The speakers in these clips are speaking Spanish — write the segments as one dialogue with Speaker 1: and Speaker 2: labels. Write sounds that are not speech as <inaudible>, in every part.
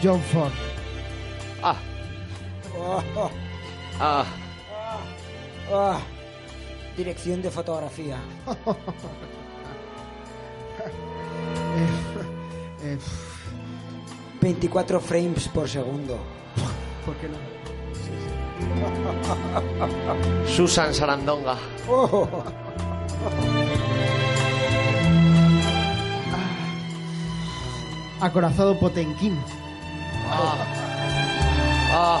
Speaker 1: John Ford.
Speaker 2: Ah. Ah.
Speaker 3: Ah, dirección de fotografía.
Speaker 1: <laughs> Eh, pf,
Speaker 3: 24 frames por segundo.
Speaker 1: ¿Por qué no?
Speaker 2: Susan Sarandonga.
Speaker 1: Oh. Acorazado Potenquín.
Speaker 2: Ah.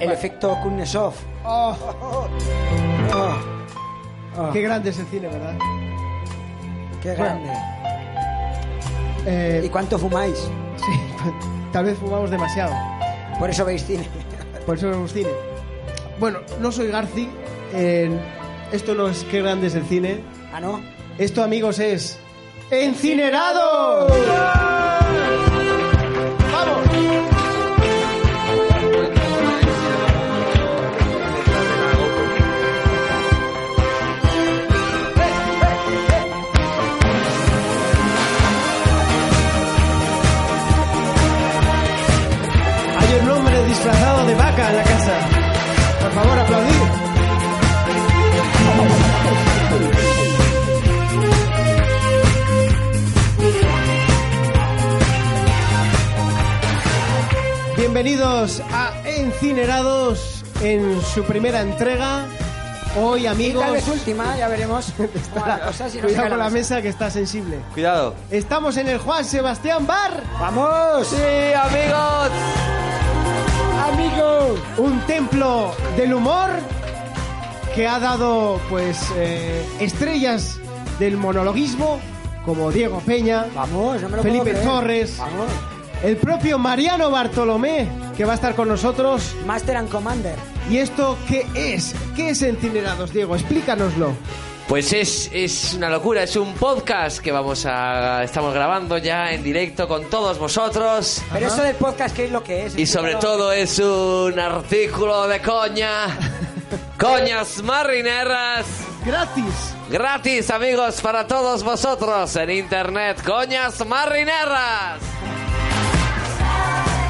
Speaker 3: El efecto Kuznetsov. Ah,
Speaker 1: Oh. Qué grande es el cine, ¿verdad?
Speaker 3: ¡Qué grande!
Speaker 1: Eh,
Speaker 3: ¿Y cuánto fumáis?
Speaker 1: sí, tal vez fumamos demasiado.
Speaker 3: Por eso veis cine.
Speaker 1: Por eso vemos cine. Bueno, no soy Garci. eh, esto no es qué grande es el cine.
Speaker 3: ¿Ah, no?
Speaker 1: Esto, amigos, es. ¡Encinerado! Hay un hombre disfrazado de vaca en la casa. Por favor, aplaudid. Bienvenidos a Encinerados en su primera entrega. Hoy,
Speaker 3: Y tal
Speaker 1: amigos,
Speaker 3: vez última,
Speaker 1: <laughs>
Speaker 3: ya veremos. cómo va la cosa, si nos
Speaker 1: cuidado con la
Speaker 3: aclaramos.
Speaker 1: mesa que está sensible.
Speaker 2: Cuidado.
Speaker 1: Estamos en el Juan Sebastián Bar.
Speaker 3: ¡Vamos!
Speaker 2: Sí, amigos.
Speaker 3: ¡Amigos!
Speaker 1: un templo del humor que ha dado pues eh, estrellas del monologuismo como Diego Peña,
Speaker 3: Vamos, no me lo puedo
Speaker 1: Felipe
Speaker 3: creer.
Speaker 1: Torres,
Speaker 3: Vamos.
Speaker 1: el propio Mariano Bartolomé que va a estar con nosotros.
Speaker 3: Master and Commander.
Speaker 1: ¿Y esto qué es? ¿Qué es Encinerados, Diego? Explícanoslo.
Speaker 2: Pues es, es una locura, es un podcast que vamos a estamos grabando ya en directo con todos vosotros.
Speaker 3: Pero eso del podcast, ¿qué es lo que es?
Speaker 2: Y sobre todo es un artículo de <laughs> coña. Coñas marineras.
Speaker 1: Gratis.
Speaker 2: Gratis, amigos, para todos vosotros en internet. Coñas marineras.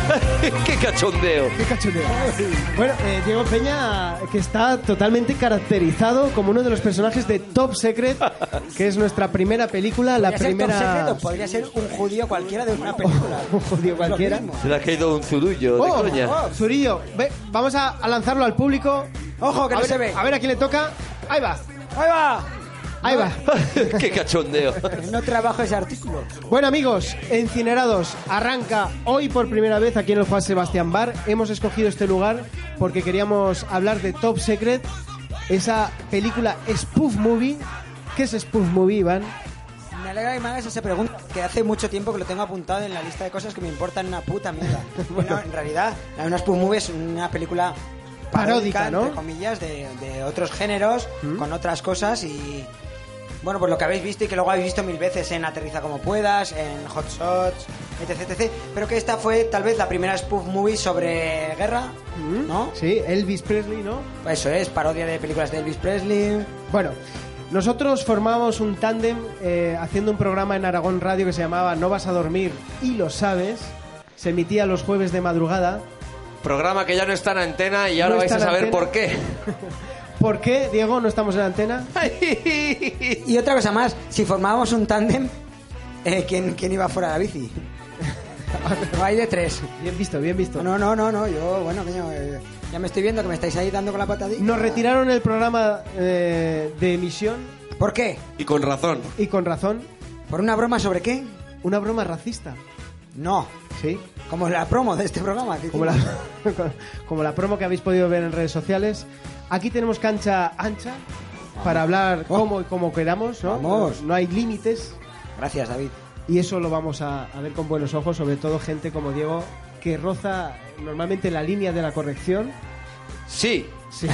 Speaker 2: <laughs> ¡Qué cachondeo!
Speaker 1: Qué cachondeo. Bueno, eh, Diego Peña, que está totalmente caracterizado como uno de los personajes de Top Secret, que es nuestra primera película, la
Speaker 3: Podría ser Tom Segredo,
Speaker 1: primera.
Speaker 3: podría ser un judío cualquiera de
Speaker 1: <laughs>
Speaker 3: una película.
Speaker 1: Un judío cualquiera.
Speaker 3: Lo mismo.
Speaker 2: Se le ha caído un zurullo
Speaker 1: Oh, oh, Zurillo, ve, vamos a, a lanzarlo al público.
Speaker 3: Ojo, que
Speaker 1: a
Speaker 3: no
Speaker 1: ver,
Speaker 3: se ve.
Speaker 1: A ver a quién le toca. Ahí va,
Speaker 3: ¡Ahí va!
Speaker 1: ahí va.
Speaker 2: ¡Qué cachondeo!
Speaker 3: No trabajo ese artículo.
Speaker 1: Bueno amigos, Encinerados arranca hoy por primera vez aquí en el Juan Sebastián Bar. Hemos escogido este lugar porque queríamos hablar de Top Secret, esa película spoof movie. ¿Qué es spoof movie, Iván?
Speaker 3: Me alegra que me hagas esa pregunta, que hace mucho tiempo que lo tengo apuntado en la lista de cosas que me importan una
Speaker 1: <laughs>
Speaker 3: puta mierda. Bueno, en realidad, la una Spoof Movie es una película
Speaker 1: Paródica,
Speaker 3: paródica,
Speaker 1: ¿no? Mm.
Speaker 3: entre comillas, de, de otros géneros, con otras cosas y... Bueno, pues lo que habéis visto y que luego habéis visto mil veces en Aterriza como puedas, en Hot Shots, etc, etc. Pero que esta fue tal vez la primera spoof movie sobre guerra, ¿no?
Speaker 1: Mm. Sí, Elvis Presley, ¿no?
Speaker 3: Eso es, parodia de películas de Elvis Presley.
Speaker 1: Bueno, nosotros formamos un tándem eh, haciendo un programa en Aragón Radio que se llamaba No vas a dormir y lo sabes. Se emitía los jueves de madrugada.
Speaker 2: Programa que ya no está en antena y ahora
Speaker 1: No
Speaker 2: vais
Speaker 1: está en
Speaker 2: a saber
Speaker 1: antena.
Speaker 2: por qué.
Speaker 1: ¿Por qué, Diego, no estamos en antena?
Speaker 3: Y otra cosa más, si formábamos un tándem, eh, ¿quién, quién iba fuera de la bici? <laughs> No hay de tres.
Speaker 1: Bien visto, bien visto.
Speaker 3: No, no, no, no, yo, bueno, coño, eh, ya me estoy viendo que me estáis ahí dando con la patadita.
Speaker 1: Nos retiraron el programa eh, de emisión
Speaker 3: ¿Por qué?
Speaker 4: Y con razón.
Speaker 1: y con razón,
Speaker 3: ¿Por una broma sobre qué?
Speaker 1: una broma racista.
Speaker 3: No,
Speaker 1: Sí,
Speaker 3: como la promo de este programa. que
Speaker 1: como la, <laughs>
Speaker 3: hicimos.
Speaker 1: como la promo que habéis podido ver en redes sociales. Aquí tenemos cancha ancha para hablar
Speaker 3: Oh.
Speaker 1: como y como queramos, ¿no?
Speaker 3: Vamos.
Speaker 1: No hay límites
Speaker 3: Gracias, David.
Speaker 1: y eso lo vamos a, a ver con buenos ojos, sobre todo gente como Diego que roza normalmente la línea de la corrección.
Speaker 2: Sí.
Speaker 1: Sí.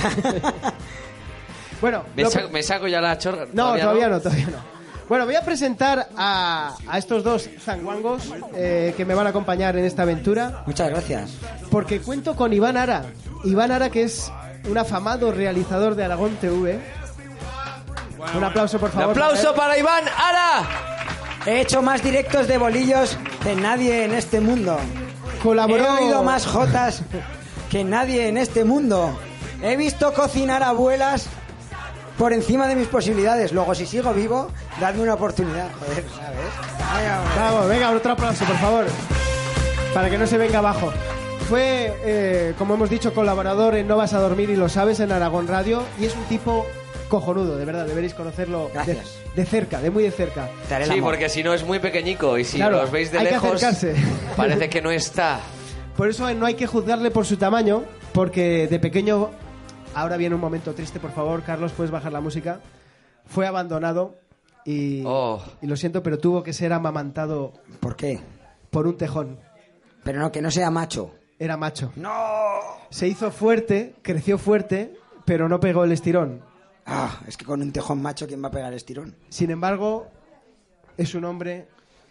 Speaker 1: bueno,
Speaker 2: Me,
Speaker 1: lo-
Speaker 2: saco, me saco ya la chorra.
Speaker 1: no, todavía no, todavía no. Bueno, voy a presentar a, a estos dos zanguangos eh, que me van a acompañar en esta aventura.
Speaker 3: Muchas gracias.
Speaker 1: Porque cuento con Iván Ara. Iván Ara, que es un afamado realizador de Aragón TV. un aplauso, por
Speaker 2: Un
Speaker 1: favor.
Speaker 2: aplauso
Speaker 1: para
Speaker 2: para Iván Ara.
Speaker 3: He hecho más directos de bolillos que nadie en este mundo.
Speaker 1: él.
Speaker 3: He
Speaker 1: Colaboró.
Speaker 3: oído más jotas que nadie en este mundo. He visto cocinar abuelas por encima de mis posibilidades. Luego, si sigo vivo, dadme una oportunidad. Joder, ¿sabes? Ay, hombre.
Speaker 1: Vamos, venga, otro aplauso, por favor. Para que no se venga abajo. Fue, eh, como hemos dicho, colaborador en No Vas a Dormir y lo sabes en Aragón Radio. Y es un tipo cojonudo, de verdad, deberéis conocerlo de,
Speaker 3: Gracias.
Speaker 1: de cerca, de muy de cerca.
Speaker 3: Te haré el
Speaker 2: Sí,
Speaker 3: amor.
Speaker 2: porque si no es muy pequeñico y si
Speaker 1: Claro,
Speaker 2: los veis de
Speaker 1: hay que
Speaker 2: lejos <laughs>
Speaker 1: acercarse.
Speaker 2: parece que no está.
Speaker 1: Por eso eh, no hay que juzgarle por su tamaño, porque de pequeño, ahora viene un momento triste, por favor, Carlos, puedes bajar la música. Fue abandonado y,
Speaker 2: Oh.
Speaker 1: y lo siento, pero tuvo que ser amamantado
Speaker 3: ¿Por qué?
Speaker 1: por un tejón.
Speaker 3: Pero no, que no sea macho.
Speaker 1: Era macho.
Speaker 3: ¡No!
Speaker 1: Se hizo fuerte, creció fuerte, pero no pegó el estirón.
Speaker 3: Ah, es que con un tejón macho, ¿quién va a pegar el estirón?
Speaker 1: Sin embargo, es un hombre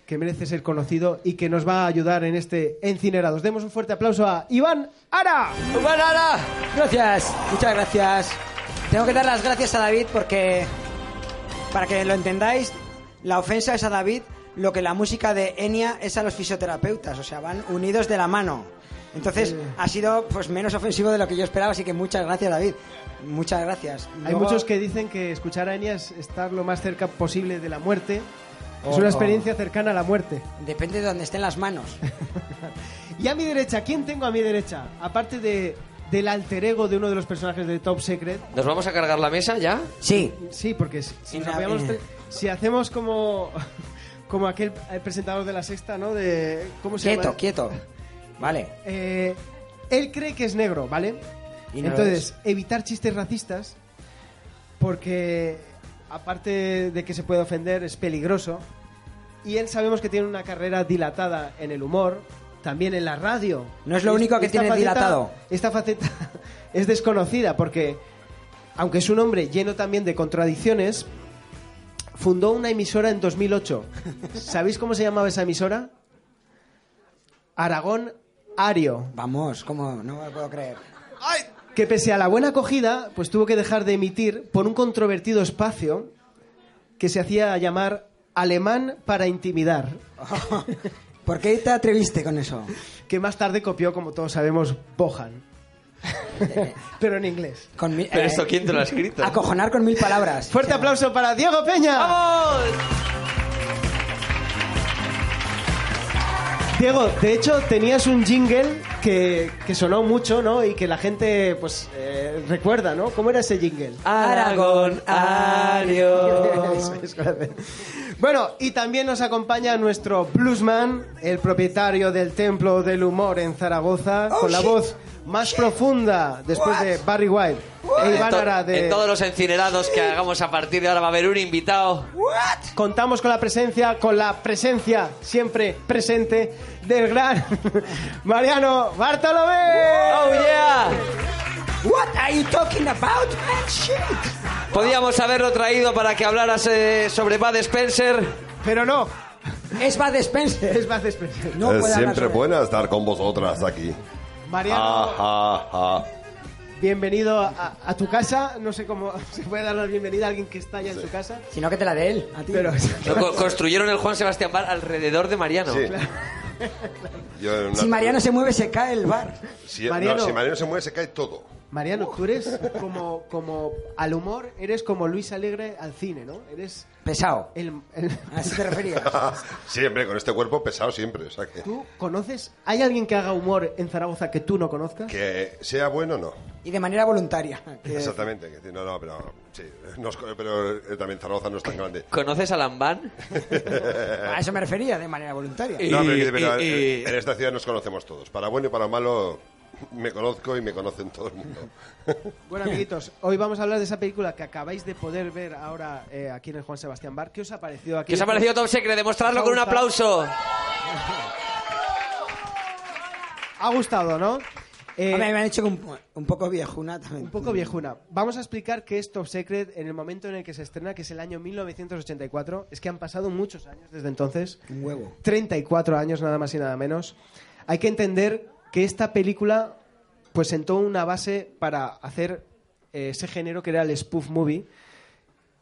Speaker 1: que merece ser conocido y que nos va a ayudar en este Encinerados. Demos un fuerte aplauso a Iván Ara.
Speaker 2: ¡Iván Ara!
Speaker 3: Gracias, muchas gracias. Tengo que dar las gracias a David porque, para que lo entendáis, la ofensa es a David lo que la música de Enya es a los fisioterapeutas, o sea, van unidos de la mano. Entonces, ha sido pues menos ofensivo de lo que yo esperaba, así que muchas gracias, David. Muchas gracias.
Speaker 1: Hay
Speaker 3: Luego-
Speaker 1: muchos que dicen que escuchar a Enya es estar lo más cerca posible de la muerte. Es
Speaker 3: Oh,
Speaker 1: una
Speaker 3: no.
Speaker 1: experiencia cercana a la muerte.
Speaker 3: Depende de dónde estén
Speaker 1: <laughs>
Speaker 3: las manos.
Speaker 1: Y a mi derecha, ¿quién tengo a mi derecha? Aparte de, del alter ego de uno de los personajes de Top Secret.
Speaker 2: ¿Nos vamos a cargar la mesa ya?
Speaker 3: Sí.
Speaker 1: Sí, porque si, si
Speaker 3: Y
Speaker 1: nos
Speaker 3: la- eh.
Speaker 1: apoyamos
Speaker 3: y-
Speaker 1: tre- si hacemos como, <laughs> como aquel eh, presentador de la sexta, ¿no? De, ¿Cómo se
Speaker 3: Quieto,
Speaker 1: llama?
Speaker 3: quieto. Vale.
Speaker 1: Eh, él cree que es negro, ¿vale?
Speaker 3: Y no lo
Speaker 1: Entonces, evitar chistes racistas, porque aparte de que se puede ofender, es peligroso. Y él sabemos que tiene una carrera dilatada en el humor, también en la radio.
Speaker 3: No es lo
Speaker 1: Y
Speaker 3: único que
Speaker 1: esta
Speaker 3: tiene dilatado.
Speaker 1: Esta faceta <laughs> es desconocida, porque aunque es un hombre lleno también de contradicciones, fundó una emisora en 2008. ¿Sabéis cómo se llamaba esa emisora? Aragón Ario.
Speaker 3: Vamos, como no me lo puedo creer. <laughs>
Speaker 1: que pese a la buena acogida, pues tuvo que dejar de emitir por un controvertido espacio que se hacía llamar Alemán para intimidar,
Speaker 3: ¿Por qué te atreviste con eso?
Speaker 1: que más tarde copió, como todos sabemos, Bohan. Pero en inglés.
Speaker 3: Con mi-
Speaker 2: ¿Pero
Speaker 3: eh,
Speaker 2: esto quién te lo ha escrito?
Speaker 3: Acojonar con mil palabras.
Speaker 1: Fuerte aplauso para Diego Peña.
Speaker 2: ¡Vamos!
Speaker 1: Diego, de hecho tenías un jingle que, que sonó mucho, ¿no? Y que la gente, pues, eh, recuerda, ¿no? ¿Cómo era ese jingle? <laughs>
Speaker 2: Ah, Aragón, Ario.
Speaker 1: Eso es, gracias. bueno, y también nos acompaña nuestro bluesman, el propietario del Templo del Humor en Zaragoza,
Speaker 3: Oh,
Speaker 1: con la
Speaker 3: shit.
Speaker 1: voz más profunda después
Speaker 3: What?
Speaker 1: de Barry White. E Iván
Speaker 2: to-
Speaker 1: Ara de-
Speaker 2: en todos los incinerados que hagamos a partir de ahora va a haber un invitado.
Speaker 3: ¿What?
Speaker 1: Contamos con la presencia, con la presencia siempre presente del gran <laughs> Mariano Bartolomé.
Speaker 2: ¡Oh, yeah!
Speaker 3: What are you talking about, man? Shit.
Speaker 2: Podíamos haberlo traído para que hablaras eh, sobre Bad Spencer.
Speaker 1: Pero no,
Speaker 3: Es Bad Spencer.
Speaker 1: es más despreciable.
Speaker 3: No
Speaker 4: es
Speaker 3: puede hablar
Speaker 4: siempre
Speaker 3: sobre-
Speaker 4: buena estar con vosotras aquí. Ah,
Speaker 1: Mariano,
Speaker 4: Ajá, ajá.
Speaker 1: bienvenido a, a tu casa. No sé cómo <laughs> se puede dar la bienvenida a alguien que está ya en su casa.
Speaker 3: Sino que te la dé él. A ti.
Speaker 1: Pero
Speaker 2: Lo co- construyeron el Juan Sebastián Bar alrededor de Mariano.
Speaker 4: Sí. <laughs> Yo en una-
Speaker 3: Si Mariano se mueve, se cae el bar.
Speaker 4: si, no,
Speaker 1: Mariano-
Speaker 4: si Mariano se mueve, se cae todo. <laughs>
Speaker 1: Mariano, tú eres como, como al humor, eres como Luis Alegre al cine, ¿no? Eres
Speaker 3: Pesado.
Speaker 1: el, el-
Speaker 3: Así te referías.
Speaker 4: siempre, con este cuerpo pesado siempre. O sea que,
Speaker 1: ¿Tú conoces? ¿Hay alguien que haga humor en Zaragoza que tú no conozcas?
Speaker 4: que sea bueno no.
Speaker 3: Y de manera voluntaria. Que-
Speaker 4: Exactamente. que- no, no, pero, sí, nos- pero eh, también Zaragoza no es tan grande.
Speaker 2: ¿Conoces a Lambán?
Speaker 3: A eso me refería, de manera voluntaria.
Speaker 2: Y-
Speaker 4: No, pero, que- pero,
Speaker 2: y-
Speaker 4: eh, en esta ciudad nos conocemos todos. Para bueno y para malo Me conozco y me conocen todo el mundo. <laughs>
Speaker 1: Bueno, amiguitos, hoy vamos a hablar de esa película que acabáis de poder ver ahora eh, aquí en el Juan Sebastián Bar. ¿Qué os ha parecido aquí?
Speaker 2: ¿Qué os ha parecido Top Secret? Demostrarlo con un aplauso.
Speaker 1: Ha gustado, ¿no? Eh,
Speaker 3: A mí me han hecho un, un poco viejuna también.
Speaker 1: un poco viejuna. Vamos a explicar qué es Top Secret en el momento en el que se estrena, que es el año 1984. Es que han pasado muchos años desde entonces.
Speaker 3: Un huevo.
Speaker 1: 34 años nada más y nada menos. Hay que entender que esta película pues sentó una base para hacer eh, ese género que era el spoof movie,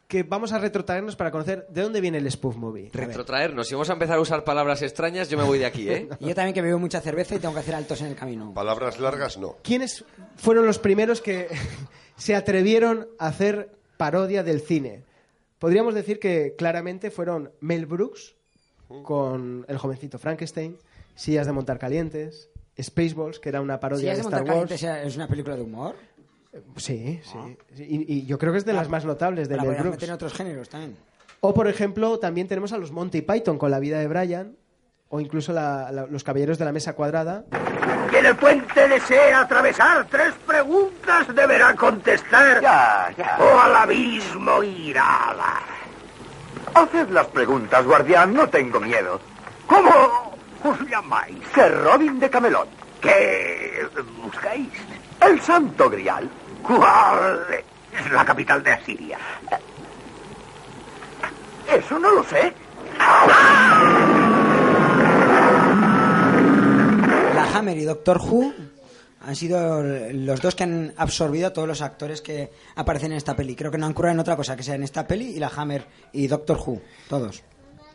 Speaker 1: que vamos a retrotraernos para conocer de dónde viene el spoof movie. A ver.
Speaker 2: Retrotraernos. Si vamos a empezar a usar palabras extrañas, yo me voy de aquí, <laughs> ¿eh?
Speaker 3: Y yo también que bebo mucha cerveza y tengo que hacer altos en el camino.
Speaker 4: Palabras largas, no.
Speaker 1: ¿Quiénes fueron los primeros que <laughs> se atrevieron a hacer parodia del cine? Podríamos decir que claramente fueron Mel Brooks con El jovencito Frankenstein, Sillas de montar calientes, Spaceballs, que era una
Speaker 3: Si
Speaker 1: parodia
Speaker 3: has
Speaker 1: de
Speaker 3: de
Speaker 1: Star
Speaker 3: montar
Speaker 1: Wars.
Speaker 3: calientes, es una película de humor.
Speaker 1: Sí, sí. Sí, Y, y yo creo que es de las más notables de
Speaker 3: La
Speaker 1: Mel
Speaker 3: podrías
Speaker 1: Brooks.
Speaker 3: meter en otros géneros también.
Speaker 1: O, por ejemplo, también tenemos a los Monty Python con La vida de Brian, o incluso la- la- los Caballeros de la Mesa Cuadrada.
Speaker 5: Quien el puente desee atravesar tres preguntas deberá contestar o al abismo irá. a la- Haced las preguntas, guardián, no tengo miedo. ¿Cómo os llamáis? Sir Robin de Camelot. ¿Qué buscáis? El Santo Grial. ¿Cuál es la capital de Asiria? Eso no lo sé.
Speaker 3: La Hammer y Doctor Who han sido los dos que han absorbido a todos los actores que aparecen en esta peli. Creo que no han curado en otra cosa que sea en esta peli y la Hammer y Doctor Who. Todos.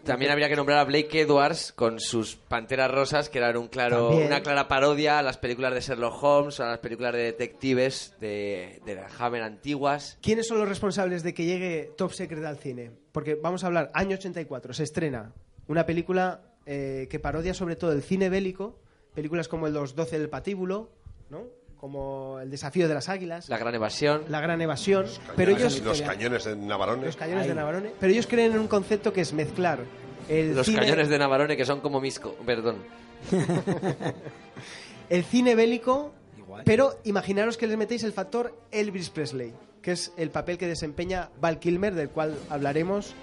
Speaker 2: También habría que nombrar a Blake Edwards con sus Panteras Rosas, que eran un claro,
Speaker 1: También.
Speaker 2: una clara parodia a las películas de Sherlock Holmes, a las películas de detectives de, de la Hammer antiguas.
Speaker 1: ¿Quiénes son los responsables de que llegue Top Secret al cine? Porque vamos a hablar, año 84, se estrena una película eh, que parodia sobre todo el cine bélico, películas como el Los 12 del Patíbulo, ¿no? como El desafío de las águilas,
Speaker 2: La
Speaker 1: La,
Speaker 2: Gran Evasión.
Speaker 1: Gran Evasión, pero
Speaker 4: Cañones-
Speaker 1: ellos...
Speaker 4: los cañones de
Speaker 1: los
Speaker 4: Navarones.
Speaker 1: cañones de Navarone. Pero ellos creen en un concepto que es mezclar el
Speaker 2: Los
Speaker 1: cine...
Speaker 2: cañones de Navarone que son como Misco. Perdón.
Speaker 1: el cine bélico, pero imaginaros que les metéis el factor Elvis Presley, que es el papel que desempeña Val Kilmer, del cual hablaremos.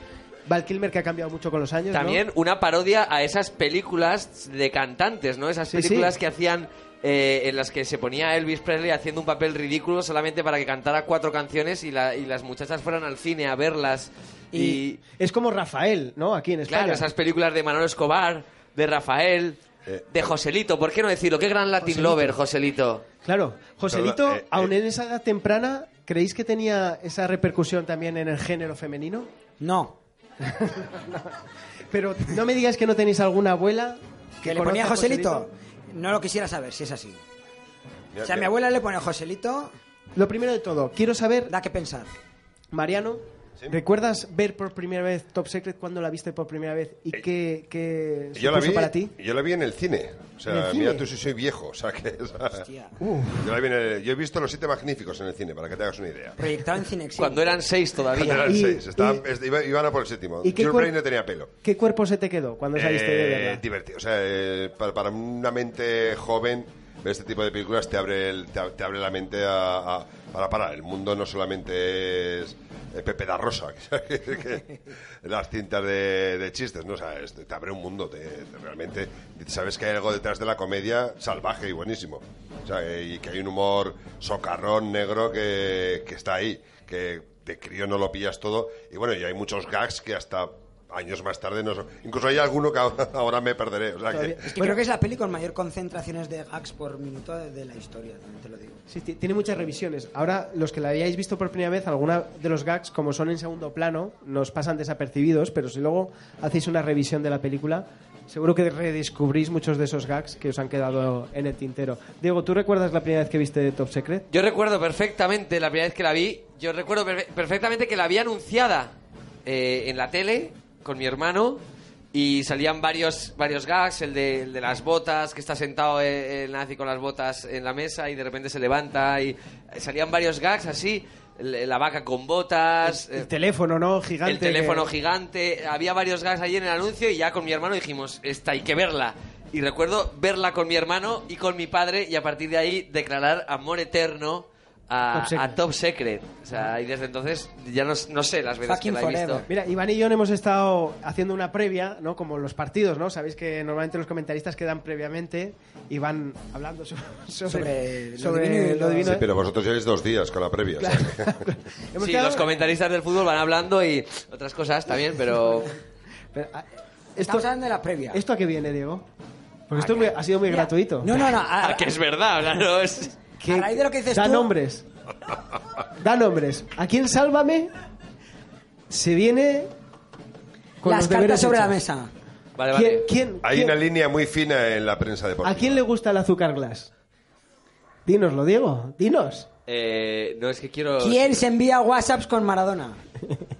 Speaker 1: Val Kilmer que ha cambiado mucho con los años. ¿no?
Speaker 2: También una parodia a esas películas de cantantes, ¿no? Esas
Speaker 1: Sí, sí.
Speaker 2: películas que hacían eh, en las que se ponía Elvis Presley haciendo un papel ridículo solamente para que cantara cuatro canciones y, la- y las muchachas fueran al cine a verlas.
Speaker 1: Y,
Speaker 2: Y,
Speaker 1: es como Rafael, ¿no? Aquí en España.
Speaker 2: claro, esas películas de Manolo Escobar, de Rafael,
Speaker 4: Eh,
Speaker 2: de Joselito, ¿por qué no decirlo? Qué gran Latin Lover, Joselito.
Speaker 1: Claro, Joselito,
Speaker 4: Perdona, eh,
Speaker 1: aun
Speaker 4: eh.
Speaker 1: en esa edad temprana, ¿creéis que tenía esa repercusión también en el género femenino?
Speaker 3: No.
Speaker 1: Pero no me digáis que no tenéis alguna abuela que,
Speaker 3: Que le ponía
Speaker 1: conozca a
Speaker 3: Joselito. No lo quisiera saber si es así.
Speaker 4: Mira,
Speaker 3: O sea,
Speaker 4: mira.
Speaker 3: mi abuela le pone Joselito.
Speaker 1: Lo primero de todo, quiero saber
Speaker 3: Da que pensar.
Speaker 1: Mariano, ¿recuerdas ver por primera vez Top Secret? ¿Cuándo la viste por primera vez? ¿Y qué, qué
Speaker 4: Yo la,
Speaker 1: supuso
Speaker 4: vi,
Speaker 1: para ti?
Speaker 4: yo la vi en el cine. O
Speaker 1: ¿En el
Speaker 4: sea,
Speaker 1: cine?
Speaker 4: mira tú si soy viejo. O sea, <laughs> que, o sea,
Speaker 3: Hostia.
Speaker 1: Uh.
Speaker 4: yo, la vi en el- yo he visto Los Siete Magníficos en el cine, para que te hagas una idea. <laughs>
Speaker 3: Proyectado
Speaker 1: <laughs>
Speaker 3: en Cinex.
Speaker 2: Cuando eran seis
Speaker 4: Cuando
Speaker 2: todavía.
Speaker 4: eran
Speaker 1: Pues, y-
Speaker 4: seis, estaban-
Speaker 1: y-
Speaker 4: est- iba- iban a por el séptimo.
Speaker 1: ¿Y qué
Speaker 4: Jules
Speaker 1: cuer-
Speaker 4: Brey no tenía pelo.
Speaker 1: ¿Qué cuerpo se te quedó cuando saliste de
Speaker 4: Eh,
Speaker 1: verla?
Speaker 4: divertido. O sea, eh, para, para una mente joven, ver este tipo de películas te abre, el- te, ab- te abre la mente a, a- para parar. El mundo no solamente es eh, Pepe da Rosa, <laughs> que- que- las cintas de, de chistes, ¿no? O sea, este, te abre un mundo. Te, te- realmente sabes que hay algo detrás de la comedia salvaje y buenísimo. O sea, eh, y que hay un humor socarrón, negro, que, que está ahí. Que de crío no lo pillas todo. Y bueno, y hay muchos gags que hasta años más tarde no so- incluso hay alguno que ahora, <laughs> ahora me perderé o sea que,
Speaker 3: Es que creo que es la peli con mayor concentraciones de gags por minuto de de la historia, también te lo digo.
Speaker 1: Sí, ti- tiene muchas revisiones. Ahora, los que la hayáis visto por primera vez, alguna de los gags, como son en segundo plano, nos pasan desapercibidos, pero si luego hacéis una revisión de la película, seguro que redescubrís muchos de esos gags que os han quedado en el tintero. Diego, ¿tú recuerdas la primera vez que viste Top Secret?
Speaker 2: Yo recuerdo perfectamente la primera vez que la vi, yo recuerdo perfe- perfectamente que la vi anunciada eh, en la tele con mi hermano y salían varios, varios gags, el de, el de las botas, que está sentado eh, el nazi con las botas en la mesa y de repente se levanta y eh, salían varios gags así, el- la vaca con botas, eh,
Speaker 1: El teléfono, ¿no? Gigante.
Speaker 2: el teléfono
Speaker 1: que-
Speaker 2: gigante, había varios gags allí en el anuncio y ya con mi hermano dijimos, esta hay que verla. Y recuerdo verla con mi hermano y con mi padre y a partir de ahí declarar amor eterno a
Speaker 1: Top
Speaker 2: Top
Speaker 1: Secret.
Speaker 2: Secret. Secret. O sea, y desde entonces ya no, no sé las veces que
Speaker 3: Fucking
Speaker 2: la he visto.
Speaker 3: forever.
Speaker 1: Mira, Iván y yo hemos estado haciendo una previa, ¿no? Como los partidos, ¿no? Sabéis que normalmente los comentaristas quedan previamente y van hablando so- <laughs>
Speaker 3: Sobre
Speaker 1: sobre,
Speaker 3: lo divino y lo-
Speaker 4: Sí,
Speaker 1: ¿eh?
Speaker 4: pero vosotros lleváis dos días con la previa. o sea que-
Speaker 1: Hemos
Speaker 2: Sí,
Speaker 1: quedado-
Speaker 2: los comentaristas del fútbol van hablando y otras cosas también, pero <laughs>
Speaker 1: Pero, ah, esto,
Speaker 3: Estamos hablando de la previa.
Speaker 1: ¿Esto a qué viene, Diego? Porque esto es muy- ha sido muy
Speaker 3: Mira,
Speaker 1: gratuito. <laughs>
Speaker 3: No, no, no. a-
Speaker 2: Ah, que es verdad, o sea, no es...
Speaker 1: ¿Qué-
Speaker 3: a raíz de lo que dices
Speaker 1: da
Speaker 3: tú-
Speaker 1: nombres. Da nombres. ¿A quién sálvame? Se viene con
Speaker 3: las
Speaker 1: los deberes
Speaker 3: cartas sobre la
Speaker 1: hechos.
Speaker 3: mesa.
Speaker 2: Vale,
Speaker 1: ¿Quién-
Speaker 2: vale.
Speaker 1: quién-
Speaker 4: <laughs> Hay
Speaker 1: quién-
Speaker 4: una línea muy fina en la prensa
Speaker 1: ¿A
Speaker 4: deportiva.
Speaker 1: quién le gusta el azúcar glass? Dínoslo, Diego. Dinos.
Speaker 2: Eh, no, es que quiero...
Speaker 3: ¿Quién se envía WhatsApps con Maradona?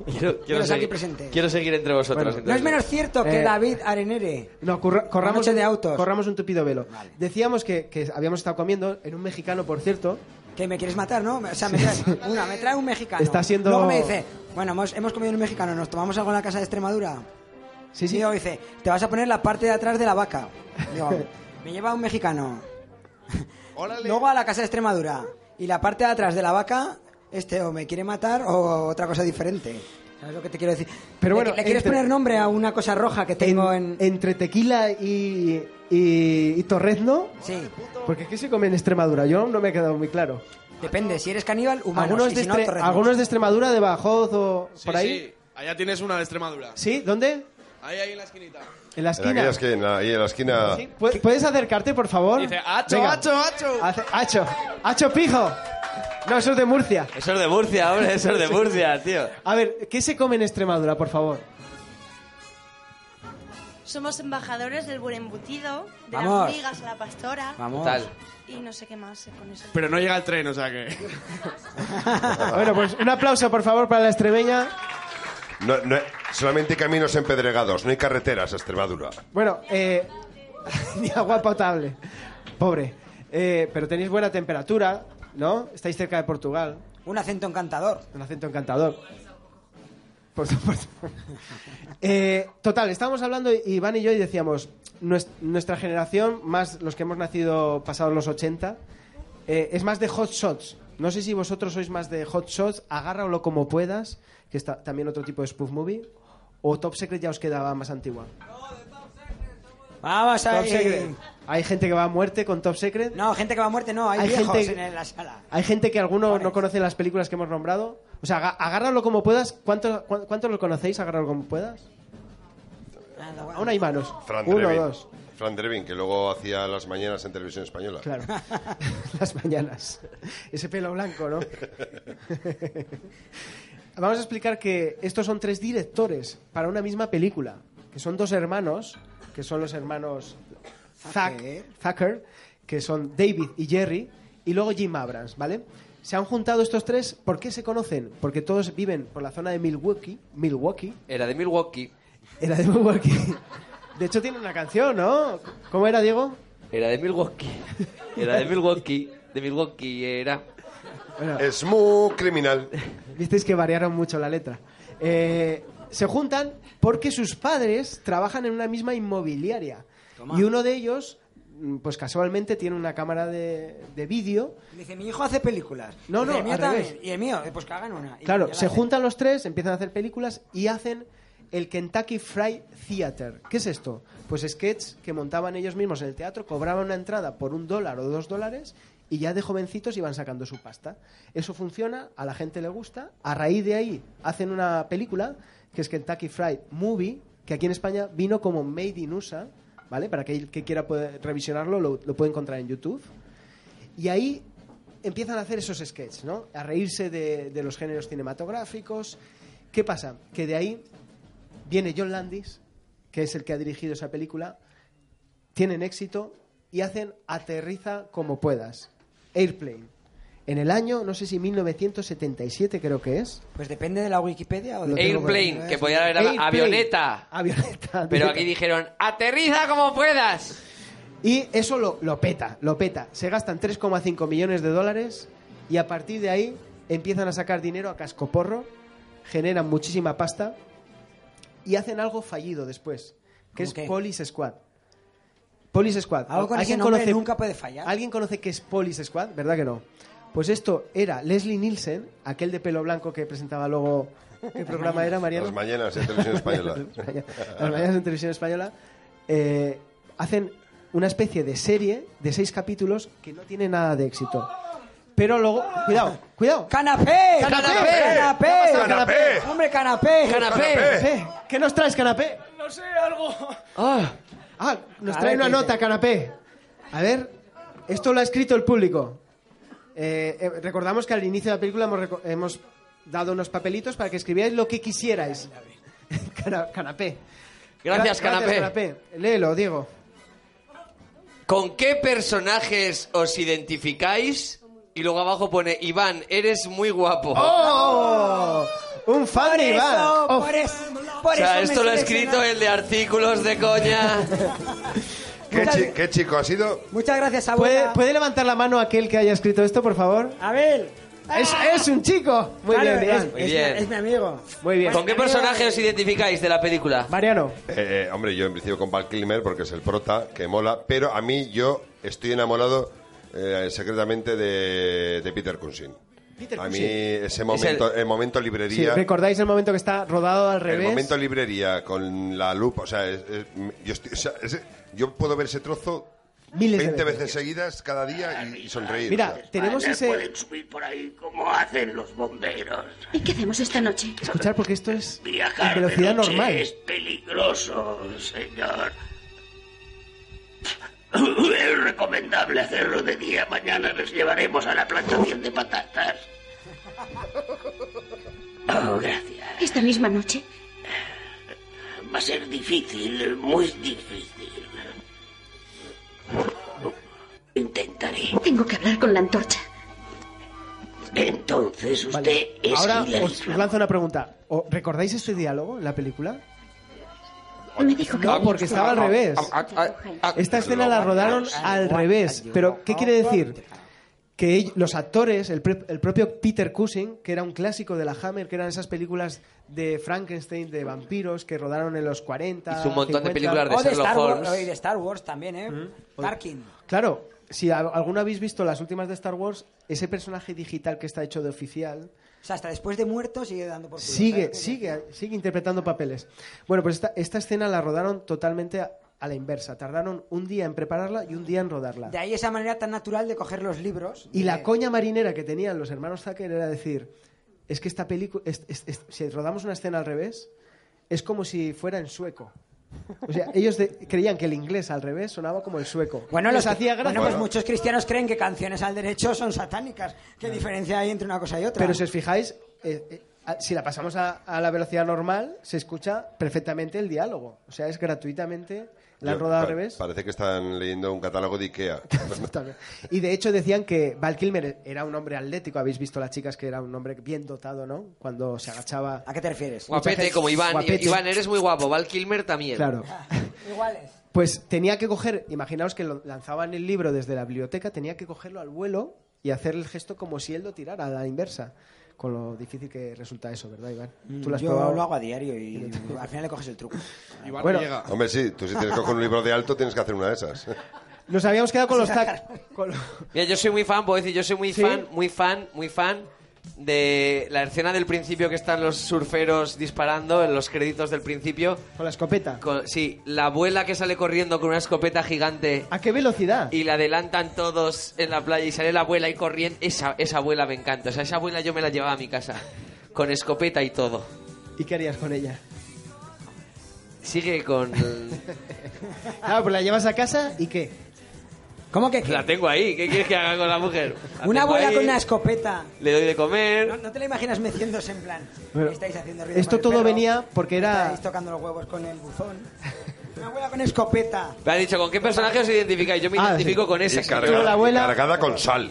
Speaker 2: Quiero, quiero
Speaker 3: Quiero ser aquí
Speaker 2: seguir-
Speaker 3: presente.
Speaker 2: quiero seguir entre vosotros.
Speaker 1: Bueno,
Speaker 3: No es
Speaker 2: entonces.
Speaker 3: menos cierto que
Speaker 1: Eh,
Speaker 3: David Arenere.
Speaker 1: No, corra- corramos,
Speaker 3: Noche
Speaker 1: un-
Speaker 3: de autos.
Speaker 1: corramos un tupido velo.
Speaker 3: Vale.
Speaker 1: Decíamos que, que habíamos estado comiendo en un mexicano, por cierto.
Speaker 3: Que me quieres matar, ¿no? O sea, me traes, una, me trae un mexicano.
Speaker 1: Está siendo-
Speaker 3: Luego me dice, bueno, hemos, hemos comido un mexicano, nos tomamos algo en la casa de Extremadura.
Speaker 1: Sí,
Speaker 3: Y
Speaker 1: sí.
Speaker 3: luego dice, te vas a poner la parte de atrás de la vaca.
Speaker 1: <laughs>
Speaker 3: Digo, me lleva un mexicano. Luego a la casa de Extremadura. Y la parte de atrás de la vaca, este o me quiere matar o otra cosa diferente. ¿Sabes lo que te quiero decir?
Speaker 1: Pero
Speaker 3: Le-
Speaker 1: bueno,
Speaker 3: ¿Le, quieres
Speaker 1: entre-
Speaker 3: poner nombre a una cosa roja que tengo en...
Speaker 1: En- Entre tequila y, y, y torrezno.
Speaker 3: Sí,
Speaker 1: Porque ¿qué se come en Extremadura? Yo no me ha quedado muy claro.
Speaker 3: depende. Si eres caníbal, humano.
Speaker 1: algunos, de Estre- algunos de Extremadura, de Bajoz o
Speaker 6: Sí,
Speaker 1: por ahí.
Speaker 6: sí. Allá tienes una de Extremadura.
Speaker 1: Sí. ¿Dónde?
Speaker 6: Ahí, ahí en la esquinita.
Speaker 1: En la
Speaker 4: En
Speaker 1: esquina.
Speaker 4: aquella esquina, ahí en la esquina.
Speaker 1: Sí, ¿pu- ¿Puedes acercarte, por favor?
Speaker 6: Dice, ¡Acho,
Speaker 1: Venga. Ah.
Speaker 6: acho, acho!
Speaker 1: Hace- Acho. Acho Pijo. No, eso es de Murcia.
Speaker 2: Eso es de Murcia, hombre, eso es de Murcia, tío.
Speaker 1: A ver, ¿qué se come en Extremadura, por favor?
Speaker 7: Somos embajadores del buen embutido, de
Speaker 3: Vamos.
Speaker 7: las migas a la pastora
Speaker 5: Ah.
Speaker 3: Vamos.
Speaker 2: Tal.
Speaker 7: y no sé qué más con eso.
Speaker 6: Pero no llega el tren, o sea
Speaker 1: <laughs>
Speaker 6: que...
Speaker 1: Bueno, pues un aplauso, por favor, para la extremeña.
Speaker 4: No- no- solamente hay caminos empedregados, no hay carreteras a Extremadura.
Speaker 1: Bueno, eh, <laughs> ni agua potable. Pobre. Eh, pero tenéis buena temperatura, ¿no? Estáis cerca de Portugal.
Speaker 3: Un acento encantador.
Speaker 1: Un acento encantador. Por supuesto. Eh, total, estábamos hablando Iván y yo y decíamos, nues- nuestra generación, más los que hemos nacido pasados los 80, eh, es más de hot shots. No sé si vosotros sois más de hot shots, agárralo como puedas, que está también otro tipo de spoof movie, o Top Secret ya os quedaba más antigua.
Speaker 3: Vamos
Speaker 1: Top
Speaker 3: ahí.
Speaker 1: Secret. Hay gente que va a muerte con Top Secret.
Speaker 3: No, gente que va a muerte, no. Hay,
Speaker 1: Hay
Speaker 3: viejos
Speaker 1: gente-
Speaker 3: en la sala.
Speaker 1: Hay gente que algunos no conocen las películas que hemos nombrado. O sea, aga- agárralo como puedas. ¿Cuántos cuán- cuántos lo conocéis? Agárralo como puedas.
Speaker 3: Nada, Ah, bueno.
Speaker 1: Aún hay manos.
Speaker 4: Fran
Speaker 1: Uno,
Speaker 4: Drebin.
Speaker 1: dos.
Speaker 4: Fran Drebin, que luego hacía las mañanas en televisión española.
Speaker 1: Claro. Las mañanas. Ese pelo blanco, ¿no? Vamos a explicar que estos son tres directores para una misma película. Que son dos hermanos, que son los hermanos Zack,
Speaker 3: Zucker.
Speaker 1: Zucker, que son David y Jerry, y luego Jim Abrams, ¿vale? Se han juntado estos tres. ¿Por qué se conocen? Porque todos viven por la zona de Milwaukee. Milwaukee.
Speaker 2: Era de Milwaukee.
Speaker 1: Era de Milwaukee. De hecho, tiene una canción, ¿no? ¿Cómo era, Diego?
Speaker 2: Era de Milwaukee. <laughs> Era de Milwaukee. De Milwaukee era.
Speaker 1: Bueno,
Speaker 4: Es muy criminal.
Speaker 1: Visteis que variaron mucho la letra. Eh, se juntan porque sus padres trabajan en una misma inmobiliaria.
Speaker 3: Toma.
Speaker 1: Y uno de ellos, mm, pues casualmente, tiene una cámara de, de vídeo.
Speaker 3: Dice, mi hijo hace películas.
Speaker 1: No,
Speaker 3: Dice,
Speaker 1: no,
Speaker 3: el mío
Speaker 1: al
Speaker 3: también.
Speaker 1: revés.
Speaker 3: Y el mío, eh, pues que hagan una. Y ya
Speaker 1: Claro,
Speaker 3: la
Speaker 1: se
Speaker 3: hacen.
Speaker 1: juntan los tres, empiezan a hacer películas y hacen el Kentucky Fried Theater. ¿Qué es esto? Pues sketches que montaban ellos mismos en el teatro, cobraban una entrada por un dólar o dos dólares y ya de jovencitos iban sacando su pasta. Eso funciona, a la gente le gusta. A raíz de ahí hacen una película que es Kentucky Fried Movie, que aquí en España vino como Made in USA, ¿vale? Para aquel que quiera puede- revisionarlo, lo- lo puede encontrar en YouTube. Y ahí empiezan a hacer esos sketches, ¿no? A reírse de, de los géneros cinematográficos. ¿Qué pasa? Que de ahí viene John Landis, que es el que ha dirigido esa película, tienen éxito y hacen Aterriza como puedas, Airplane. En el año, no sé si 1977 creo que es.
Speaker 3: Pues depende de la Wikipedia o de...
Speaker 1: tengo por ahí,
Speaker 2: Airplane,
Speaker 3: ¿eh?
Speaker 2: que podía haber
Speaker 1: Airplane.
Speaker 2: avioneta.
Speaker 1: <laughs> Avioneta.
Speaker 2: Pero aquí dijeron, aterriza como puedas.
Speaker 1: Y eso lo, lo peta, lo peta. Se gastan 3,5 millones de dólares y a partir de ahí empiezan a sacar dinero a cascoporro, generan muchísima pasta y hacen algo fallido después, que
Speaker 3: ¿Cómo
Speaker 1: es
Speaker 3: qué?
Speaker 1: Police Squad. Police Squad.
Speaker 3: Algo con ese nombre nunca puede fallar.
Speaker 1: ¿Alguien conoce qué es Police Squad? ¿Verdad que no? Pues esto era Leslie Nielsen, aquel de pelo blanco que presentaba luego...
Speaker 3: <laughs>
Speaker 1: ¿Qué programa era, Mariano?
Speaker 4: Las mañanas en
Speaker 1: <laughs>
Speaker 4: televisión española.
Speaker 1: Las mañanas en televisión española eh, hacen una especie de serie de seis capítulos que no tiene nada de éxito. Pero luego, cuidado, cuidado.
Speaker 3: ¡Canapé!
Speaker 1: ¡Canapé!
Speaker 3: ¡Canapé!
Speaker 1: ¿Qué
Speaker 4: pasa, canapé?
Speaker 3: ¡Hombre, canapé!
Speaker 2: ¡Canapé!
Speaker 1: Canapé, ¿Qué nos traes, canapé?
Speaker 6: No sé, algo.
Speaker 1: Ah, ah, nos
Speaker 3: A
Speaker 1: trae
Speaker 3: ver,
Speaker 1: una
Speaker 3: ¿qué
Speaker 1: nota,
Speaker 3: dice?
Speaker 1: canapé. A ver, esto lo ha escrito el público. Eh, eh, recordamos que al inicio de la película hemos, reco- hemos dado unos papelitos para que escribierais lo que quisierais. <laughs> Cana- canapé.
Speaker 2: Gracias,
Speaker 1: Gra-
Speaker 2: canapé.
Speaker 1: Léelo, Diego.
Speaker 2: ¿Con qué personajes os identificáis? Y luego abajo pone, Iván, eres muy guapo.
Speaker 1: ¡Oh! Un fan
Speaker 3: ¡Por
Speaker 1: de Iván.
Speaker 3: eso!
Speaker 1: Oh,
Speaker 3: ¡Por eso! Por
Speaker 2: o sea,
Speaker 3: eso me
Speaker 2: esto lo ha
Speaker 3: seleccionaste.
Speaker 2: escrito el de artículos de coña.
Speaker 4: ¿Qué, chi- qué chico ha sido?
Speaker 3: Muchas gracias, abuela.
Speaker 1: ¿Puede, puede levantar la mano aquel que haya escrito esto, por favor?
Speaker 3: Abel.
Speaker 1: Es, es un chico. Muy
Speaker 3: Claro,
Speaker 1: bien,
Speaker 3: es,
Speaker 1: Iván.
Speaker 3: es
Speaker 2: Muy
Speaker 3: mi-
Speaker 2: bien.
Speaker 3: es mi amigo.
Speaker 1: Muy bien.
Speaker 2: ¿Con qué personaje os identificáis de la película?
Speaker 1: Mariano.
Speaker 4: Eh, eh, hombre, yo en principio con Val Kilmer porque es el prota que mola, pero a mí yo estoy enamorado eh, secretamente de, de Peter Cushing.
Speaker 1: Peter
Speaker 4: a mí
Speaker 1: Cushing.
Speaker 4: ese momento, el... momento
Speaker 1: Sí,
Speaker 4: librería,
Speaker 1: ¿Recordáis el momento que está rodado al
Speaker 4: el
Speaker 1: revés?
Speaker 4: momento librería con la lupa, o sea, es- es- yo, estoy- o sea, es- yo puedo ver ese trozo
Speaker 1: Miles de
Speaker 4: 20
Speaker 1: veces.
Speaker 4: veces. seguidas cada día y, y sonreír. o
Speaker 1: Mira,
Speaker 4: sea.
Speaker 1: tenemos ese...
Speaker 5: Pueden subir por ahí como hacen los bomberos.
Speaker 8: ¿Y qué hacemos esta noche?
Speaker 1: Escuchar porque esto es en
Speaker 5: Viajar
Speaker 1: velocidad
Speaker 5: de noche Este
Speaker 1: normal.
Speaker 5: es peligroso, señor. Es recomendable hacerlo de día. Mañana les llevaremos a la plantación de patatas. Oh, gracias.
Speaker 8: ¿Esta misma noche?
Speaker 5: Va a ser difícil, muy difícil. Intentaré.
Speaker 8: Tengo que hablar con la antorcha.
Speaker 5: Entonces usted
Speaker 1: Vale.
Speaker 5: es
Speaker 1: Ahora
Speaker 5: Hillary
Speaker 1: os os lanzo una pregunta. ¿O- ¿Recordáis este diálogo en la película?
Speaker 8: Me dijo que...
Speaker 1: No, Ah, porque estaba al revés.
Speaker 2: Ah, ah, ah,
Speaker 1: Esta escena la rodaron al revés. Pero, ¿qué quiere decir? Que ell- los actores, el, pre- el propio Peter Cushing, que era un clásico de la Hammer, que eran esas películas de Frankenstein, de vampiros, que rodaron en los 40.
Speaker 2: Hizo un montón
Speaker 1: 50.
Speaker 2: de películas
Speaker 3: O de,
Speaker 2: Sherlock
Speaker 3: Star Wars,
Speaker 2: Holmes.
Speaker 3: o de Star Wars también, ¿eh?
Speaker 1: Mm.
Speaker 3: Tarkin.
Speaker 1: Claro, si a- alguno habéis visto las últimas de Star Wars, ese personaje digital que está hecho de oficial,
Speaker 3: O sea, hasta después de muerto sigue dando por culo.
Speaker 1: Sigue,
Speaker 3: ¿sabes?
Speaker 1: sigue, sigue interpretando papeles. Bueno, pues esta, esta escena la rodaron totalmente a, a la inversa. Tardaron un día en prepararla y un día en rodarla.
Speaker 3: De ahí esa manera tan natural de coger los libros.
Speaker 1: Y
Speaker 3: de-
Speaker 1: la coña marinera que tenían los hermanos Zucker era decir, es que esta película, si rodamos una escena al revés, es como si fuera en sueco. O sea, ellos de- creían que el inglés al revés sonaba como el sueco.
Speaker 3: Bueno,
Speaker 1: les
Speaker 3: los
Speaker 1: hacía gracia.
Speaker 3: bueno, pues muchos cristianos creen que canciones al derecho son satánicas. ¿Qué diferencia hay entre una cosa y otra?
Speaker 1: Pero si os fijáis, eh, eh, a- si la pasamos a, a la velocidad normal, se escucha perfectamente el diálogo. O sea, es gratuitamente la han
Speaker 4: Yo-
Speaker 1: rodado al
Speaker 4: pa-
Speaker 1: revés.
Speaker 4: Parece que están leyendo un catálogo de Ikea.
Speaker 1: También. Y de hecho decían que Val Kilmer era un hombre atlético. Habéis visto las chicas que era un hombre bien dotado, ¿no? Cuando se agachaba.
Speaker 3: ¿A qué te refieres?
Speaker 2: Guapete, como Iván.
Speaker 1: Guapete.
Speaker 2: Iván, eres muy guapo. Val Kilmer también.
Speaker 1: Claro.
Speaker 3: Iguales.
Speaker 1: Pues tenía que coger, imaginaos que lo- lanzaban el libro desde la biblioteca, tenía que cogerlo al vuelo y hacer el gesto como si él lo tirara a la inversa. Con lo difícil que resulta eso, ¿verdad, Iván? Mm, Tú lo has
Speaker 3: Mm, Yo
Speaker 1: probado.
Speaker 3: lo hago a diario
Speaker 1: <laughs>
Speaker 3: y al final le coges el truco.
Speaker 6: Iván
Speaker 1: Bueno.
Speaker 6: no llega.
Speaker 4: Hombre, sí, tú si tienes que coger un libro de alto tienes que hacer una de esas.
Speaker 1: Nos habíamos quedado con los tac. con lo-
Speaker 2: Mira, yo soy muy fan, puedo decir, yo soy muy
Speaker 1: ¿Sí?
Speaker 2: fan, muy fan, muy fan de la escena del principio que están los surferos disparando en los créditos del principio.
Speaker 1: Con la escopeta.
Speaker 2: Con- sí, la abuela que sale corriendo con una escopeta gigante
Speaker 1: ¿A qué velocidad?
Speaker 2: y la adelantan todos en la playa y sale la abuela y corriendo. Esa, esa abuela me encanta. O sea, esa abuela yo me la llevaba a mi casa con escopeta y todo.
Speaker 1: ¿Y qué harías con ella?
Speaker 2: Sigue con...
Speaker 1: Claro, pues la llevas a casa y qué.
Speaker 3: ¿Cómo que qué?
Speaker 2: <laughs> La tengo ahí. ¿Qué quieres que haga con la mujer? La
Speaker 3: Una
Speaker 2: tengo
Speaker 3: abuela
Speaker 2: ahí,
Speaker 3: con una escopeta.
Speaker 2: Le doy de comer.
Speaker 3: No, no te la imaginas meciéndose en plan.
Speaker 1: Bueno,
Speaker 3: estáis haciendo ruido
Speaker 1: esto
Speaker 3: con el
Speaker 1: todo
Speaker 3: perro,
Speaker 1: venía porque era-
Speaker 3: estáis tocando los huevos con el buzón. Una abuela con escopeta.
Speaker 2: Me ha dicho, ¿con qué personaje os identificáis? Yo me
Speaker 1: Ah,
Speaker 2: identifico
Speaker 1: sí.
Speaker 2: con esa.
Speaker 4: Y
Speaker 2: señora.
Speaker 4: cargada-
Speaker 1: la abuela-
Speaker 4: y cargada con sal.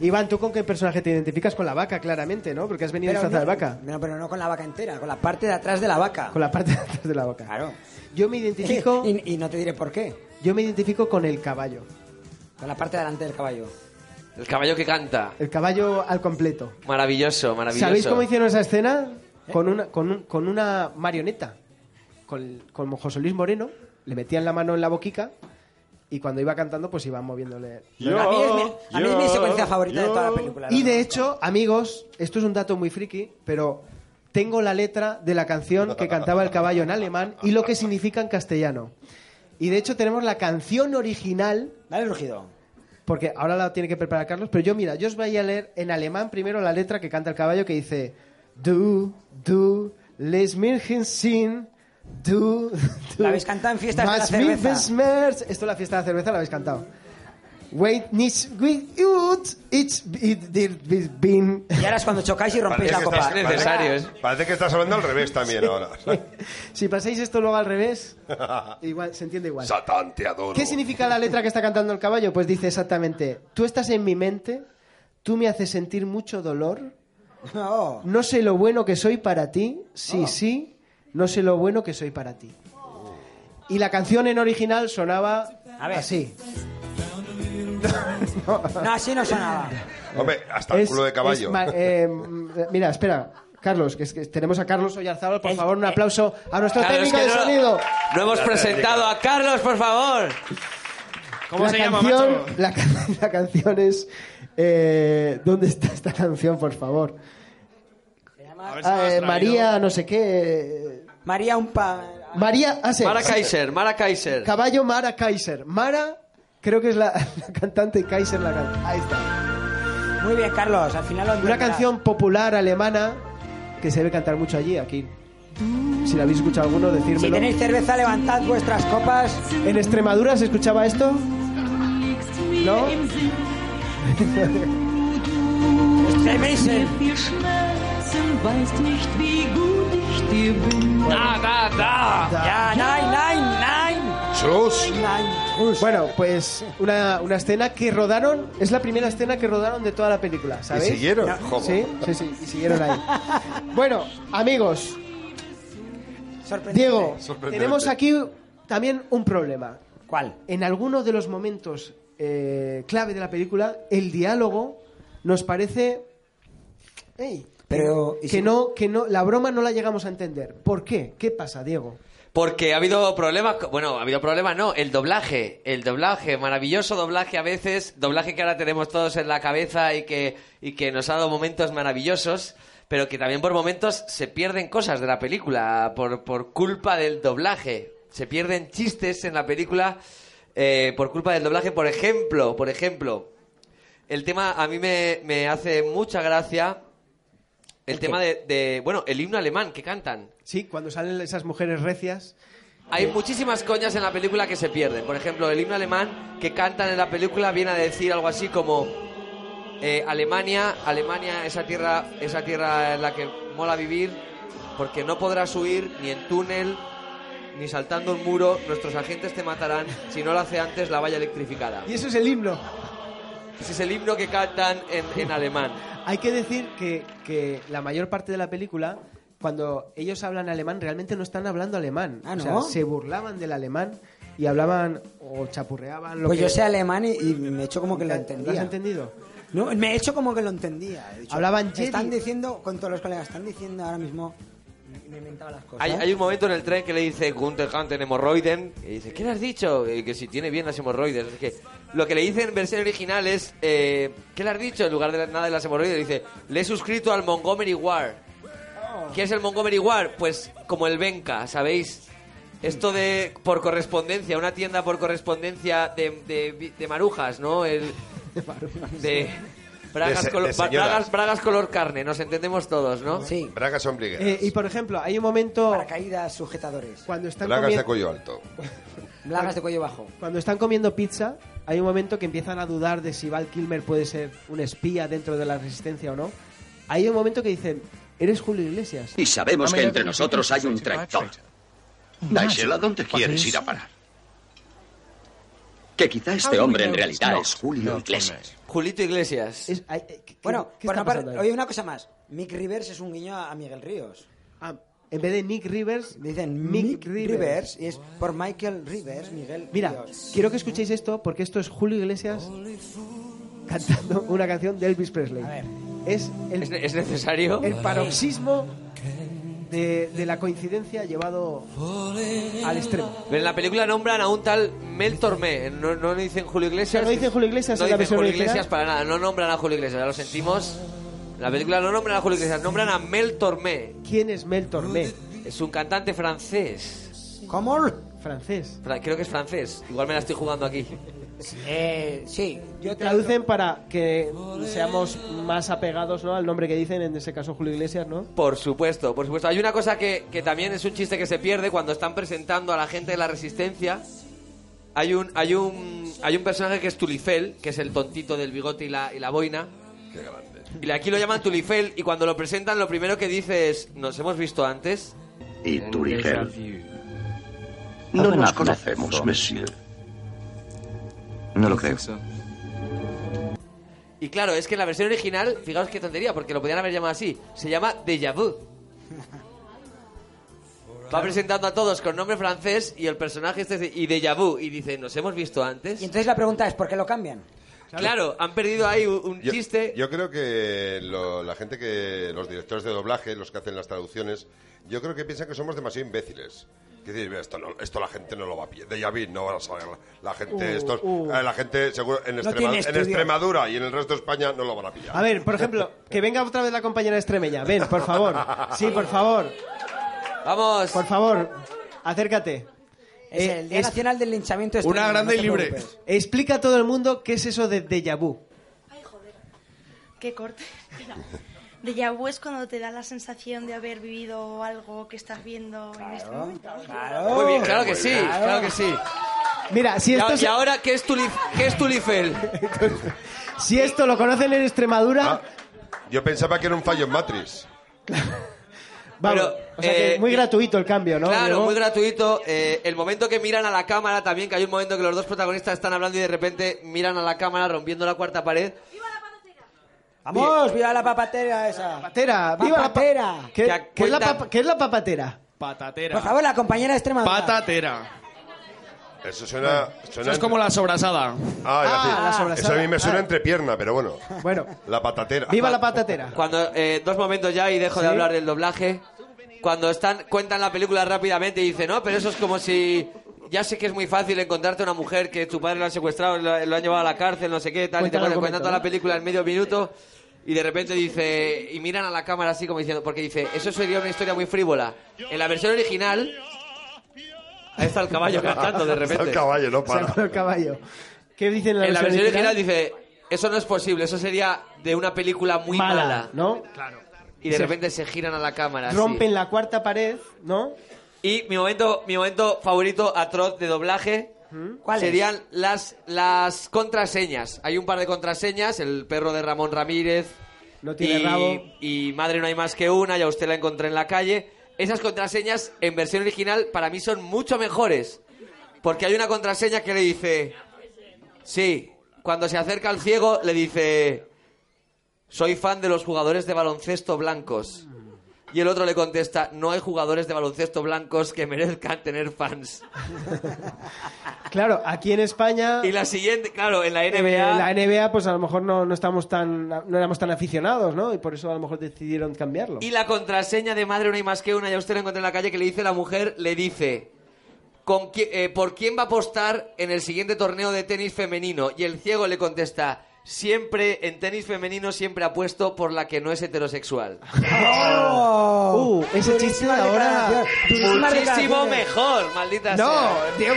Speaker 1: Iván, ¿tú con qué personaje te identificas? Con la vaca, claramente, ¿no? Porque has venido
Speaker 3: no,
Speaker 1: disfrazado de vaca.
Speaker 3: No, pero no con la vaca entera, con la parte de atrás de la vaca.
Speaker 1: Con la parte de atrás de la vaca.
Speaker 3: Claro.
Speaker 1: Yo me identifico,
Speaker 3: Ah. <laughs> Y, y no te diré por qué.
Speaker 1: yo me identifico con el caballo.
Speaker 3: Con la parte delante del caballo.
Speaker 2: El caballo que canta.
Speaker 1: El caballo al completo.
Speaker 2: Maravilloso, maravilloso.
Speaker 1: ¿Sabéis cómo hicieron esa escena? Con una, con un- con una marioneta. Con, con José Luis Moreno, le metían la mano en la boquica y cuando iba cantando pues iban moviéndole
Speaker 3: Pero a mí es mi, a mí es mi secuencia favorita de toda la película. la
Speaker 1: Y de
Speaker 3: verdad.
Speaker 1: hecho, amigos, esto es un dato muy friki, pero tengo la letra de la canción que cantaba el caballo en alemán y lo que significa en castellano. Y de hecho tenemos la canción original,
Speaker 3: Dale rugido.
Speaker 1: porque ahora la tiene que preparar Carlos, pero yo mira, yo os voy a leer en alemán primero la letra que canta el caballo que dice Du, du, les Märchen sin, du, du.
Speaker 3: La habéis cantado en fiestas de la
Speaker 1: was mich
Speaker 3: cerveza.
Speaker 1: besmerzt". Esto es la fiesta de la cerveza, la habéis cantado. Wait, nicht with you, it's it, it, been
Speaker 3: Y ahora es cuando chocáis y rompéis
Speaker 4: Parece
Speaker 3: la
Speaker 4: que
Speaker 3: copa.
Speaker 4: estás-
Speaker 2: Necesario,
Speaker 4: parece-
Speaker 2: ¿eh?
Speaker 4: Parece que estás hablando al revés también ahora.
Speaker 1: <laughs> Si pasáis esto luego al revés, igual, se entiende igual.
Speaker 4: <laughs> Satán, te adoro.
Speaker 1: ¿Qué significa la letra que está cantando el caballo? Pues dice exactamente, tú estás en mi mente, tú me haces sentir mucho dolor,
Speaker 3: <laughs> No.
Speaker 1: no sé lo bueno que soy para ti, sí, sí, no sé lo bueno que soy para ti. Y la canción en original sonaba
Speaker 3: A ver.
Speaker 1: así.
Speaker 3: No, así no sonaba.
Speaker 4: Hombre, hasta el
Speaker 1: Es-
Speaker 4: culo de
Speaker 1: es
Speaker 4: caballo.
Speaker 1: ma- eh, mm, mira, espera, Carlos, que, es que tenemos a Carlos Oyarzábal, por favor, un aplauso a nuestro
Speaker 2: Claro, es
Speaker 1: técnico
Speaker 2: que
Speaker 1: de
Speaker 2: no-
Speaker 1: sonido.
Speaker 2: No hemos presentado a Carlos, por favor.
Speaker 6: ¿Cómo
Speaker 1: la
Speaker 6: se llama,
Speaker 1: canción,
Speaker 6: macho?
Speaker 1: La, ca- <laughs> la canción es... eh, ¿Dónde está esta canción, por favor?
Speaker 6: A ver si me has
Speaker 1: Ah, eh,
Speaker 6: traído.
Speaker 1: María, no sé qué... eh,
Speaker 3: María un pa...
Speaker 1: María... Ah, sí,
Speaker 2: Mara Kaiser, Mara Kaiser.
Speaker 1: Caballo Mara Kaiser. Mara, creo que es la, <laughs> la cantante y Kaiser la canta. Ahí está.
Speaker 3: Muy bien, Carlos. Al final lo
Speaker 1: Una
Speaker 3: entenderás.
Speaker 1: canción popular alemana que se debe cantar mucho allí, aquí. Si la habéis escuchado alguno,
Speaker 3: Si
Speaker 1: decírmelo.
Speaker 3: tenéis cerveza, levantad vuestras copas.
Speaker 1: ¿En Extremadura se escuchaba esto? ¿No?
Speaker 3: Tremensen. Ya, nine, nine, nine.
Speaker 4: Chus.
Speaker 3: Nine.
Speaker 1: Bueno, pues una, una escena que rodaron, es la primera escena que rodaron de toda la película,
Speaker 4: ¿Y
Speaker 1: ¿sabéis?
Speaker 4: siguieron? Joder.
Speaker 1: Sí, sí, sí, y siguieron ahí. Bueno, amigos,
Speaker 3: Sorprendente.
Speaker 1: Diego,
Speaker 4: Sorprendente.
Speaker 1: tenemos aquí también un problema.
Speaker 3: ¿Cuál?
Speaker 1: En alguno de los momentos eh, clave de la película, el diálogo nos parece ey,
Speaker 3: Pero, ¿y
Speaker 1: que
Speaker 3: si-
Speaker 1: no, que no, la broma no la llegamos a entender. ¿Por qué? ¿Qué pasa, Diego?
Speaker 2: Porque ha habido problemas, co- bueno, ha habido problemas, no, el doblaje, el doblaje, maravilloso doblaje a veces, doblaje que ahora tenemos todos en la cabeza y que, y que nos ha dado momentos maravillosos, pero que también por momentos se pierden cosas de la película, por, por culpa del doblaje, se pierden chistes en la película eh, por culpa del doblaje, por ejemplo, por ejemplo, el tema a mí me, me hace mucha gracia, el, tema de, de, bueno, el himno alemán que cantan.
Speaker 1: Sí, cuando salen esas mujeres recias.
Speaker 2: Hay muchísimas coñas en la película que se pierden. Por ejemplo, el himno alemán que cantan en la película viene a decir algo así como eh, Alemania, Alemania, esa tierra, esa tierra en la que mola vivir, porque no podrás huir ni en túnel ni saltando un muro. Nuestros agentes te matarán si no lo hace antes la valla electrificada.
Speaker 1: Y eso es el himno.
Speaker 2: Ese es el himno que cantan en, en alemán.
Speaker 1: Hay que decir que, que la mayor parte de la película, cuando ellos hablan alemán, realmente no están hablando alemán.
Speaker 3: Ah,
Speaker 1: O sea,
Speaker 3: ¿no?
Speaker 1: se burlaban del alemán y hablaban o chapurreaban lo
Speaker 3: Pues
Speaker 1: que...
Speaker 3: yo sé alemán y, y me he hecho como que lo
Speaker 1: ¿Lo has
Speaker 3: entendía.
Speaker 1: entendido?
Speaker 3: No, me he hecho como que lo entendía. he dicho,
Speaker 1: Hablaban
Speaker 3: me Están
Speaker 1: Jedi.
Speaker 3: diciendo, con todos los colegas, están diciendo ahora mismo... Me inventaba las cosas.
Speaker 2: Hay, hay un momento en el tren que le dice Gunther Hanten hemorroiden. Y dice, ¿qué le has dicho? Eh, que si tiene bien las hemorroides. Es que lo que le dice en versión original es, eh, ¿qué le has dicho? En lugar de la- nada de las hemorroides, dice, le he suscrito al Montgomery War. ¿Qué es el Montgomery War? Pues como el Benka, ¿sabéis? Esto de por correspondencia, una tienda por correspondencia de, de- de marujas, ¿no? El, de bragas,
Speaker 4: se-
Speaker 2: colo-
Speaker 4: de
Speaker 2: bra-
Speaker 4: señoras.
Speaker 2: bragas- bragas color carne, nos entendemos todos, ¿no?
Speaker 3: Sí,
Speaker 4: Bragas ombligueras.
Speaker 1: Eh, y por ejemplo, hay un momento
Speaker 3: paracaídas, sujetadores,
Speaker 1: cuando están,
Speaker 4: Bragas de
Speaker 1: comiendo,
Speaker 4: cuello alto.
Speaker 3: blagas de cuello bajo.
Speaker 1: cuando están comiendo pizza, hay un momento que empiezan a dudar de si Val Kilmer puede ser un espía dentro de la resistencia o no. Hay un momento que dicen, eres Julio Iglesias.
Speaker 9: Y sabemos que entre nosotros hay un traidor. Daisel, ¿a dónde quieres ir a parar? Que quizá este hombre en realidad es Julio Iglesias.
Speaker 2: Julito Iglesias.
Speaker 1: Es- ay, ay, ¿qué-
Speaker 3: Bueno,
Speaker 1: qué
Speaker 3: por
Speaker 1: está
Speaker 3: una parte-
Speaker 1: pasando ahí?
Speaker 3: oye, una cosa más. Mick Rivers es un guiño a a Miguel Ríos.
Speaker 1: Ah, en vez de Nick Rivers,
Speaker 3: Me dicen Mick, Rivers. y es por Michael Rivers, Miguel
Speaker 1: Mira,
Speaker 3: Ríos.
Speaker 1: quiero que escuchéis esto porque esto es Julio Iglesias cantando una canción de Elvis Presley.
Speaker 3: A ver.
Speaker 1: Es el,
Speaker 2: ¿Es, es necesario?
Speaker 1: el paroxismo de, de la coincidencia llevado al extremo.
Speaker 2: Pero en la película nombran a un tal Mel Tormé. No, no le dicen Julio Iglesias.
Speaker 1: No dicen Julio Iglesias
Speaker 2: No
Speaker 1: en la
Speaker 2: dicen
Speaker 1: versión
Speaker 2: Julio
Speaker 1: original.
Speaker 2: Iglesias para nada. No nombran a Julio Iglesias. Ya lo sentimos. En la película no nombran a Julio Iglesias. Nombran a Mel Tormé.
Speaker 1: ¿Quién es Mel Tormé?
Speaker 2: Es un cantante francés.
Speaker 3: ¿Cómo?
Speaker 1: Francés.
Speaker 2: Fra- Creo que es francés. Igual me la estoy jugando aquí.
Speaker 3: Eh, sí, yo te
Speaker 1: Traducen para que seamos más apegados ¿no? al nombre que dicen, en ese caso Julio Iglesias, ¿no?
Speaker 2: Por supuesto, por supuesto. Hay una cosa que, que también es un chiste que se pierde cuando están presentando a la gente de la resistencia. Hay un, hay un, hay un personaje que es Tulifel, que es el tontito del bigote y la, y la boina. Y aquí lo llaman Tulifel y cuando lo presentan lo primero que dice es, nos hemos visto antes.
Speaker 9: Y Turigel. No nos conocemos, monsieur. No lo creo.
Speaker 2: Y claro, es que en la versión original, fijaos qué tontería, porque lo podían haber llamado así. Se llama Déjà Vu. Va presentando a todos con nombre francés y el personaje este dice, y Déjà Vu. Y dice, nos hemos visto antes.
Speaker 3: Y entonces la pregunta es, ¿por qué lo cambian?
Speaker 2: Claro, han perdido ahí un un
Speaker 4: Yo-
Speaker 2: chiste.
Speaker 4: Yo creo que lo- la gente que. Los directores de doblaje, los que hacen las traducciones, yo creo que piensan que somos demasiado imbéciles. Que dices, "Mira, esto, no- esto la gente no lo va a pillar. De Yavid no van a saber. La gente,
Speaker 1: Uh,
Speaker 4: estos-
Speaker 1: uh.
Speaker 4: eh, la gente seguro en,
Speaker 1: No
Speaker 4: Extrema-
Speaker 1: tiene
Speaker 4: en
Speaker 1: estudio.
Speaker 4: Extremadura y en el resto de España no lo van a pillar.
Speaker 1: A ver, por ejemplo, que venga otra vez la compañera extremeña. Ven, por favor. Sí, por favor.
Speaker 2: Vamos.
Speaker 1: Por favor, acércate.
Speaker 3: Es
Speaker 1: Eh,
Speaker 3: el Día
Speaker 1: es-
Speaker 3: Nacional del Linchamiento
Speaker 1: Extremeña,
Speaker 3: Extremo,
Speaker 1: no
Speaker 3: no
Speaker 1: te
Speaker 3: te
Speaker 1: preocupes.
Speaker 3: preocupes.
Speaker 1: Explica a todo el mundo qué es eso de déjà vu.
Speaker 7: Qué corte. <laughs> Espera. Déjà vu es cuando te da la sensación de haber vivido algo que estás viendo en este momento.
Speaker 2: Muy bien, claro que sí, claro, que sí.
Speaker 1: Mira, si
Speaker 2: y,
Speaker 1: esto,
Speaker 2: a-
Speaker 1: es-
Speaker 2: y ahora, ¿qué es, Tulif ¿qué es Tulifel?
Speaker 1: si esto lo conocen en Extremadura,
Speaker 4: Ah, Yo pensaba que era un fallo en Matrix.
Speaker 1: vamos. o sea que
Speaker 2: eh,
Speaker 1: muy gratuito el cambio, ¿no?
Speaker 2: Claro,
Speaker 1: Diego?
Speaker 2: muy gratuito. Eh, el momento que miran a la cámara también, que hay un momento que los dos protagonistas están hablando y de repente miran a la cámara rompiendo la cuarta pared.
Speaker 3: ¡Vamos! ¡Viva la papatera esa!
Speaker 1: Papatera, viva la pa-
Speaker 3: Papatera.
Speaker 1: ¿Qué,
Speaker 2: Ya,
Speaker 1: qué es la
Speaker 2: cuenta-
Speaker 1: papa- qué es la papatera?
Speaker 10: Patatera.
Speaker 3: Por favor, la compañera extrema.
Speaker 10: Patatera.
Speaker 4: Eso suena.
Speaker 10: Eso
Speaker 4: suena
Speaker 10: es como la sobrasada.
Speaker 4: Ah, ya
Speaker 1: Ah,
Speaker 4: sí.
Speaker 1: la sobrasada.
Speaker 4: Eso a mí me suena
Speaker 1: Ah.
Speaker 4: entre pierna, pero bueno.
Speaker 1: Bueno,
Speaker 4: La patatera. Ah,
Speaker 1: viva la patatera.
Speaker 2: Cuando eh, dos momentos ya y dejo de hablar del doblaje. Cuando están cuentan la película rápidamente y dicen, no, pero eso es como si ya sé que es muy fácil encontrarte una mujer que tu padre lo ha secuestrado, lo, lo han llevado a la cárcel, no sé qué, tal, y te
Speaker 1: Cuéntalo,
Speaker 2: ponen
Speaker 1: comenta,
Speaker 2: contando
Speaker 1: ¿no?
Speaker 2: la película en medio minuto y de repente dice y miran a la cámara así como diciendo, porque dice, eso sería una historia muy frívola. En la versión original ahí está el caballo cantando de
Speaker 4: Está
Speaker 2: repente.
Speaker 4: el caballo, no
Speaker 1: Se ha
Speaker 4: para.
Speaker 1: colado el caballo. ¿Qué dicen en la,
Speaker 2: En la versión original
Speaker 1: dice
Speaker 2: dice, eso no es posible, eso sería de una película muy mala.
Speaker 1: mala, ¿no?
Speaker 2: Y de
Speaker 1: Se-
Speaker 2: repente se giran a la cámara. así.
Speaker 1: Rompen la cuarta pared, ¿no?
Speaker 2: Y mi momento, mi momento favorito atroz de doblaje
Speaker 1: ¿Mm?
Speaker 3: ¿Cuál es?
Speaker 2: serían las, las contraseñas. Hay un par de contraseñas, el perro de Ramón Ramírez.
Speaker 1: No tiene
Speaker 2: y,
Speaker 1: rabo.
Speaker 2: y madre no hay más que una, ya usted la encontré en la calle. Esas contraseñas en versión original para mí son mucho mejores. Porque hay una contraseña que le dice... Sí, cuando se acerca al ciego le dice... Soy fan de los jugadores de baloncesto blancos. Y el otro le contesta, no hay jugadores de baloncesto blancos que merezcan tener fans.
Speaker 1: Claro, aquí en España,
Speaker 2: Y la siguiente, claro, en la
Speaker 1: eh,
Speaker 2: NBA...
Speaker 1: la NBA, pues a lo mejor no, no estamos tan, no éramos tan aficionados, ¿no? Y por eso a lo mejor decidieron cambiarlo.
Speaker 2: Y la contraseña de madre no hay más que una, ya usted la encontré en la calle, que le dice la mujer, le dice, ¿con qui- eh, ¿por quién va a apostar en el siguiente torneo de tenis femenino? Y el ciego le contesta, siempre, en tenis femenino siempre apuesto por la que no es
Speaker 3: <laughs>
Speaker 2: heterosexual.
Speaker 3: ¡Oh!
Speaker 1: Uh, ese chiste
Speaker 3: Durísimas
Speaker 1: ahora.
Speaker 3: declaraciones, durísimas
Speaker 2: Muchísimo
Speaker 3: declaraciones.
Speaker 2: mejor, maldita
Speaker 1: No,
Speaker 2: sea.
Speaker 1: Diego,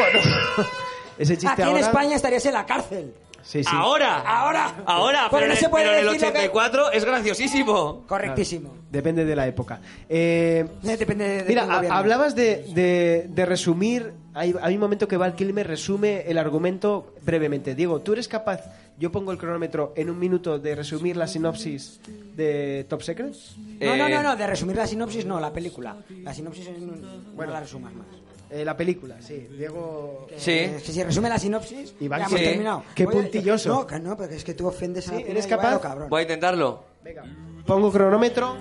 Speaker 1: no. <laughs> Ese chiste
Speaker 3: Aquí en
Speaker 1: ahora.
Speaker 3: España estarías en la cárcel.
Speaker 1: Sí, sí.
Speaker 2: Ahora,
Speaker 3: Ahora.
Speaker 2: ahora,
Speaker 3: Porque
Speaker 2: pero,
Speaker 3: no
Speaker 2: en,
Speaker 3: se
Speaker 2: el-
Speaker 3: puede
Speaker 2: pero en el
Speaker 3: decir lo que-
Speaker 2: 84 es graciosísimo.
Speaker 3: Correctísimo.
Speaker 1: Depende de la época. Eh,
Speaker 3: Eh, Depende de, de
Speaker 1: Mira,
Speaker 3: tu
Speaker 1: ha-
Speaker 3: gobierno.
Speaker 1: hablabas de, de- de resumir. Hay, hay un momento que Val Kilmer resume el argumento brevemente. Diego, ¿tú eres capaz, yo pongo el cronómetro en un minuto, de resumir la sinopsis de Top Secret?
Speaker 3: No, no,
Speaker 2: Eh,
Speaker 3: no, no, de resumir la sinopsis, no, la película. La sinopsis es un- no la resumas más.
Speaker 1: Eh, la película, sí. Diego.
Speaker 2: Sí.
Speaker 3: Eh, que si resume la sinopsis,
Speaker 1: Iván,
Speaker 3: ya hemos
Speaker 2: sí.
Speaker 3: terminado.
Speaker 1: Qué
Speaker 3: Voy a-
Speaker 1: puntilloso.
Speaker 3: No, que no, porque es que tú ofendes a
Speaker 1: Sí,
Speaker 3: la peña
Speaker 1: ¿eres
Speaker 3: y vaya
Speaker 1: capaz?
Speaker 3: lo cabrón.
Speaker 2: Voy a intentarlo.
Speaker 1: Venga. Pongo cronómetro.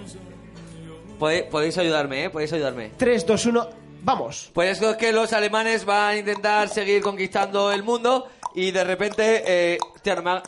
Speaker 2: Pode- podéis ayudarme, ¿eh? Podéis ayudarme.
Speaker 1: 3, 2, 1. ¡Vamos!
Speaker 2: Pues eso es que los alemanes van a intentar seguir conquistando el mundo y de repente, eh, hostia, no me, ha-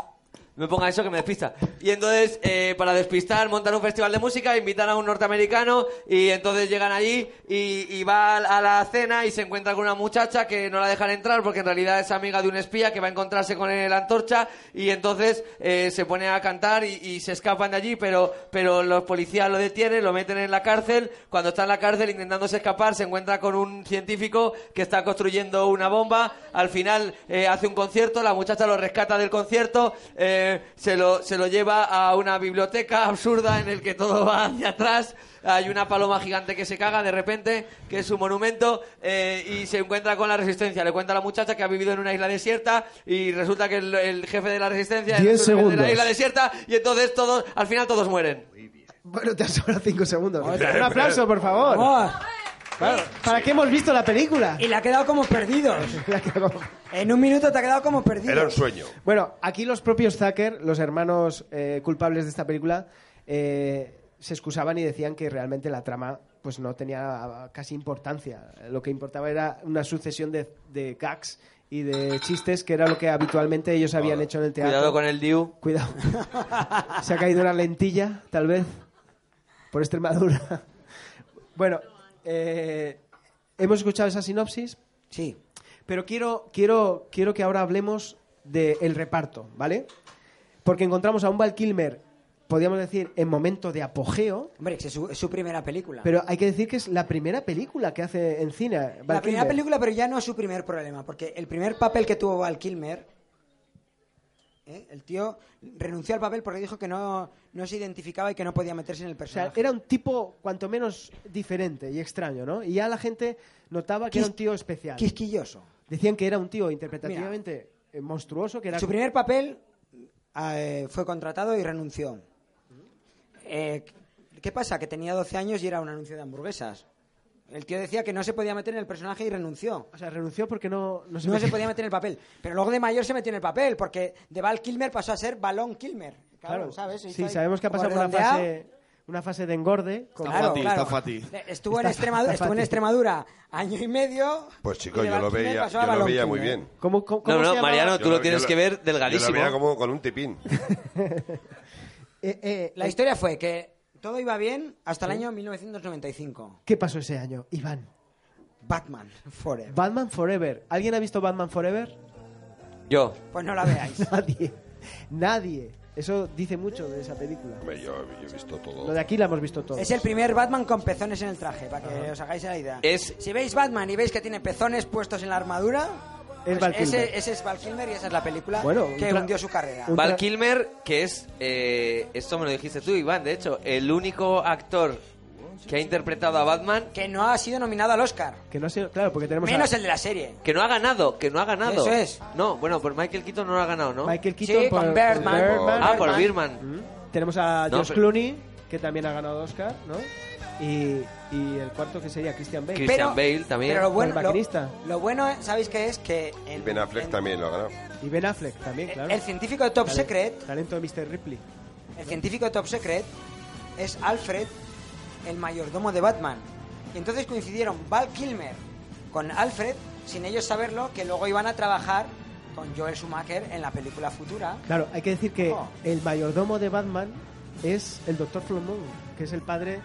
Speaker 2: me ponga eso que me despista. Y entonces, eh, para despistar, montan un festival de música, invitan a un norteamericano y entonces llegan allí y, y va a la- a la cena y se encuentra con una muchacha que no la dejan entrar porque en realidad es amiga de un espía que va a encontrarse con el antorcha y entonces eh, se pone a cantar y, y se escapan de allí, pero, pero los policías lo detienen, lo meten en la cárcel. Cuando está en la cárcel intentándose escapar, se encuentra con un científico que está construyendo una bomba. Al final eh, hace un concierto, la muchacha lo rescata del concierto, eh, se, lo, se lo lleva a una biblioteca absurda en el que todo va hacia atrás. Hay una paloma gigante que se caga de repente, que es su monumento, eh, y se encuentra con la resistencia. Le cuenta a la muchacha que ha vivido en una isla desierta y resulta que el, el jefe de la resistencia es
Speaker 1: Diez
Speaker 2: el jefe de
Speaker 1: segundos.
Speaker 2: la isla desierta y entonces todos, al final todos mueren.
Speaker 1: Bueno, te has sobrado cinco segundos. Un aplauso, por favor. Claro, ¿Para qué hemos visto la <laughs> película?
Speaker 3: Y le ha quedado como perdidos. en un minuto te ha quedado como perdido.
Speaker 4: Era un sueño.
Speaker 1: Bueno, aquí los propios Zucker, los hermanos eh, culpables de esta película, eh, se excusaban y decían que realmente la trama pues no tenía casi importancia. Lo que importaba era una sucesión de, de gags y de chistes, que era lo que habitualmente ellos habían hecho en el teatro.
Speaker 2: Cuidado con el Diu.
Speaker 1: Cuidado. <laughs> Se ha caído una lentilla, tal vez, por Extremadura. <laughs> Bueno, eh, hemos escuchado esa sinopsis.
Speaker 3: Sí.
Speaker 1: Pero quiero, quiero, quiero que ahora hablemos del reparto, ¿vale? Porque encontramos a un Val Kilmer, podríamos decir, en momento de apogeo.
Speaker 3: Hombre, que es su, es su primera película.
Speaker 1: Pero hay que decir que es la primera película que hace en cine. Val
Speaker 3: la primera
Speaker 1: Kilmer.
Speaker 3: película, pero ya no es su primer problema, porque el primer papel que tuvo Val Kilmer, ¿eh? el tío renunció al papel porque dijo que no, no se identificaba y que no podía meterse en el
Speaker 1: O sea,
Speaker 3: personaje.
Speaker 1: era un tipo cuanto menos diferente y extraño, ¿no? Y ya la gente notaba que era un tío especial.
Speaker 3: Quisquilloso.
Speaker 1: Decían que era un tío interpretativamente eh, monstruoso, que era...
Speaker 3: Su primer papel eh, fue contratado y renunció. Eh, ¿Qué pasa? Que tenía 12 años y era un anuncio de hamburguesas. El tío decía que no se podía meter en el personaje y renunció.
Speaker 1: O sea, renunció porque no, no se
Speaker 3: No se
Speaker 1: metía.
Speaker 3: podía meter en el papel. Pero luego de mayor se metió en el papel, porque de Val Kilmer pasó a ser Balón Kilmer. Claro,
Speaker 1: Claro.
Speaker 3: ¿sabes? Se hizo
Speaker 1: Sí,
Speaker 3: ahí
Speaker 1: sabemos que ha pasado por una
Speaker 3: redondeado.
Speaker 1: fase, una fase de engorde. con-
Speaker 3: Claro, claro.
Speaker 10: fati.
Speaker 1: <laughs>
Speaker 3: Estuvo, en
Speaker 1: Está-
Speaker 3: Extremadura,
Speaker 1: está
Speaker 3: estuvo en
Speaker 1: fati.
Speaker 3: Extremadura año y medio.
Speaker 4: Pues
Speaker 3: Y
Speaker 4: chicos,
Speaker 3: de
Speaker 4: yo lo
Speaker 3: Valkyrie
Speaker 4: veía,
Speaker 3: pasó a
Speaker 4: yo lo
Speaker 3: Balón
Speaker 4: veía
Speaker 3: King,
Speaker 4: muy
Speaker 3: ¿eh?
Speaker 4: bien.
Speaker 1: ¿Cómo, cómo- cómo
Speaker 2: No, no,
Speaker 1: se llamaba?
Speaker 2: Mariano, tú
Speaker 4: Yo
Speaker 2: lo tienes
Speaker 4: yo
Speaker 2: que ver
Speaker 4: Yo
Speaker 2: delgadísimo.
Speaker 4: lo veía como con un tipín.
Speaker 1: Eh, eh,
Speaker 3: La historia fue que todo iba bien hasta el año 1995.
Speaker 1: ¿Qué pasó ese año, Iván?
Speaker 3: Batman Forever.
Speaker 1: Batman Forever. ¿Alguien ha visto Batman Forever? <laughs>
Speaker 2: Yo.
Speaker 3: Pues no la veáis.
Speaker 1: Nadie. Nadie. Eso dice mucho de esa película.
Speaker 4: Hombre, yo, yo he visto todo.
Speaker 1: Lo de aquí la hemos visto todos.
Speaker 3: Es el primer Batman con pezones en el traje, para que os hagáis la idea.
Speaker 2: Es-
Speaker 3: Si veis Batman y veis que tiene pezones puestos en la armadura, pues
Speaker 1: Val Kilmer.
Speaker 3: ese, ese es Val Kilmer y esa es la película
Speaker 1: Bueno, un
Speaker 3: que
Speaker 1: tra-
Speaker 3: hundió su carrera.
Speaker 1: un-
Speaker 2: Val Kilmer, que es, eh, esto me lo dijiste tú, Iván, de hecho, el único actor que ha interpretado a Batman
Speaker 3: Que no ha sido nominado al Oscar,
Speaker 1: Que no ha sido- Claro, porque tenemos
Speaker 3: menos
Speaker 1: a
Speaker 3: el de la serie.
Speaker 2: que no ha ganado, que no ha ganado.
Speaker 3: Eso es.
Speaker 2: No, bueno, por Michael Keaton no lo ha ganado, ¿no?
Speaker 1: Michael Keaton
Speaker 3: Sí,
Speaker 1: por,
Speaker 3: con Birdman.
Speaker 1: Birdman.
Speaker 2: ah, por Birman.
Speaker 1: Mm. Tenemos a
Speaker 2: No,
Speaker 1: Josh
Speaker 2: pero-
Speaker 1: Clooney, que también ha ganado Oscar, ¿no? Y, y el cuarto que sería Christian Bale.
Speaker 2: Chris- Christian Bale también.
Speaker 3: pero lo bueno,
Speaker 1: Con el
Speaker 3: lo,
Speaker 1: maquinista.
Speaker 3: lo bueno, ¿sabéis qué es? Que
Speaker 4: Y
Speaker 3: el,
Speaker 4: Ben Affleck
Speaker 3: el-
Speaker 4: también lo ha ganado.
Speaker 1: Y Ben Affleck también, claro.
Speaker 3: el científico de Top
Speaker 1: Tale-
Speaker 3: Secret
Speaker 1: Talento de Mr. Ripley.
Speaker 3: El científico de Top Secret es Alfred, el mayordomo de Batman. Y entonces coincidieron Val Kilmer con Alfred, sin ellos saberlo, que luego iban a trabajar con Joel Schumacher en la película futura.
Speaker 1: Claro, hay que decir que
Speaker 3: Oh.
Speaker 1: el mayordomo de Batman es el Dr. Flomón, que es el padre...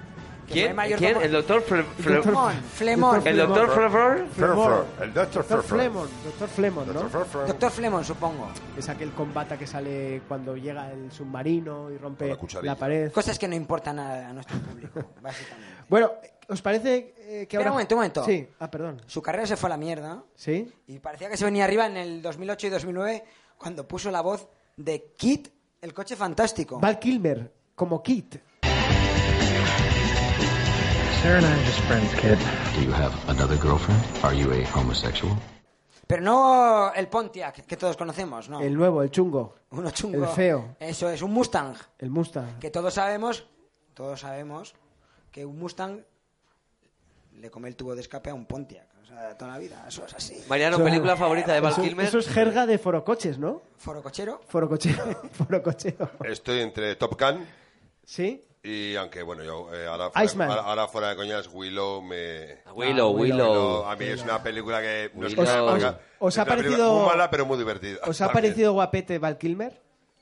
Speaker 3: que fue
Speaker 2: ¿Quién?
Speaker 3: mayordomo-
Speaker 2: ¿Quién? ¿El doctor Fle- Fle-
Speaker 3: Flemón, Flemón.
Speaker 2: ¿El doctor Flemon?
Speaker 4: Ferfror, el Dr.
Speaker 1: Dr.
Speaker 4: Ferfror.
Speaker 1: Flemon, Dr. Flemon, ¿no?
Speaker 4: Dr. Ferfror.
Speaker 3: Doctor Flemón, supongo.
Speaker 1: Es aquel combata que sale cuando llega el submarino y rompe
Speaker 4: Con la
Speaker 1: la,
Speaker 4: cucharilla.
Speaker 1: pared.
Speaker 3: Cosas que no importan a, a nuestro público,
Speaker 1: <laughs>
Speaker 3: básicamente.
Speaker 1: Bueno, ¿os parece eh, que
Speaker 3: Espera
Speaker 1: ahora...?
Speaker 3: un momento, un momento.
Speaker 1: Sí, ah, perdón.
Speaker 3: Su carrera se fue a la mierda
Speaker 1: ¿Sí?
Speaker 3: y parecía que se venía arriba en el 2008 y 2009 cuando puso la voz de Kit, el coche fantástico.
Speaker 1: Val Kilmer, como Kit.
Speaker 11: Sarah and I are just friends, kid.
Speaker 9: Do you have another girlfriend? Are you a homosexual?
Speaker 3: Pero no el Pontiac que todos conocemos, ¿no?
Speaker 1: El nuevo, el chungo,
Speaker 3: Uno chungo.
Speaker 1: el feo.
Speaker 3: Eso es, un Mustang.
Speaker 1: el Mustang.
Speaker 3: Que todos sabemos, todos sabemos que un Mustang le come el tubo de escape a un Pontiac. O sea, toda la vida. Eso es así.
Speaker 2: Mariano,
Speaker 1: Eso-
Speaker 2: película favorita de Val
Speaker 1: eso,
Speaker 2: Kilmer.
Speaker 1: eso es jerga de forocoches, ¿no?
Speaker 3: Forocochero.
Speaker 1: <laughs> Forocochero, forocochero.
Speaker 4: Estoy entre Top Gun
Speaker 1: ¿Sí?
Speaker 4: y, aunque bueno, yo eh, ahora, fuera,
Speaker 1: Iceman.
Speaker 4: ahora, ahora fuera de coñas, Willow me...
Speaker 2: Willow,
Speaker 1: Ah,
Speaker 2: Willow.
Speaker 4: Willow, a mí es una película que no es
Speaker 2: Willow.
Speaker 4: que me
Speaker 2: Os-
Speaker 4: marca.
Speaker 1: os
Speaker 4: Es
Speaker 1: ha
Speaker 4: una película
Speaker 1: parecido-
Speaker 4: muy mala pero muy divertida.
Speaker 1: ¿Os ha
Speaker 4: También.
Speaker 1: parecido guapete Val Kilmer?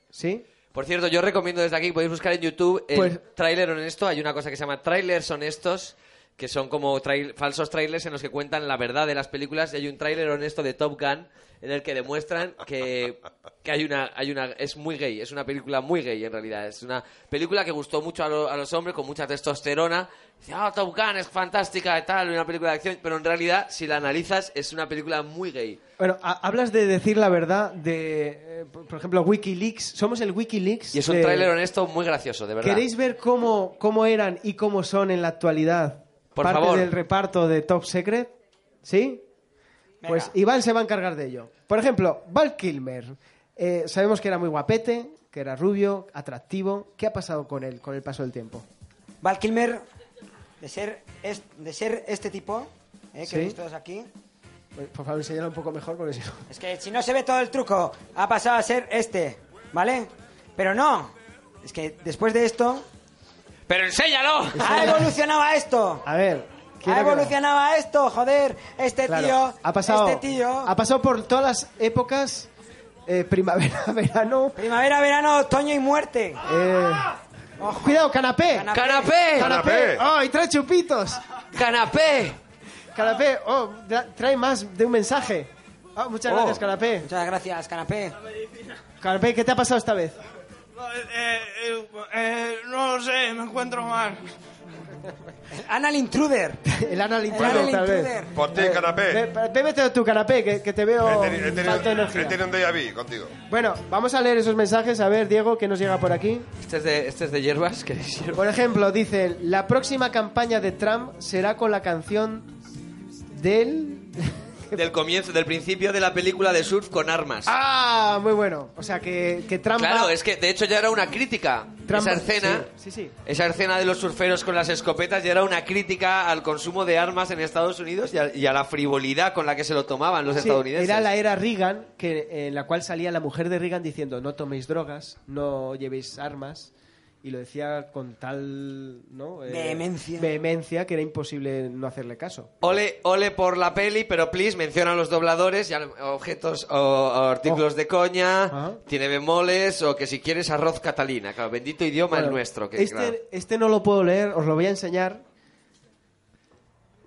Speaker 1: ¿Sí?
Speaker 2: Por cierto, yo recomiendo desde aquí, podéis buscar en YouTube el
Speaker 1: Pues-
Speaker 2: tráiler honesto. Hay una cosa que se llama trailers honestos, que son como trail- falsos trailers en los que cuentan la verdad de las películas. Y hay un tráiler honesto de Top Gun en el que demuestran que, que hay una, hay una, es muy gay. Es una película muy gay en realidad. Es una película que gustó mucho a, lo- a los hombres con mucha testosterona. Dice, ah, Top Gun es fantástica y tal, una película de acción. Pero en realidad, si la analizas, es una película muy gay.
Speaker 1: Bueno, ha- hablas de decir la verdad de, eh, por por ejemplo, Wikileaks. Somos el Wikileaks.
Speaker 2: Y es un
Speaker 1: de-
Speaker 2: tráiler honesto muy gracioso, de verdad.
Speaker 1: ¿Queréis ver cómo, cómo eran y cómo son en la actualidad
Speaker 2: Por
Speaker 1: parte
Speaker 2: favor.
Speaker 1: del reparto de Top Secret? ¿Sí? Pues Iván se va a encargar de ello. Por ejemplo, Val Kilmer. Eh, sabemos que era muy guapete, que era rubio, atractivo. ¿Qué ha pasado con él con el paso del tiempo?
Speaker 3: Val Kilmer, de ser, es- de ser este tipo, eh, que
Speaker 1: Sí.
Speaker 3: veis todos aquí,
Speaker 1: Pues, Por favor, enséñalo un poco mejor porque si no...
Speaker 3: es que si no se ve todo el truco, ha pasado a ser este, ¿vale? Pero no, es que después de esto,
Speaker 2: ¡Pero enséñalo!
Speaker 1: <laughs>
Speaker 3: ha evolucionado a esto.
Speaker 1: A ver. ¿quién
Speaker 3: Ha
Speaker 1: ha quedado?
Speaker 3: evolucionado a esto, joder, este
Speaker 1: Claro,
Speaker 3: tío,
Speaker 1: ha pasado,
Speaker 3: este tío.
Speaker 1: ha pasado por todas las épocas, eh, primavera, <laughs> verano.
Speaker 3: Primavera, verano, otoño y muerte.
Speaker 1: Eh, Cuidado, canapé.
Speaker 2: Canapé.
Speaker 1: Canapé.
Speaker 2: Canapé.
Speaker 1: Oh, y trae chupitos.
Speaker 2: Canapé.
Speaker 1: Canapé. Oh, tra- trae más de un mensaje. Ah, muchas
Speaker 3: Oh.
Speaker 1: gracias, canapé.
Speaker 3: Muchas gracias, canapé.
Speaker 1: Canapé, ¿qué te ha pasado esta vez? <laughs>
Speaker 12: no lo sé, me encuentro mal.
Speaker 3: Anal Intruder.
Speaker 1: El anal
Speaker 12: intruder,
Speaker 1: intruder, tal vez.
Speaker 12: intruder.
Speaker 4: Por ti,
Speaker 1: Eh,
Speaker 4: canapé.
Speaker 1: ve- ve- Bébete tu canapé, que, que te veo
Speaker 4: He teni- he tenido-
Speaker 1: falta de energía.
Speaker 4: he tenido un déjà vu contigo.
Speaker 1: Bueno, vamos a leer esos mensajes. A ver, Diego, ¿qué nos llega por aquí?
Speaker 2: Este es de, este es de hierbas, que es hierba.
Speaker 1: Por ejemplo, dice, la próxima campaña de Trump será con la canción del... <laughs>
Speaker 2: Del comienzo, del principio de la película de surf con armas.
Speaker 1: Ah, muy bueno. O sea, que, que Trump...
Speaker 2: claro,
Speaker 1: va-
Speaker 2: es que de hecho ya era una crítica.
Speaker 1: Trump-
Speaker 2: esa escena,
Speaker 1: Sí, sí. sí.
Speaker 2: esa escena de los surferos con las escopetas ya era una crítica al consumo de armas en Estados Unidos y a, y a la frivolidad con la que se lo tomaban los
Speaker 1: Sí,
Speaker 2: estadounidenses.
Speaker 1: Era la era Reagan, que, en la cual salía la mujer de Reagan diciendo no toméis drogas, no llevéis armas. Y lo decía con tal ¿no? Eh,
Speaker 3: Vehemencia.
Speaker 1: vehemencia que era imposible no hacerle caso.
Speaker 2: Ole, ole por la peli, pero please menciona a los dobladores y a objetos o, o
Speaker 1: Oh.
Speaker 2: artículos de coña,
Speaker 1: Ah.
Speaker 2: tiene bemoles o que si quieres arroz catalina. Claro, bendito idioma el
Speaker 1: Bueno,
Speaker 2: nuestro. Que,
Speaker 1: este,
Speaker 2: claro.
Speaker 1: este no lo puedo leer, os lo voy a enseñar.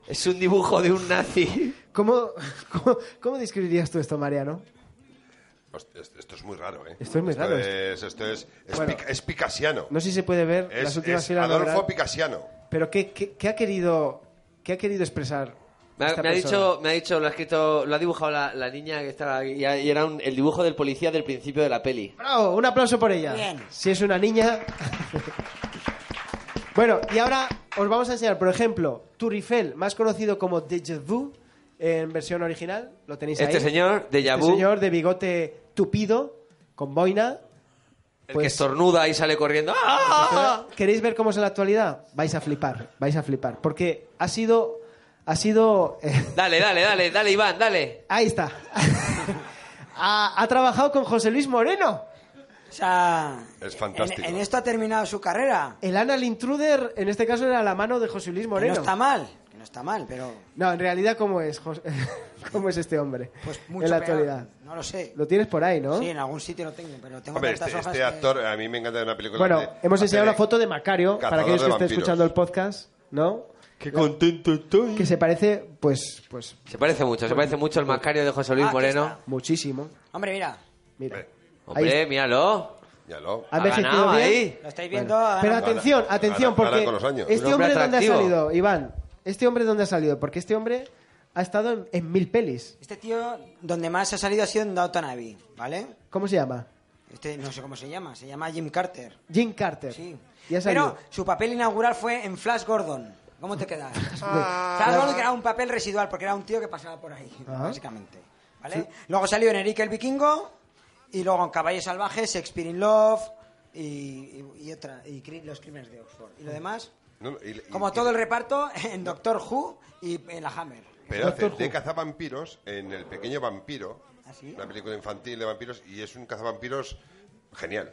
Speaker 2: Es un dibujo de un nazi.
Speaker 1: ¿Cómo, <laughs> cómo, cómo describirías tú esto, Mariano?
Speaker 4: Hostia, Esto esto es muy raro, ¿eh?
Speaker 1: Esto es muy raro, esto.
Speaker 4: Es, esto es, es,
Speaker 1: Bueno.
Speaker 4: pica- es picasiano.
Speaker 1: No sé si se puede ver
Speaker 4: Es-
Speaker 1: las últimas
Speaker 4: es
Speaker 1: filas. la
Speaker 4: Adolfo
Speaker 1: verdad.
Speaker 4: Picasiano.
Speaker 1: Pero ¿qué, qué, qué ha querido, qué ha querido expresar?
Speaker 2: Me ha,
Speaker 1: esta
Speaker 2: me ha
Speaker 1: persona?
Speaker 2: dicho, me ha dicho, lo ha escrito, lo ha dibujado la, la niña que estaba aquí, y, y era un- el dibujo del policía del principio de la peli.
Speaker 1: Bravo, un aplauso por ella.
Speaker 2: Bien.
Speaker 1: Si es una niña. <laughs> bueno, y ahora os vamos a enseñar, por ejemplo, Turifel, más conocido como Deja Vu en versión original. Lo tenéis
Speaker 2: Este
Speaker 1: ahí.
Speaker 2: señor, Deja
Speaker 1: Este
Speaker 2: Vu.
Speaker 1: señor de bigote tupido, con boina.
Speaker 2: El
Speaker 1: pues-
Speaker 2: que estornuda y sale corriendo. ¡Ah!
Speaker 1: ¿Queréis ver cómo es en la actualidad? Vais a flipar, vais a flipar. Porque ha sido. Ha sido. eh,
Speaker 2: Dale, dale, dale, dale, Iván, dale.
Speaker 1: Ahí está. <laughs> ha, ha trabajado con José Luis Moreno.
Speaker 3: O sea,
Speaker 4: Es
Speaker 3: en,
Speaker 4: fantástico.
Speaker 3: en esto ha terminado su carrera.
Speaker 1: El Anal Intruder, en este caso, era la mano de José Luis
Speaker 3: Que
Speaker 1: Moreno.
Speaker 3: no está mal, que no está mal, pero
Speaker 1: No, en realidad, ¿cómo es, Jos- <laughs> ¿cómo es este hombre?
Speaker 3: Pues
Speaker 1: <laughs>
Speaker 3: mucho
Speaker 1: en la
Speaker 3: peor.
Speaker 1: actualidad.
Speaker 3: No lo sé.
Speaker 1: Lo tienes por ahí, ¿no?
Speaker 3: Sí, en algún sitio lo tengo, pero tengo
Speaker 4: Hombre,
Speaker 3: tantas
Speaker 4: este,
Speaker 3: hojas
Speaker 4: este
Speaker 3: que-
Speaker 4: actor, a mí me encanta de una película.
Speaker 1: bueno,
Speaker 4: de-
Speaker 1: hemos
Speaker 4: hace
Speaker 1: enseñado
Speaker 4: de-
Speaker 1: la foto de Macario para
Speaker 4: Cazador
Speaker 1: aquellos
Speaker 4: de
Speaker 1: que estén
Speaker 4: vampiros.
Speaker 1: escuchando el podcast, ¿no? Qué
Speaker 2: contento estoy.
Speaker 1: Que se parece, pues, pues
Speaker 2: Se parece mucho, se parece mucho al Macario de José Luis
Speaker 1: Ah, aquí
Speaker 2: Moreno.
Speaker 1: muchísimo.
Speaker 3: Hombre, mira.
Speaker 1: Mira.
Speaker 2: Hombre, míralo.
Speaker 4: Míralo.
Speaker 1: Ha envejecido bien.
Speaker 3: Lo
Speaker 1: Bueno,
Speaker 3: estáis viendo. ha
Speaker 1: Pero
Speaker 3: ganado.
Speaker 1: atención, atención,
Speaker 4: gana
Speaker 1: porque
Speaker 4: con los años.
Speaker 1: este
Speaker 4: Un hombre
Speaker 1: hombre, ¿dónde ha
Speaker 4: atractivo.
Speaker 1: salido, Iván? ¿Este hombre dónde ha salido? Porque este hombre ha estado en, en mil pelis.
Speaker 3: Este tío, donde más ha salido ha sido en Downton ¿vale?
Speaker 1: ¿Cómo se llama?
Speaker 3: Este no sé cómo se llama, se llama Jim Carter.
Speaker 1: Jim Carter.
Speaker 3: Sí.
Speaker 1: Y ha
Speaker 3: Pero
Speaker 1: salido.
Speaker 3: su papel inaugural fue en Flash Gordon. ¿Cómo
Speaker 1: <laughs>
Speaker 3: te quedas?
Speaker 1: Ah.
Speaker 3: Flash Gordon que era un papel residual porque era un tío que pasaba por ahí,
Speaker 1: Ajá.
Speaker 3: básicamente. ¿vale? Luego salió en Eric el Vikingo y luego en Caballo Salvaje, Shakespeare in Love y, y- y otra, y Cri- Los Crímenes de Oxford. Y lo demás,
Speaker 4: No, y- y-
Speaker 3: como todo el reparto, en Doctor Who y en La Hammer.
Speaker 4: Pero hace
Speaker 3: Doctor
Speaker 4: de
Speaker 3: Who.
Speaker 4: cazavampiros en El Pequeño Vampiro,
Speaker 1: ¿Ah,
Speaker 3: Así.
Speaker 4: una película infantil de vampiros, y es un cazavampiros genial.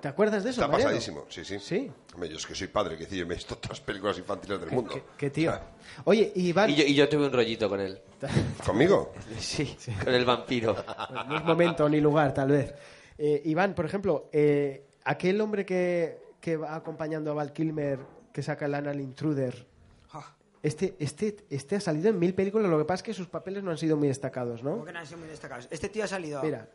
Speaker 1: ¿Te acuerdas de eso?
Speaker 4: Está
Speaker 1: Mariano?
Speaker 4: pasadísimo, sí, sí. Hombre, yo es que soy padre, que decir, yo me he visto todas las películas infantiles del mundo.
Speaker 1: Qué, qué tío. Oye, y Iván,
Speaker 2: Y yo, y yo tuve un rollito con él.
Speaker 4: ¿Conmigo?
Speaker 2: Sí, con el vampiro.
Speaker 1: Pues no es momento ni lugar, tal vez. Eh, Iván, por ejemplo, eh, aquel hombre que, que va acompañando a Val Kilmer, que saca el Anal Intruder,
Speaker 3: Oh.
Speaker 1: este, este, este ha salido en mil películas, lo que pasa es que sus papeles no han sido muy destacados,
Speaker 3: Como
Speaker 1: ¿no?
Speaker 3: que no han sido muy destacados. Este tío ha salido.
Speaker 1: Mira,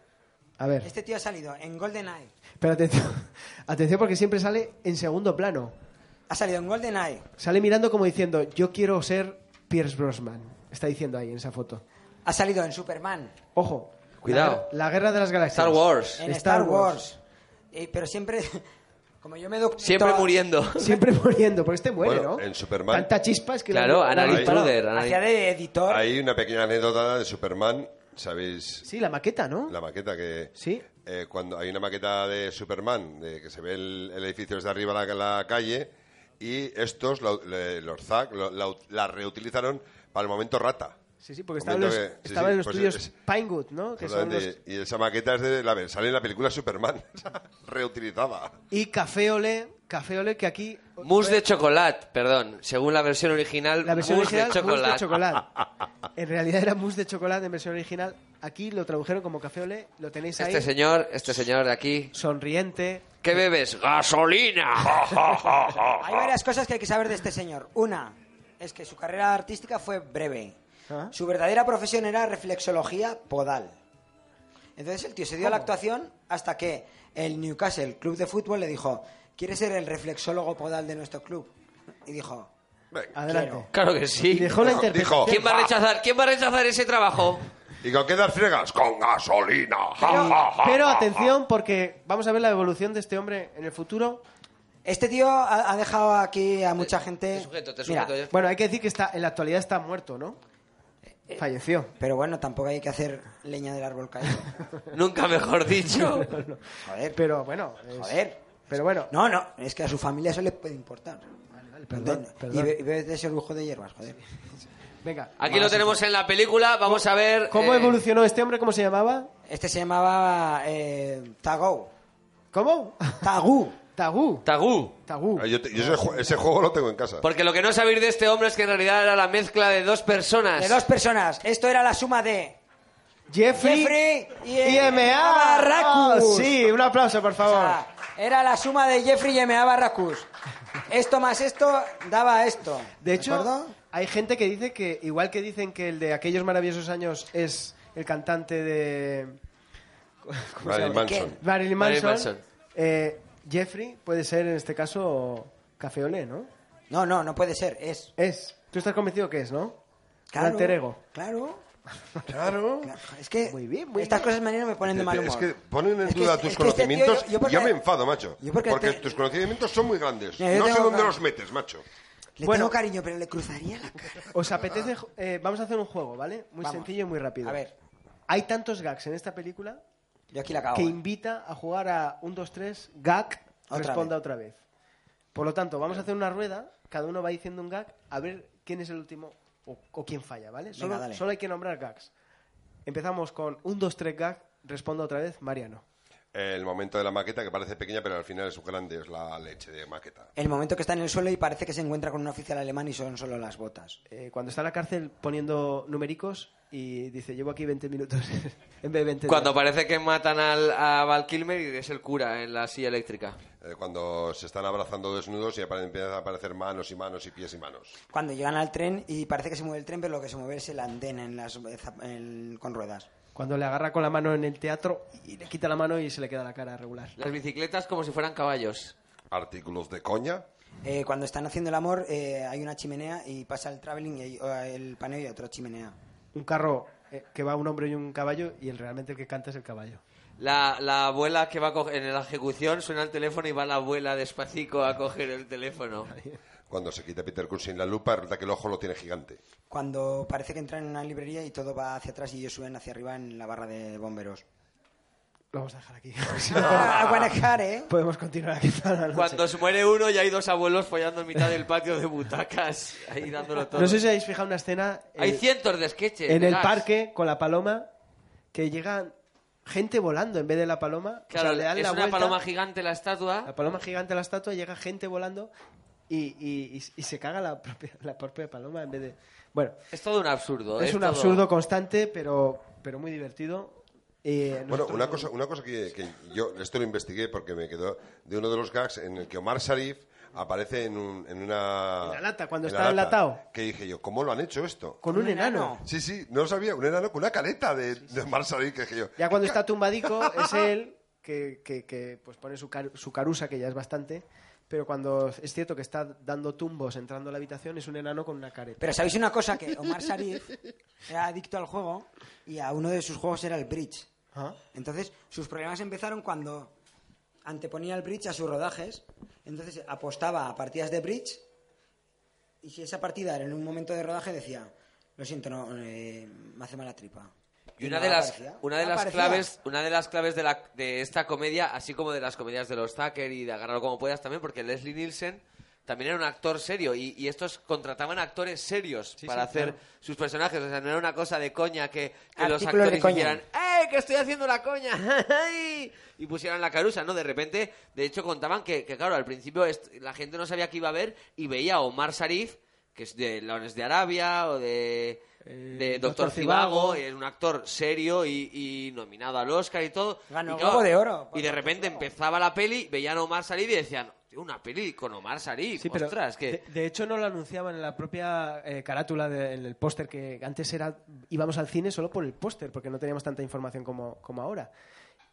Speaker 1: a ver,
Speaker 3: Este tío ha salido en GoldenEye.
Speaker 1: pero atención, <laughs> atención porque siempre sale en segundo plano.
Speaker 3: Ha salido en GoldenEye.
Speaker 1: Sale mirando como diciendo, yo quiero ser Pierce Brosnan. Está diciendo ahí en esa foto.
Speaker 3: Ha salido en Superman.
Speaker 1: Ojo.
Speaker 2: Cuidado.
Speaker 1: La, la guerra de las galaxias.
Speaker 2: Star Wars.
Speaker 3: En Star, Wars. Eh, pero siempre. <laughs> Como yo me documento.
Speaker 2: Siempre
Speaker 1: <laughs>
Speaker 2: muriendo.
Speaker 1: Siempre muriendo, porque este muere,
Speaker 4: Bueno,
Speaker 1: ¿no?
Speaker 4: en Superman.
Speaker 1: Tanta chispa es que... la-
Speaker 2: Claro,
Speaker 1: la
Speaker 2: Anal
Speaker 1: han disparado.
Speaker 2: Intruder, Anal-
Speaker 3: Hacía de editor.
Speaker 4: Hay una pequeña anécdota de Superman, ¿sabéis?
Speaker 1: Sí, la maqueta, ¿no?
Speaker 4: La maqueta que...
Speaker 1: Sí.
Speaker 4: eh, cuando hay una maqueta de Superman, de que se ve el, el edificio desde arriba la, la calle, y estos, la- le- los Zack, lo- la, la reutilizaron para el momento rata.
Speaker 1: Sí, sí, porque estaba, en los,
Speaker 4: Momento que- sí,
Speaker 1: estaba
Speaker 4: sí,
Speaker 1: en los
Speaker 4: pues
Speaker 1: estudios
Speaker 4: es-
Speaker 1: Pinewood, ¿no? Que son los-
Speaker 4: Exactamente, Y esa maqueta es de la, sale en la película Superman, <laughs> reutilizada.
Speaker 1: Y Café Ole, Café Ole, que aquí...
Speaker 2: Mousse de chocolate, perdón. Según la versión original,
Speaker 1: La versión
Speaker 2: mousse,
Speaker 1: original,
Speaker 2: de chocolate.
Speaker 1: mousse de chocolate.
Speaker 2: <laughs>
Speaker 1: En realidad era mousse de chocolate en versión original. Aquí lo tradujeron como Café Ole, lo tenéis ahí.
Speaker 2: Este señor, este señor de aquí.
Speaker 1: Sonriente.
Speaker 2: ¿Qué bebes?
Speaker 1: <laughs>
Speaker 2: ¡Gasolina! <laughs>
Speaker 3: Hay varias cosas que hay que saber de este señor. Una es que su carrera artística fue breve.
Speaker 1: Ah.
Speaker 3: Su verdadera profesión era reflexología podal. Entonces el tío se dio a la actuación hasta que el Newcastle Club de Fútbol le dijo, ¿quieres ser el reflexólogo podal de nuestro club? Y dijo,
Speaker 1: Adelante.
Speaker 2: Claro que sí.
Speaker 1: Y dejó la
Speaker 4: Dijo,
Speaker 1: interpretación.
Speaker 2: ¿Quién va a rechazar? ¿Quién va a rechazar ese trabajo?
Speaker 4: ¿Y con qué das fregas? Con gasolina. ja,
Speaker 2: Ah,
Speaker 4: ja, ja,
Speaker 1: Pero
Speaker 4: ja,
Speaker 1: atención, porque vamos a ver la evolución de este hombre en el futuro.
Speaker 3: este tío ha, ha dejado aquí a mucha gente...
Speaker 2: Te Este sujeto, te
Speaker 3: Eh, Mira,
Speaker 2: sujeto. Jeff.
Speaker 1: Bueno, hay que decir que está, en la actualidad está muerto, ¿no?
Speaker 2: Eh,
Speaker 1: Falleció.
Speaker 3: pero bueno, tampoco hay que hacer leña del
Speaker 1: <laughs>
Speaker 3: árbol caído.
Speaker 2: Nunca mejor
Speaker 3: <laughs>
Speaker 2: dicho.
Speaker 3: Joder,
Speaker 1: Pero bueno. es-
Speaker 3: joder.
Speaker 1: Pues, Pero bueno.
Speaker 3: No, no, es que a su familia eso le puede importar.
Speaker 1: Perdón,
Speaker 3: Entiendo.
Speaker 1: perdón.
Speaker 3: Y, be- y bebes de ese lujo de hierbas, joder.
Speaker 1: Venga.
Speaker 2: Aquí lo tenemos en la película. Vamos a ver.
Speaker 1: ¿Cómo
Speaker 2: Ah, eh,
Speaker 1: evolucionó este hombre? ¿Cómo se llamaba?
Speaker 3: Este se llamaba eh, Tagou.
Speaker 1: ¿Cómo?
Speaker 3: Tagú.
Speaker 1: Tagú.
Speaker 2: Tagú.
Speaker 1: Tagú.
Speaker 4: ja. Ah, Yo, te- yo ese, ju- ese juego lo tengo en casa.
Speaker 2: Porque lo que no sabéis de este hombre es que en realidad era la mezcla de dos personas.
Speaker 3: De dos personas. Esto era la suma de
Speaker 1: Jeffrey.
Speaker 3: Jeffrey y
Speaker 1: IMA.
Speaker 3: Barracus.
Speaker 1: Oh, sí, un aplauso, por
Speaker 3: O
Speaker 1: favor.
Speaker 3: sea, era la suma de Jeffrey y M.A. Barracus. Esto más esto daba esto.
Speaker 1: De
Speaker 3: ¿De
Speaker 1: hecho,
Speaker 3: acuerdo?
Speaker 1: hay gente que dice que, igual que dicen que el de aquellos maravillosos años es el cantante de
Speaker 4: Marilyn Manson.
Speaker 1: Marilyn
Speaker 2: Marilyn
Speaker 1: Manson,
Speaker 2: Manson.
Speaker 1: eh, Jeffrey puede ser en este caso Café Olé, ¿no?
Speaker 3: No, no, no puede ser. Es.
Speaker 1: Es. Tú estás convencido que es, ¿no?
Speaker 3: Claro.
Speaker 1: Un alter ego.
Speaker 3: Claro.
Speaker 4: Claro.
Speaker 3: claro. Es que
Speaker 1: Muy bien, muy
Speaker 3: estas
Speaker 1: bien.
Speaker 3: cosas mañana me ponen de mal humor.
Speaker 4: Es que ponen en
Speaker 3: Es que
Speaker 4: duda
Speaker 3: este-
Speaker 4: tus
Speaker 3: es que este tío,
Speaker 4: conocimientos.
Speaker 3: yo-
Speaker 4: yo,
Speaker 3: yo porque-
Speaker 4: me enfado, macho.
Speaker 3: yo porque
Speaker 4: porque
Speaker 3: te-
Speaker 4: tus conocimientos son muy grandes.
Speaker 3: Mira, yo
Speaker 4: no sé
Speaker 3: tengo-
Speaker 4: dónde los metes, macho.
Speaker 3: Le
Speaker 1: Bueno.
Speaker 3: tengo cariño, pero le cruzaría la cara.
Speaker 1: ¿Os apetece? jo- eh, vamos a hacer un juego, ¿vale? Muy
Speaker 3: Vamos.
Speaker 1: sencillo y muy rápido.
Speaker 3: A ver,
Speaker 1: Hay tantos gags en esta película
Speaker 3: yo aquí la ¿eh? acabo.
Speaker 1: que invita a jugar a 1, 2, 3, gag,
Speaker 3: Otra
Speaker 1: responda
Speaker 3: vez.
Speaker 1: otra vez. Por lo tanto, vamos a hacer una rueda, cada uno va diciendo un gag, a ver quién es el último o, o quién falla, ¿vale?
Speaker 3: Venga,
Speaker 1: Solo,
Speaker 3: dale.
Speaker 1: solo hay que nombrar gags. Empezamos con 1, 2, 3, gag, responda otra vez, Mariano.
Speaker 4: El momento de la maqueta, que parece pequeña, pero al final es grande, es la leche de maqueta.
Speaker 3: El momento que está en el suelo y parece que se encuentra con un oficial alemán y son solo las botas.
Speaker 1: Eh, cuando está en la cárcel poniendo numéricos y dice, llevo aquí 20 minutos <laughs> en vez de 20
Speaker 2: Cuando
Speaker 1: días.
Speaker 2: parece que matan al, a Val Kilmer y es el cura en la silla eléctrica.
Speaker 4: Eh, cuando se están abrazando desnudos y apare- empiezan a aparecer manos y manos y pies y manos.
Speaker 3: Cuando llegan al tren y parece que se mueve el tren, pero lo que se mueve es el andén en las, eh, zap- en- con ruedas.
Speaker 1: Cuando le agarra con la mano en el teatro y le quita la mano y se le queda la cara regular.
Speaker 2: Las bicicletas como si fueran caballos.
Speaker 4: Artículos de coña.
Speaker 3: Eh, cuando están haciendo el amor eh, hay una chimenea y pasa el traveling y hay- o el paneo y otra chimenea.
Speaker 1: Un carro eh, que va un hombre y un caballo y el, realmente el que canta es el caballo.
Speaker 2: La, la abuela que va a coger, en la ejecución suena el teléfono y va la abuela despacico a coger el teléfono.
Speaker 4: Cuando se quita Peter Cushing la lupa, resulta que el ojo lo tiene gigante.
Speaker 3: Cuando parece que entran en una librería y todo va hacia atrás y ellos suben hacia arriba en la barra de bomberos.
Speaker 1: Lo vamos a dejar aquí. <laughs>
Speaker 3: Ah, I wanna cut, ¿eh?
Speaker 1: Podemos continuar aquí toda <laughs> la noche.
Speaker 2: Cuando se muere uno y hay dos abuelos follando en mitad del patio de butacas, ahí dándolo todo.
Speaker 1: No sé si habéis fijado una escena eh,
Speaker 2: Hay cientos de sketches.
Speaker 1: en el
Speaker 2: verás.
Speaker 1: parque con la paloma que llega gente volando en vez de la paloma. O sea,
Speaker 2: Claro,
Speaker 1: le dan
Speaker 2: es
Speaker 1: la
Speaker 2: una
Speaker 1: vuelta,
Speaker 2: paloma gigante la estatua.
Speaker 1: La paloma gigante a la estatua, llega gente volando y, y- y- y se caga la propia, la propia paloma en vez de... Bueno,
Speaker 2: Es todo un absurdo.
Speaker 1: es un
Speaker 2: todo-
Speaker 1: absurdo constante, pero, pero muy divertido. Eh,
Speaker 4: Bueno,
Speaker 1: nosotros-
Speaker 4: una cosa, una cosa que, que yo esto lo investigué porque me quedó de uno de los gags en el que Omar Sharif aparece en, un- en una...
Speaker 1: En la lata, cuando
Speaker 4: la
Speaker 1: está
Speaker 4: lata,
Speaker 1: enlatado.
Speaker 4: Que dije yo, ¿cómo lo han hecho esto?
Speaker 1: Con un enano.
Speaker 4: Sí, sí, no lo sabía, un enano con una careta de, de Omar Sharif que dije yo.
Speaker 1: Ya cuando está tumbadico es él que, que- que, pues pone su, car- su carusa, que ya es bastante. Pero cuando es cierto que está dando tumbos entrando a la habitación, es un enano con una careta.
Speaker 3: Pero ¿sabéis una cosa? Que Omar Sharif era adicto al juego y a uno de sus juegos era el bridge.
Speaker 1: Ah.
Speaker 3: Entonces, sus problemas empezaron cuando anteponía el bridge a sus rodajes. Entonces, apostaba a partidas de bridge y si esa partida era en un momento de rodaje, decía, lo siento, no, eh, me hace mala tripa.
Speaker 2: Y una
Speaker 3: no
Speaker 2: de las,
Speaker 3: aparecía.
Speaker 2: una de
Speaker 3: No
Speaker 2: las
Speaker 3: aparecía.
Speaker 2: claves, una de las claves de, la, de esta comedia, así como de las comedias de los Tucker y de agarrarlo como puedas también, porque Leslie Nielsen también era un actor serio y, y estos contrataban actores serios para
Speaker 3: sí,
Speaker 2: hacer
Speaker 3: claro.
Speaker 2: sus personajes. O sea, no era una cosa de coña que, que los
Speaker 3: Artículos de
Speaker 2: actores
Speaker 3: coña.
Speaker 2: hicieran ¡Eh, que estoy haciendo la coña! <laughs> ¡Ay! y pusieran la carusa, ¿no? De repente, de hecho, contaban que, que, claro, al principio est- la gente no sabía qué iba a ver y veía a Omar Sharif, que es de Leones de Arabia o de, de Doctor
Speaker 3: Doctor
Speaker 2: Cibago,
Speaker 3: Zivago.
Speaker 2: es un actor serio y, y nominado al Oscar y todo.
Speaker 3: Ganó
Speaker 2: Y
Speaker 3: el Globo de Oro.
Speaker 2: Y de repente empezaba la peli, veían a Omar Sharif y decían, "Tío, una peli con Omar Sharif,
Speaker 1: Sí, pero
Speaker 2: ostras, que...
Speaker 1: de, de hecho no lo anunciaban en la propia eh, carátula de- en el póster que antes era íbamos al cine solo por el póster porque no teníamos tanta información como, como ahora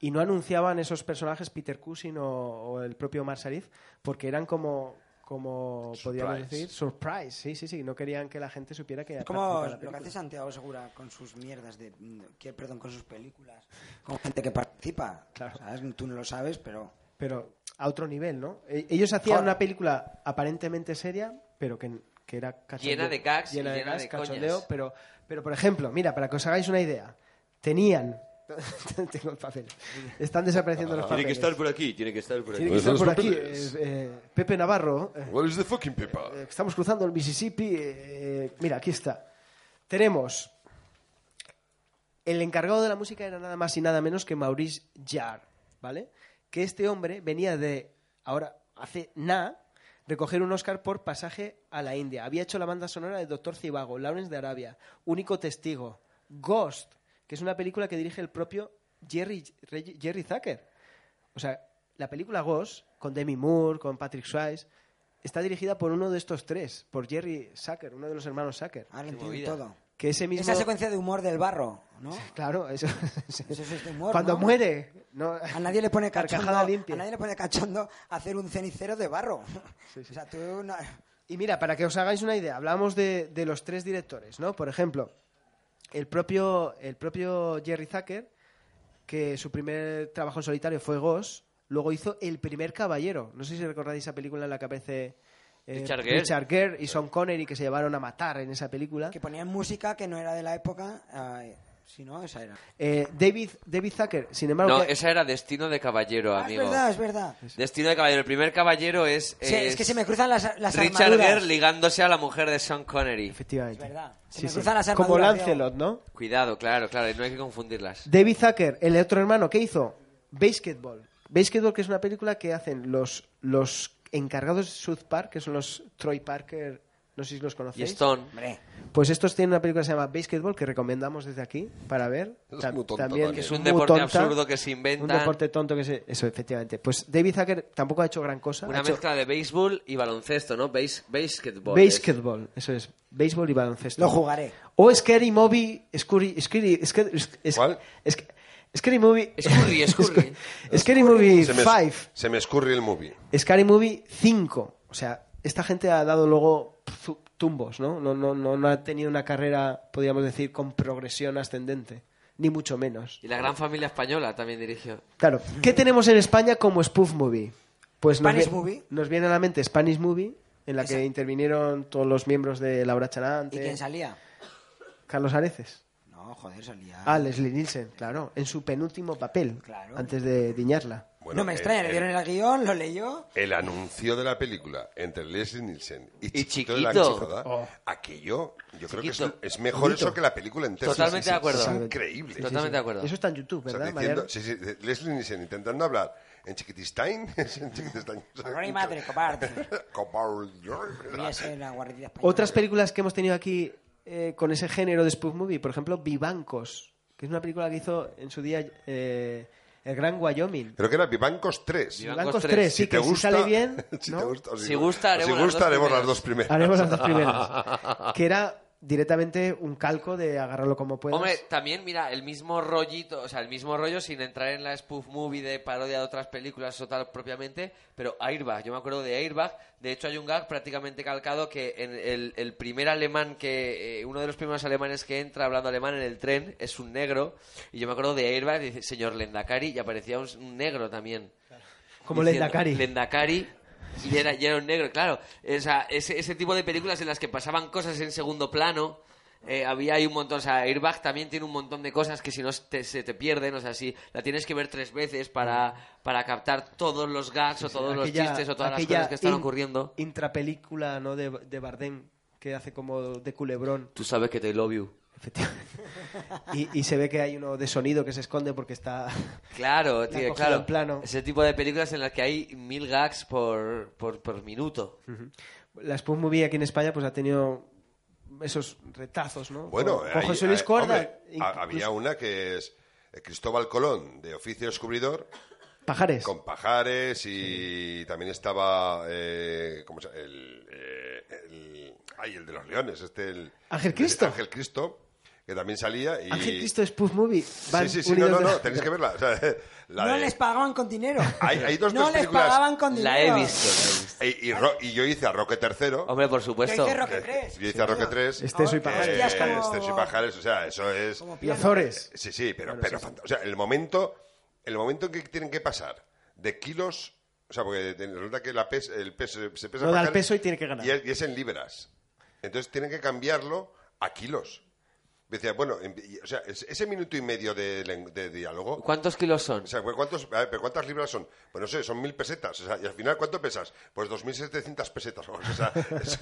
Speaker 1: y no anunciaban esos personajes Peter Cushing o, o el propio Omar Sharif porque eran como como podríamos
Speaker 3: Surprise.
Speaker 1: decir surprise sí sí sí no querían que la gente supiera que
Speaker 3: Es como
Speaker 1: participaba en la
Speaker 3: lo que
Speaker 1: película.
Speaker 3: hace Santiago Segura con sus mierdas de... que- Perdón, con sus películas. Con gente que participa. ¿sabes? Tú no lo sabes, pero...
Speaker 1: pero a otro nivel no E- ellos hacían
Speaker 3: Joder.
Speaker 1: una película aparentemente seria pero que que era
Speaker 2: Llena de gags y llena de coñas.
Speaker 1: cachondeo, pero pero por ejemplo mira para que os hagáis una idea tenían <laughs> tengo el papel están desapareciendo los papeles
Speaker 2: por Pues aquí, tiene que estar por
Speaker 1: Tiene que estar por aquí eh, eh, Pepe Navarro eh,
Speaker 4: Where is the fucking paper?
Speaker 1: eh, estamos cruzando el Mississippi eh, eh, mira aquí está tenemos el encargado de la música era nada más y nada menos que Maurice Jarre, ¿vale? Que este hombre venía de, ahora, hace nada, recoger un Oscar por pasaje a la India. Había hecho la banda sonora de Doctor Cibago, Lawrence de Arabia, Único Testigo, Ghost, que es una película que dirige el propio Jerry, Reg- Jerry Zucker. O sea, la película Ghost, con Demi Moore, con Patrick Swayze, está dirigida por uno de estos tres, por Jerry Zucker, uno de los hermanos Zucker.
Speaker 3: Ahora entiendo movida. todo.
Speaker 1: Que ese mismo...
Speaker 3: Esa secuencia de humor del barro, ¿no?
Speaker 1: Claro, eso, <laughs>
Speaker 3: Eso es de humor,
Speaker 1: Cuando
Speaker 3: ¿no?
Speaker 1: muere. No,
Speaker 3: A nadie le pone cachondo,
Speaker 1: Carcajada limpia.
Speaker 3: a nadie le pone cachondo hacer un cenicero de barro. O sea, tú no-
Speaker 1: Y mira, para que os hagáis una idea, hablamos de, de los tres directores, ¿no? Por ejemplo, el propio, el propio Jerry Zucker, que su primer trabajo en solitario fue Ghost, luego hizo El primer caballero. No sé si recordáis esa película en la que aparece eh,
Speaker 2: Richard Gere.
Speaker 1: Gere y Sean Connery, que se llevaron a matar en esa película.
Speaker 3: que ponían música que no era de la época, ay, si no esa era.
Speaker 1: Eh, David, David Zucker, sin embargo...
Speaker 2: No,
Speaker 1: que-
Speaker 2: esa era Destino de Caballero,
Speaker 3: Ah, es
Speaker 2: amigo.
Speaker 3: verdad, es verdad.
Speaker 2: Destino de Caballero. El primer caballero es...
Speaker 3: Sí, es, que se me cruzan las, las
Speaker 2: Richard
Speaker 3: armaduras.
Speaker 2: Gere ligándose a la mujer de Sean Connery.
Speaker 1: Efectivamente.
Speaker 3: ¿Verdad? Se
Speaker 1: Sí,
Speaker 3: me
Speaker 1: sí.
Speaker 3: cruzan las armaduras.
Speaker 1: Como
Speaker 3: tío.
Speaker 1: Lancelot, ¿no?
Speaker 2: Cuidado, claro, claro, y no hay que confundirlas.
Speaker 1: David Zucker, el otro hermano, ¿qué hizo? Basketball. Basketball, que es una película que hacen los, los encargados de South Park, que son los Troy Parker, no sé si los
Speaker 2: Y
Speaker 1: conocéis.
Speaker 2: Stone.
Speaker 1: Pues estos tienen una película que se llama Basketball, que recomendamos desde aquí para ver. Ta-
Speaker 2: muy tonto también. Es un
Speaker 1: muy
Speaker 2: deporte absurdo que se inventan.
Speaker 1: Un deporte tonto que se... Eso, efectivamente. Pues David Zucker tampoco ha hecho gran cosa.
Speaker 2: Una
Speaker 1: ha hecho
Speaker 2: mezcla de béisbol y baloncesto, ¿no? Base, basketball.
Speaker 1: Basketball, eso es. Béisbol y baloncesto.
Speaker 2: Lo jugaré.
Speaker 1: O Scary Movie... Scurry, scurry, scurry, es- es- Scary Movie... <laughs>
Speaker 2: Scurry, Scurry.
Speaker 1: Scary Movie
Speaker 4: Se me-
Speaker 1: 5.
Speaker 4: Se me escurre el movie.
Speaker 1: Scary Movie 5. O sea, esta gente ha dado luego zu- tumbos, ¿no? No, no, no, no ha tenido una carrera, podríamos decir, con progresión ascendente. Ni mucho menos.
Speaker 2: Y la gran familia española también dirigió.
Speaker 1: Claro. ¿Qué tenemos en España como spoof movie? Pues nos,
Speaker 3: Spanish
Speaker 1: vi-
Speaker 3: movie.
Speaker 1: nos viene a la mente Spanish Movie, en la que intervinieron todos los miembros de Laura
Speaker 3: ¿Y
Speaker 1: Chanante.
Speaker 3: quién salía?
Speaker 1: Carlos Areces.
Speaker 3: No, joder, salía.
Speaker 1: Ah, Leslie Nielsen, claro. En su penúltimo papel,
Speaker 3: Claro.
Speaker 1: antes de diñarla.
Speaker 4: Bueno, eh,
Speaker 3: no me
Speaker 4: el-
Speaker 3: extraña, le
Speaker 4: el-
Speaker 3: dieron el guión, lo leyó.
Speaker 4: El anuncio de la película entre Leslie Nielsen y Chiquito, de la
Speaker 2: Chiquito.
Speaker 4: Machorra,
Speaker 2: Oh.
Speaker 4: aquello, yo creo que es,
Speaker 2: Chiquito.
Speaker 4: es mejor
Speaker 2: Chiquito.
Speaker 4: eso que la película entera.
Speaker 2: Totalmente Sí, sí, sí, de acuerdo.
Speaker 4: Es
Speaker 2: totalmente.
Speaker 4: increíble.
Speaker 2: Sí, sí, Totalmente sí. de acuerdo.
Speaker 1: Eso está en YouTube,
Speaker 4: O sea,
Speaker 1: ¿verdad?
Speaker 4: diciendo-
Speaker 1: Mariano?
Speaker 4: sí, sí, de- Leslie Nielsen intentando hablar en Chiquitistain. <laughs> en Chiquitistain.
Speaker 3: Honor y madre, cobarde.
Speaker 4: <laughs> Cobarde.
Speaker 3: Y ese era la guardería española.
Speaker 1: Otras películas que hemos tenido aquí eh, con ese género de spoof movie, por ejemplo, Vivancos, que es una película que hizo en su día eh, el Gran Wyoming.
Speaker 4: Creo que era Vivancos 3.
Speaker 1: Vivancos 3, sí,
Speaker 4: si
Speaker 1: que
Speaker 4: te gusta,
Speaker 1: si sale bien,
Speaker 4: <laughs> si
Speaker 1: ¿no?
Speaker 4: te gusta, o si,
Speaker 2: Si gusta,
Speaker 4: o si
Speaker 2: haremos las
Speaker 4: gusta,
Speaker 2: dos
Speaker 4: haremos las
Speaker 2: primeras.
Speaker 4: dos primeras.
Speaker 1: haremos
Speaker 2: <laughs>
Speaker 1: las dos primeras. que era directamente un calco de agarrarlo como puedas.
Speaker 2: Hombre, también, mira, el mismo rollito, o sea, el mismo rollo sin entrar en la spoof movie de parodia de otras películas o tal propiamente, pero Airbag, yo me acuerdo de Airbag, de hecho hay un gag prácticamente calcado que en el, el primer alemán que, eh, uno de los primeros alemanes que entra hablando alemán en el tren es un negro, y yo me acuerdo de Airbag, dice, señor Lendakari, y aparecía un, un negro también.
Speaker 1: Como
Speaker 2: Diciendo,
Speaker 1: Lendakari.
Speaker 2: Lendakari. Y era, y era un negro, claro. O sea, ese, ese tipo de películas en las que pasaban cosas en segundo plano, eh, había ahí un montón, o sea, Airbag también tiene un montón de cosas que si no te- se te pierden, o sea, si la tienes que ver tres veces para, para captar todos los gags o todos los
Speaker 1: Aquella-
Speaker 2: chistes o todas las
Speaker 1: aquella
Speaker 2: cosas que están
Speaker 1: in-
Speaker 2: ocurriendo.
Speaker 1: Intrapelícula, ¿no? De, de Bardem, que hace como de culebrón.
Speaker 2: Tú sabes que te love you.
Speaker 1: <laughs> Y, y se ve que hay uno de sonido que se esconde porque está... <laughs>
Speaker 2: Claro,
Speaker 1: La
Speaker 2: tío,
Speaker 1: cogida
Speaker 2: claro.
Speaker 1: en plano.
Speaker 2: Ese tipo de películas en las que hay mil gags por, por, por minuto.
Speaker 1: La Spoon Movie aquí en España pues ha tenido esos retazos, ¿no?
Speaker 4: Bueno,
Speaker 1: con, con
Speaker 4: ahí-
Speaker 1: José
Speaker 4: ahí-
Speaker 1: Luis Corda.
Speaker 4: hombre, ha- había una que es eh, Cristóbal Colón, de oficio descubridor,
Speaker 1: pues, Pajares.
Speaker 4: con pajares y también estaba. Eh, ¿Cómo se llama? El, eh, el- ay, el de los leones, este. El,
Speaker 1: Ángel
Speaker 4: el de-
Speaker 1: Cristo.
Speaker 4: Ángel Cristo, que también salía. Y,
Speaker 1: Ángel Cristo Spoon Movie.
Speaker 4: Sí,
Speaker 1: van
Speaker 4: sí, sí, no,
Speaker 1: unidos
Speaker 4: no,
Speaker 1: de-
Speaker 4: no, tenéis que verla. o sea, <laughs> la
Speaker 3: No
Speaker 4: de-
Speaker 3: les pagaban con dinero.
Speaker 4: Hay, hay dos,
Speaker 3: no
Speaker 4: tres
Speaker 3: les
Speaker 4: películas.
Speaker 3: pagaban con dinero.
Speaker 4: Y, y Ro- y yo hice a Roque tercero.
Speaker 2: Hombre, por
Speaker 3: supuesto. Yo hice Roque tres.
Speaker 4: Yo hice a Roque 3.
Speaker 1: Exceso y Este pajares.
Speaker 3: Hostias, como-
Speaker 4: Exceso y pajares, o sea, eso es...
Speaker 1: Y Azores.
Speaker 4: Sí, sí, pero, pero fanta- O sea, el momento, el momento en que tienen que pasar de kilos... O sea, porque te- resulta que la pes- el peso se pesa...
Speaker 1: No da el
Speaker 4: pajares
Speaker 1: peso y tiene que ganar.
Speaker 4: Y es, y es en libras. Entonces tienen que cambiarlo a kilos. Me Decía, bueno, en- y- o sea, es- ese minuto y medio de, len- de diálogo...
Speaker 2: ¿Cuántos kilos son?
Speaker 4: O sea, ¿cuántos, a ver, pero ¿cuántas libras son? Pues no sé, son mil pesetas. O sea, y al final, ¿cuánto pesas? Pues 2.700 pesetas. O sea, <laughs> es,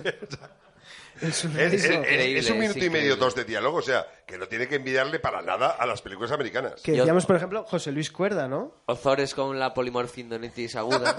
Speaker 1: Es un
Speaker 4: es- es-
Speaker 1: paraíso.
Speaker 4: es un minuto y medio,
Speaker 2: increíble.
Speaker 4: dos de diálogo. O sea, que no tiene que envidiarle para nada a las películas americanas. <laughs>
Speaker 1: Que decíamos, por ejemplo, José Luis Cuerda, ¿no?
Speaker 2: Ozores con la polimorfindonitis aguda.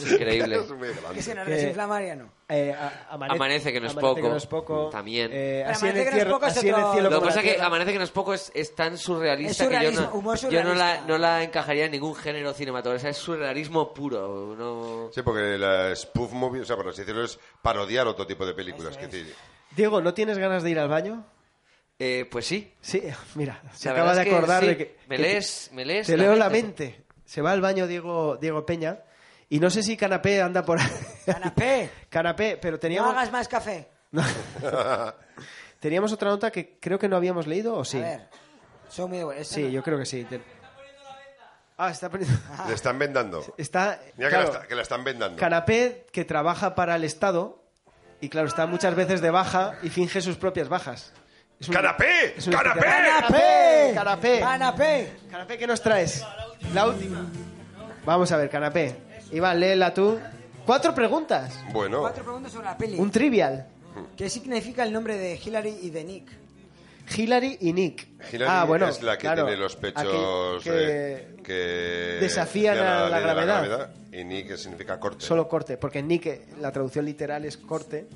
Speaker 2: es increíble.
Speaker 4: Es muy grande.
Speaker 3: Que se nos
Speaker 1: Que-
Speaker 3: desinflama ya no.
Speaker 1: Eh, a- amanece,
Speaker 2: Amanece que no es
Speaker 1: Amanece
Speaker 2: poco.
Speaker 1: no es poco.
Speaker 2: También.
Speaker 1: Eh,
Speaker 3: Pero
Speaker 1: así en
Speaker 3: Amanece
Speaker 1: el
Speaker 3: que no es
Speaker 1: cielo-
Speaker 3: poco es
Speaker 1: así en el
Speaker 3: otro-
Speaker 1: cielo
Speaker 2: Lo que
Speaker 1: como la
Speaker 2: pasa es que
Speaker 1: tierra.
Speaker 2: Amanece que no es poco es, es tan surrealista
Speaker 3: Es
Speaker 2: que yo no,
Speaker 3: surrealismo, humor
Speaker 2: yo no la,
Speaker 3: surrealista.
Speaker 2: no la encajaría en ningún género cinematográfico. Es surrealismo puro. No...
Speaker 4: Sí, porque la spoof movie, o sea, por así decirlo, es parodiar otro tipo de películas. que tiene.
Speaker 1: Diego, ¿no tienes ganas de ir al baño?
Speaker 2: Eh, pues sí.
Speaker 1: Sí, <laughs> mira, se
Speaker 2: La
Speaker 1: acaba de
Speaker 2: verdad es que
Speaker 1: acordar
Speaker 2: sí.
Speaker 1: de que...
Speaker 2: Me
Speaker 1: que-
Speaker 2: lees, me lees
Speaker 1: Te
Speaker 2: la
Speaker 1: leo la
Speaker 2: mente.
Speaker 1: mente. Se va al baño Diego, Diego Peña. Y no sé si Canapé anda por ahí.
Speaker 3: Canapé.
Speaker 1: <laughs> Canapé, pero
Speaker 3: No
Speaker 1: teníamos,
Speaker 3: hagas más café.
Speaker 1: teníamos otra nota que creo que no habíamos leído, ¿o sí?
Speaker 3: A ver. Son muy de buenas.
Speaker 1: Sí, yo creo que sí. Te- Ah, está poniendo...
Speaker 4: <laughs> Le están vendando.
Speaker 1: Está...
Speaker 4: Mira que,
Speaker 1: claro,
Speaker 4: la está- que la están vendando.
Speaker 1: Canapé que trabaja para el Estado y claro, está muchas veces de baja y finge sus propias bajas. Es un-
Speaker 4: ¡Canapé!
Speaker 1: es un
Speaker 4: ¡Canapé!
Speaker 1: especial-
Speaker 3: ¡Canapé!
Speaker 1: ¡Canapé!
Speaker 3: Canapé.
Speaker 1: ¿Canapé qué nos traes? La última. Vamos a ver, Canapé. Iván, léela tú. Cuatro preguntas.
Speaker 4: Bueno,
Speaker 3: Cuatro preguntas sobre la peli.
Speaker 1: Un trivial.
Speaker 3: ¿Qué significa el nombre de Hillary y de Nick?
Speaker 1: Hillary y Nick.
Speaker 4: Hillary
Speaker 1: ah, bueno,
Speaker 4: es la que
Speaker 1: claro,
Speaker 4: tiene los pechos
Speaker 1: aquel
Speaker 4: eh,
Speaker 1: que
Speaker 4: que
Speaker 1: desafían a la
Speaker 4: ley de
Speaker 1: gravedad.
Speaker 4: Y ni que significa corte.
Speaker 1: Solo corte, porque Nick, eh, la traducción literal es corte.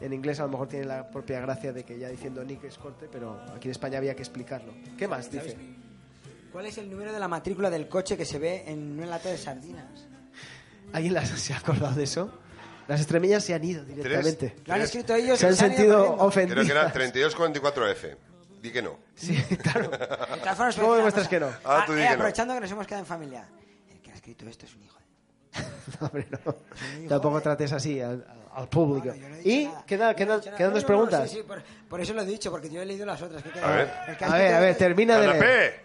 Speaker 1: En inglés a lo mejor tiene la propia gracia de que ya diciendo Nick es corte, pero aquí en España había que explicarlo. ¿Qué más dice?
Speaker 3: ¿Cuál es el número de la matrícula del coche que se ve en una lata de sardinas?
Speaker 1: ¿Alguien las- <laughs> se ha acordado de eso? Las estrellas se han ido directamente.
Speaker 3: Lo han escrito ellos.
Speaker 1: Se
Speaker 3: y
Speaker 1: han
Speaker 3: ido
Speaker 1: sentido
Speaker 3: corriendo.
Speaker 4: Creo
Speaker 1: ofendidas.
Speaker 4: que era 3244F. Di que no.
Speaker 3: De todas formas,
Speaker 1: ¿Cómo
Speaker 3: voy a
Speaker 1: demuestras
Speaker 3: decir una cosa.
Speaker 1: que
Speaker 4: no? Ah, tú di
Speaker 3: eh,
Speaker 4: que no.
Speaker 3: aprovechando que nos hemos quedado en familia. El que ha escrito esto es un hijo. de-
Speaker 1: <laughs> No, hombre, no. Tampoco trates así al, al público.
Speaker 3: yo no he dicho
Speaker 1: y
Speaker 3: nada.
Speaker 1: queda- queda-
Speaker 3: No, no,
Speaker 1: quedan
Speaker 3: no,
Speaker 1: dos
Speaker 3: no,
Speaker 1: preguntas.
Speaker 3: sí, sí, por, por eso lo he dicho, porque yo he leído las otras. que quedan.
Speaker 4: A ver.
Speaker 3: El que ha
Speaker 1: A ver,
Speaker 3: escrito
Speaker 1: a ver,
Speaker 3: esto-
Speaker 1: termina de
Speaker 4: <laughs>
Speaker 1: leer.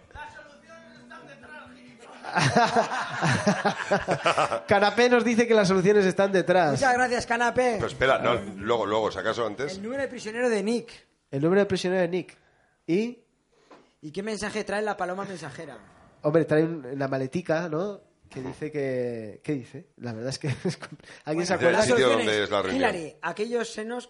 Speaker 4: ¡Canapé!
Speaker 1: Canapé nos dice que las soluciones están detrás.
Speaker 3: Muchas gracias, Canapé.
Speaker 4: Pero espera, no, luego, luego, si acaso antes.
Speaker 3: El número de prisionero de Nick.
Speaker 1: El número de prisioneros de Nick. Y,
Speaker 3: ¿Y qué mensaje trae la paloma mensajera?
Speaker 1: hombre, trae un- la maletica, ¿no? Que dice que... ¿Qué dice? La verdad es que... <laughs> es com- ¿Alguien se acuerda?
Speaker 4: Bueno, El
Speaker 3: Las
Speaker 4: sitio
Speaker 3: soluciones,
Speaker 4: donde es la reunión.
Speaker 3: Hillary, aquellos senos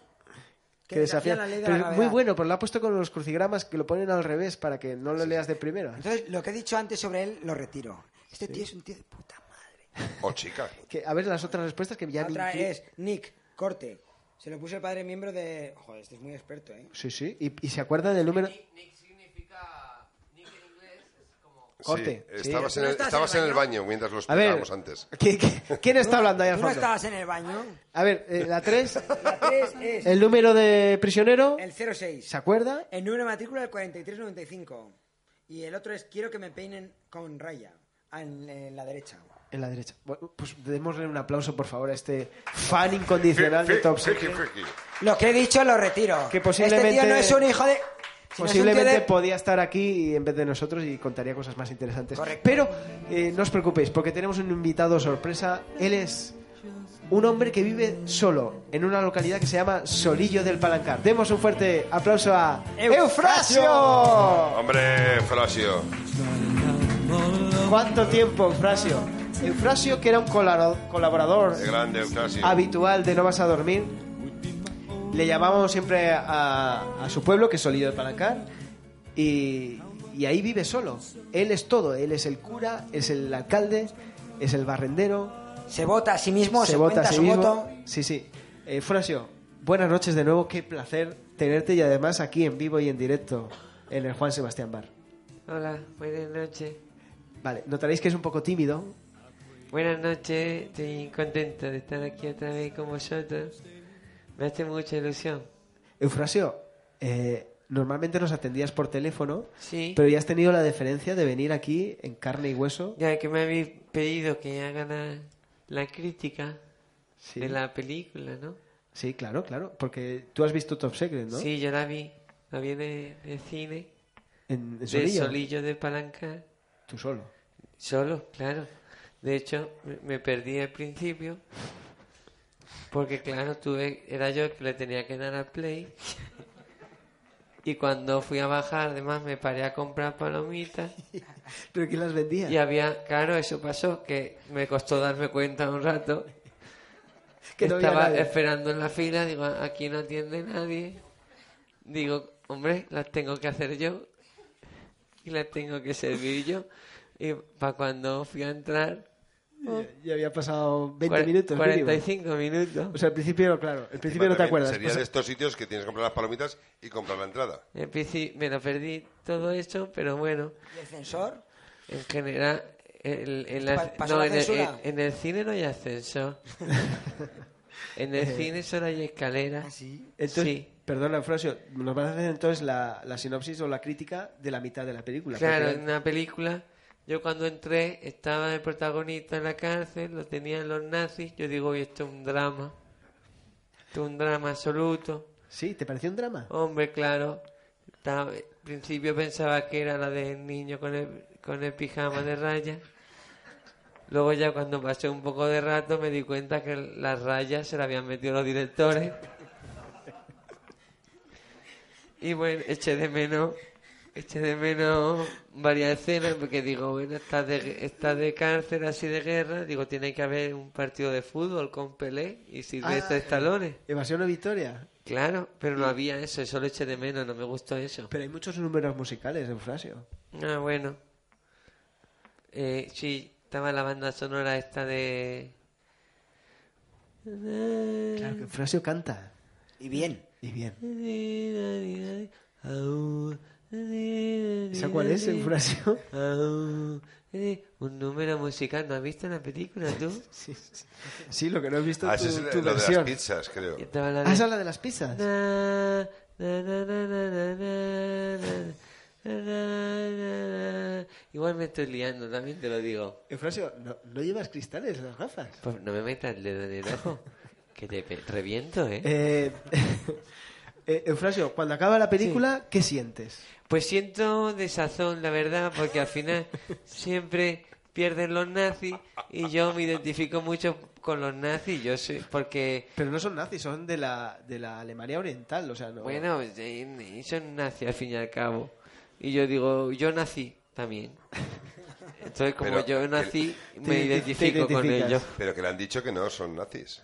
Speaker 3: que,
Speaker 1: Que desafía.
Speaker 3: desafían la ley de la
Speaker 1: Pero
Speaker 3: gravedad.
Speaker 1: muy bueno, pero lo ha puesto con los crucigramas que lo ponen al revés para que no lo leas de primero.
Speaker 3: Entonces, lo que he dicho antes sobre él, lo retiro. Este tío es un tío de puta madre.
Speaker 4: O Oh, chica.
Speaker 1: Que, a ver las otras respuestas que ya...
Speaker 3: La
Speaker 1: me
Speaker 3: otra
Speaker 1: inclu-
Speaker 3: es Nick, corte. Se lo puso el padre miembro de... Joder, este es muy experto, ¿eh?
Speaker 1: Sí, sí. Y, y se acuerda del número... Corte.
Speaker 4: Sí, estabas
Speaker 1: Sí.
Speaker 4: en, el, estabas en el baño mientras los
Speaker 1: A ver,
Speaker 4: esperábamos antes.
Speaker 1: ¿qué- qué- quién está hablando ahí al
Speaker 3: ¿Tú no
Speaker 1: fondo?
Speaker 3: estabas en el baño?
Speaker 1: A ver, eh, la 3,
Speaker 3: La 3 es...
Speaker 1: el número de prisionero,
Speaker 3: El 06.
Speaker 1: ¿se acuerda?
Speaker 3: El número de matrícula el 4395. Y el otro es quiero que me peinen con raya. Ah, En, en la derecha.
Speaker 1: En la derecha. Bueno, pues démosle un aplauso, por favor, a este fan incondicional de
Speaker 4: Friki,
Speaker 1: Top
Speaker 4: friki,
Speaker 1: Secret.
Speaker 4: friki.
Speaker 3: Lo que he dicho lo retiro.
Speaker 1: Que posiblemente-
Speaker 3: Este tío no es un hijo de... si no es un tío de-
Speaker 1: Posiblemente podía estar aquí y- en vez de nosotros y contaría cosas más interesantes. Pero eh, no os preocupéis, porque tenemos un invitado sorpresa. Él es un hombre que vive solo en una localidad que se llama Solillo del Palancar. Demos un fuerte aplauso a Eufrasio.
Speaker 4: Hombre, Frasio.
Speaker 1: ¿Cuánto tiempo, Eufrasio? Eufrasio, que era un colaro- colaborador
Speaker 4: Qué grande, Frasio.
Speaker 1: habitual de No vas a dormir. Le llamábamos siempre a, a su pueblo, que es Solillo del Palancar, y, y ahí vive solo. Él es todo, él es el cura, es el alcalde, es el barrendero.
Speaker 3: Se vota a sí mismo, se
Speaker 1: vota
Speaker 3: cuenta su voto.
Speaker 1: Sí, sí. Eh, Frasio, buenas noches de nuevo, qué placer tenerte y además aquí en vivo y en directo en el Juan Sebastián Bar.
Speaker 2: Hola, buenas noches.
Speaker 1: Vale, notaréis que es un poco tímido,
Speaker 2: Buenas noches, estoy contento de estar aquí otra vez con vosotros. Me hace mucha ilusión.
Speaker 1: Eufrasio, eh, normalmente nos atendías por teléfono,
Speaker 2: Sí.
Speaker 1: pero ya has tenido la deferencia de venir aquí en carne y hueso.
Speaker 2: Ya que me habéis pedido que haga la, la crítica de la película, ¿no?
Speaker 1: Sí, claro, claro, porque tú has visto Top Secret, ¿no?
Speaker 2: Sí, yo la vi. La vi de, de cine.
Speaker 1: En- en
Speaker 2: de
Speaker 1: Solillo.
Speaker 2: Solillo de Palanca.
Speaker 1: Tú solo.
Speaker 2: Solo, claro. De hecho, me- me perdí al principio. Porque, claro, tuve, era yo el que le tenía que dar a play. <laughs> Y cuando fui a bajar, además, me paré a comprar palomitas.
Speaker 1: ¿Pero quién las vendía?
Speaker 2: Y había, claro, eso pasó, que me costó darme cuenta un rato.
Speaker 1: <laughs> Que no había
Speaker 2: Estaba
Speaker 1: nadie.
Speaker 2: esperando en la fila, digo, aquí no atiende nadie. Digo, hombre, las tengo que hacer yo y las tengo que servir yo. Y para cuando fui a entrar,
Speaker 1: Ya- Ya había pasado 20
Speaker 2: Cuare-
Speaker 1: minutos. mínimo.
Speaker 2: 45 minutos.
Speaker 1: O sea, al principio, claro, al principio
Speaker 4: Encima
Speaker 1: no te
Speaker 4: también
Speaker 1: acuerdas. pues,
Speaker 4: Sería
Speaker 1: O sea,
Speaker 4: de estos sitios que tienes que comprar las palomitas y comprar la entrada.
Speaker 2: en principio me lo perdí todo esto, pero bueno,
Speaker 3: ¿Y el censor?
Speaker 2: en general, el- en,
Speaker 3: ¿Pa-
Speaker 2: la-
Speaker 3: pasó
Speaker 2: no,
Speaker 3: la
Speaker 2: en, el, eh,
Speaker 3: censura?
Speaker 2: en- en el cine no
Speaker 3: <laughs>
Speaker 2: hay ascensor. en el
Speaker 1: Eh.
Speaker 2: cine solo hay escaleras.
Speaker 3: ¿Ah,
Speaker 1: Entonces,
Speaker 2: Sí.
Speaker 1: perdona, Eufrasio, nos vas a hacer entonces la, la sinopsis o la crítica de la mitad de la película.
Speaker 2: Claro,
Speaker 1: porque-
Speaker 2: en una película. Yo cuando entré estaba el protagonista en la cárcel, lo tenían los nazis. Yo digo, "Uy, esto es un drama. Esto es un drama absoluto.
Speaker 1: Sí, ¿te pareció un drama?
Speaker 2: Hombre, claro. Estaba- Al principio pensaba que era la del niño con el, con el pijama de raya. Luego ya cuando pasé un poco de rato me di cuenta que las rayas se las habían metido los directores. Y bueno, eché de menos, eché de menos varias escenas porque digo, bueno, está de, está de cárcel así de guerra, digo, tiene que haber un partido de fútbol con Pelé y Silvestre
Speaker 1: Ah,
Speaker 2: Stallone.
Speaker 1: ¿Evasión o victoria?
Speaker 2: Claro, pero
Speaker 1: Mm.
Speaker 2: no había eso, eso lo eché de menos, no me gustó eso.
Speaker 1: Pero hay muchos números musicales, Eufrasio.
Speaker 3: Mm.
Speaker 2: Ah, bueno. Eh, sí, estaba la banda sonora esta de...
Speaker 1: Claro
Speaker 2: <laughs>
Speaker 1: que Eufrasio canta.
Speaker 3: Y bien.
Speaker 1: Y bien.
Speaker 2: ¿Esa
Speaker 1: ¿Esa cuál es, Eufrasio?
Speaker 2: <laughs> Un número musical, ¿no has visto la película
Speaker 1: <laughs>
Speaker 2: tú?
Speaker 1: Sí, Sí, lo que no he visto
Speaker 4: Ah,
Speaker 1: tu,
Speaker 4: ese es el-
Speaker 1: tu
Speaker 4: lo de las
Speaker 1: versión.
Speaker 4: pizzas, creo.
Speaker 1: Ah, esa es la de las pizzas.
Speaker 2: Igual me estoy liando, también te lo digo.
Speaker 1: Eufrasio, ¿no, no llevas cristales en las gafas?
Speaker 2: Pues no me metas el dedo en el <laughs> ojo, que te pe- reviento, ¿eh?
Speaker 1: Eh, <laughs> eh, Eufrasio, cuando acaba la película, ¿qué sientes?
Speaker 2: Pues siento desazón, la verdad, porque al final siempre pierden los nazis y yo me identifico mucho con los nazis, yo sé, porque...
Speaker 1: Pero no son nazis, son de la, de la Alemania Oriental, o sea, no...
Speaker 2: Bueno, eh, son nazis al fin y al cabo. Y yo digo, yo nací
Speaker 4: <laughs>
Speaker 2: también. Entonces, como
Speaker 4: Pero
Speaker 2: yo
Speaker 4: el-
Speaker 2: nací, me identifico con ellos.
Speaker 4: Pero que le han dicho que no son nazis.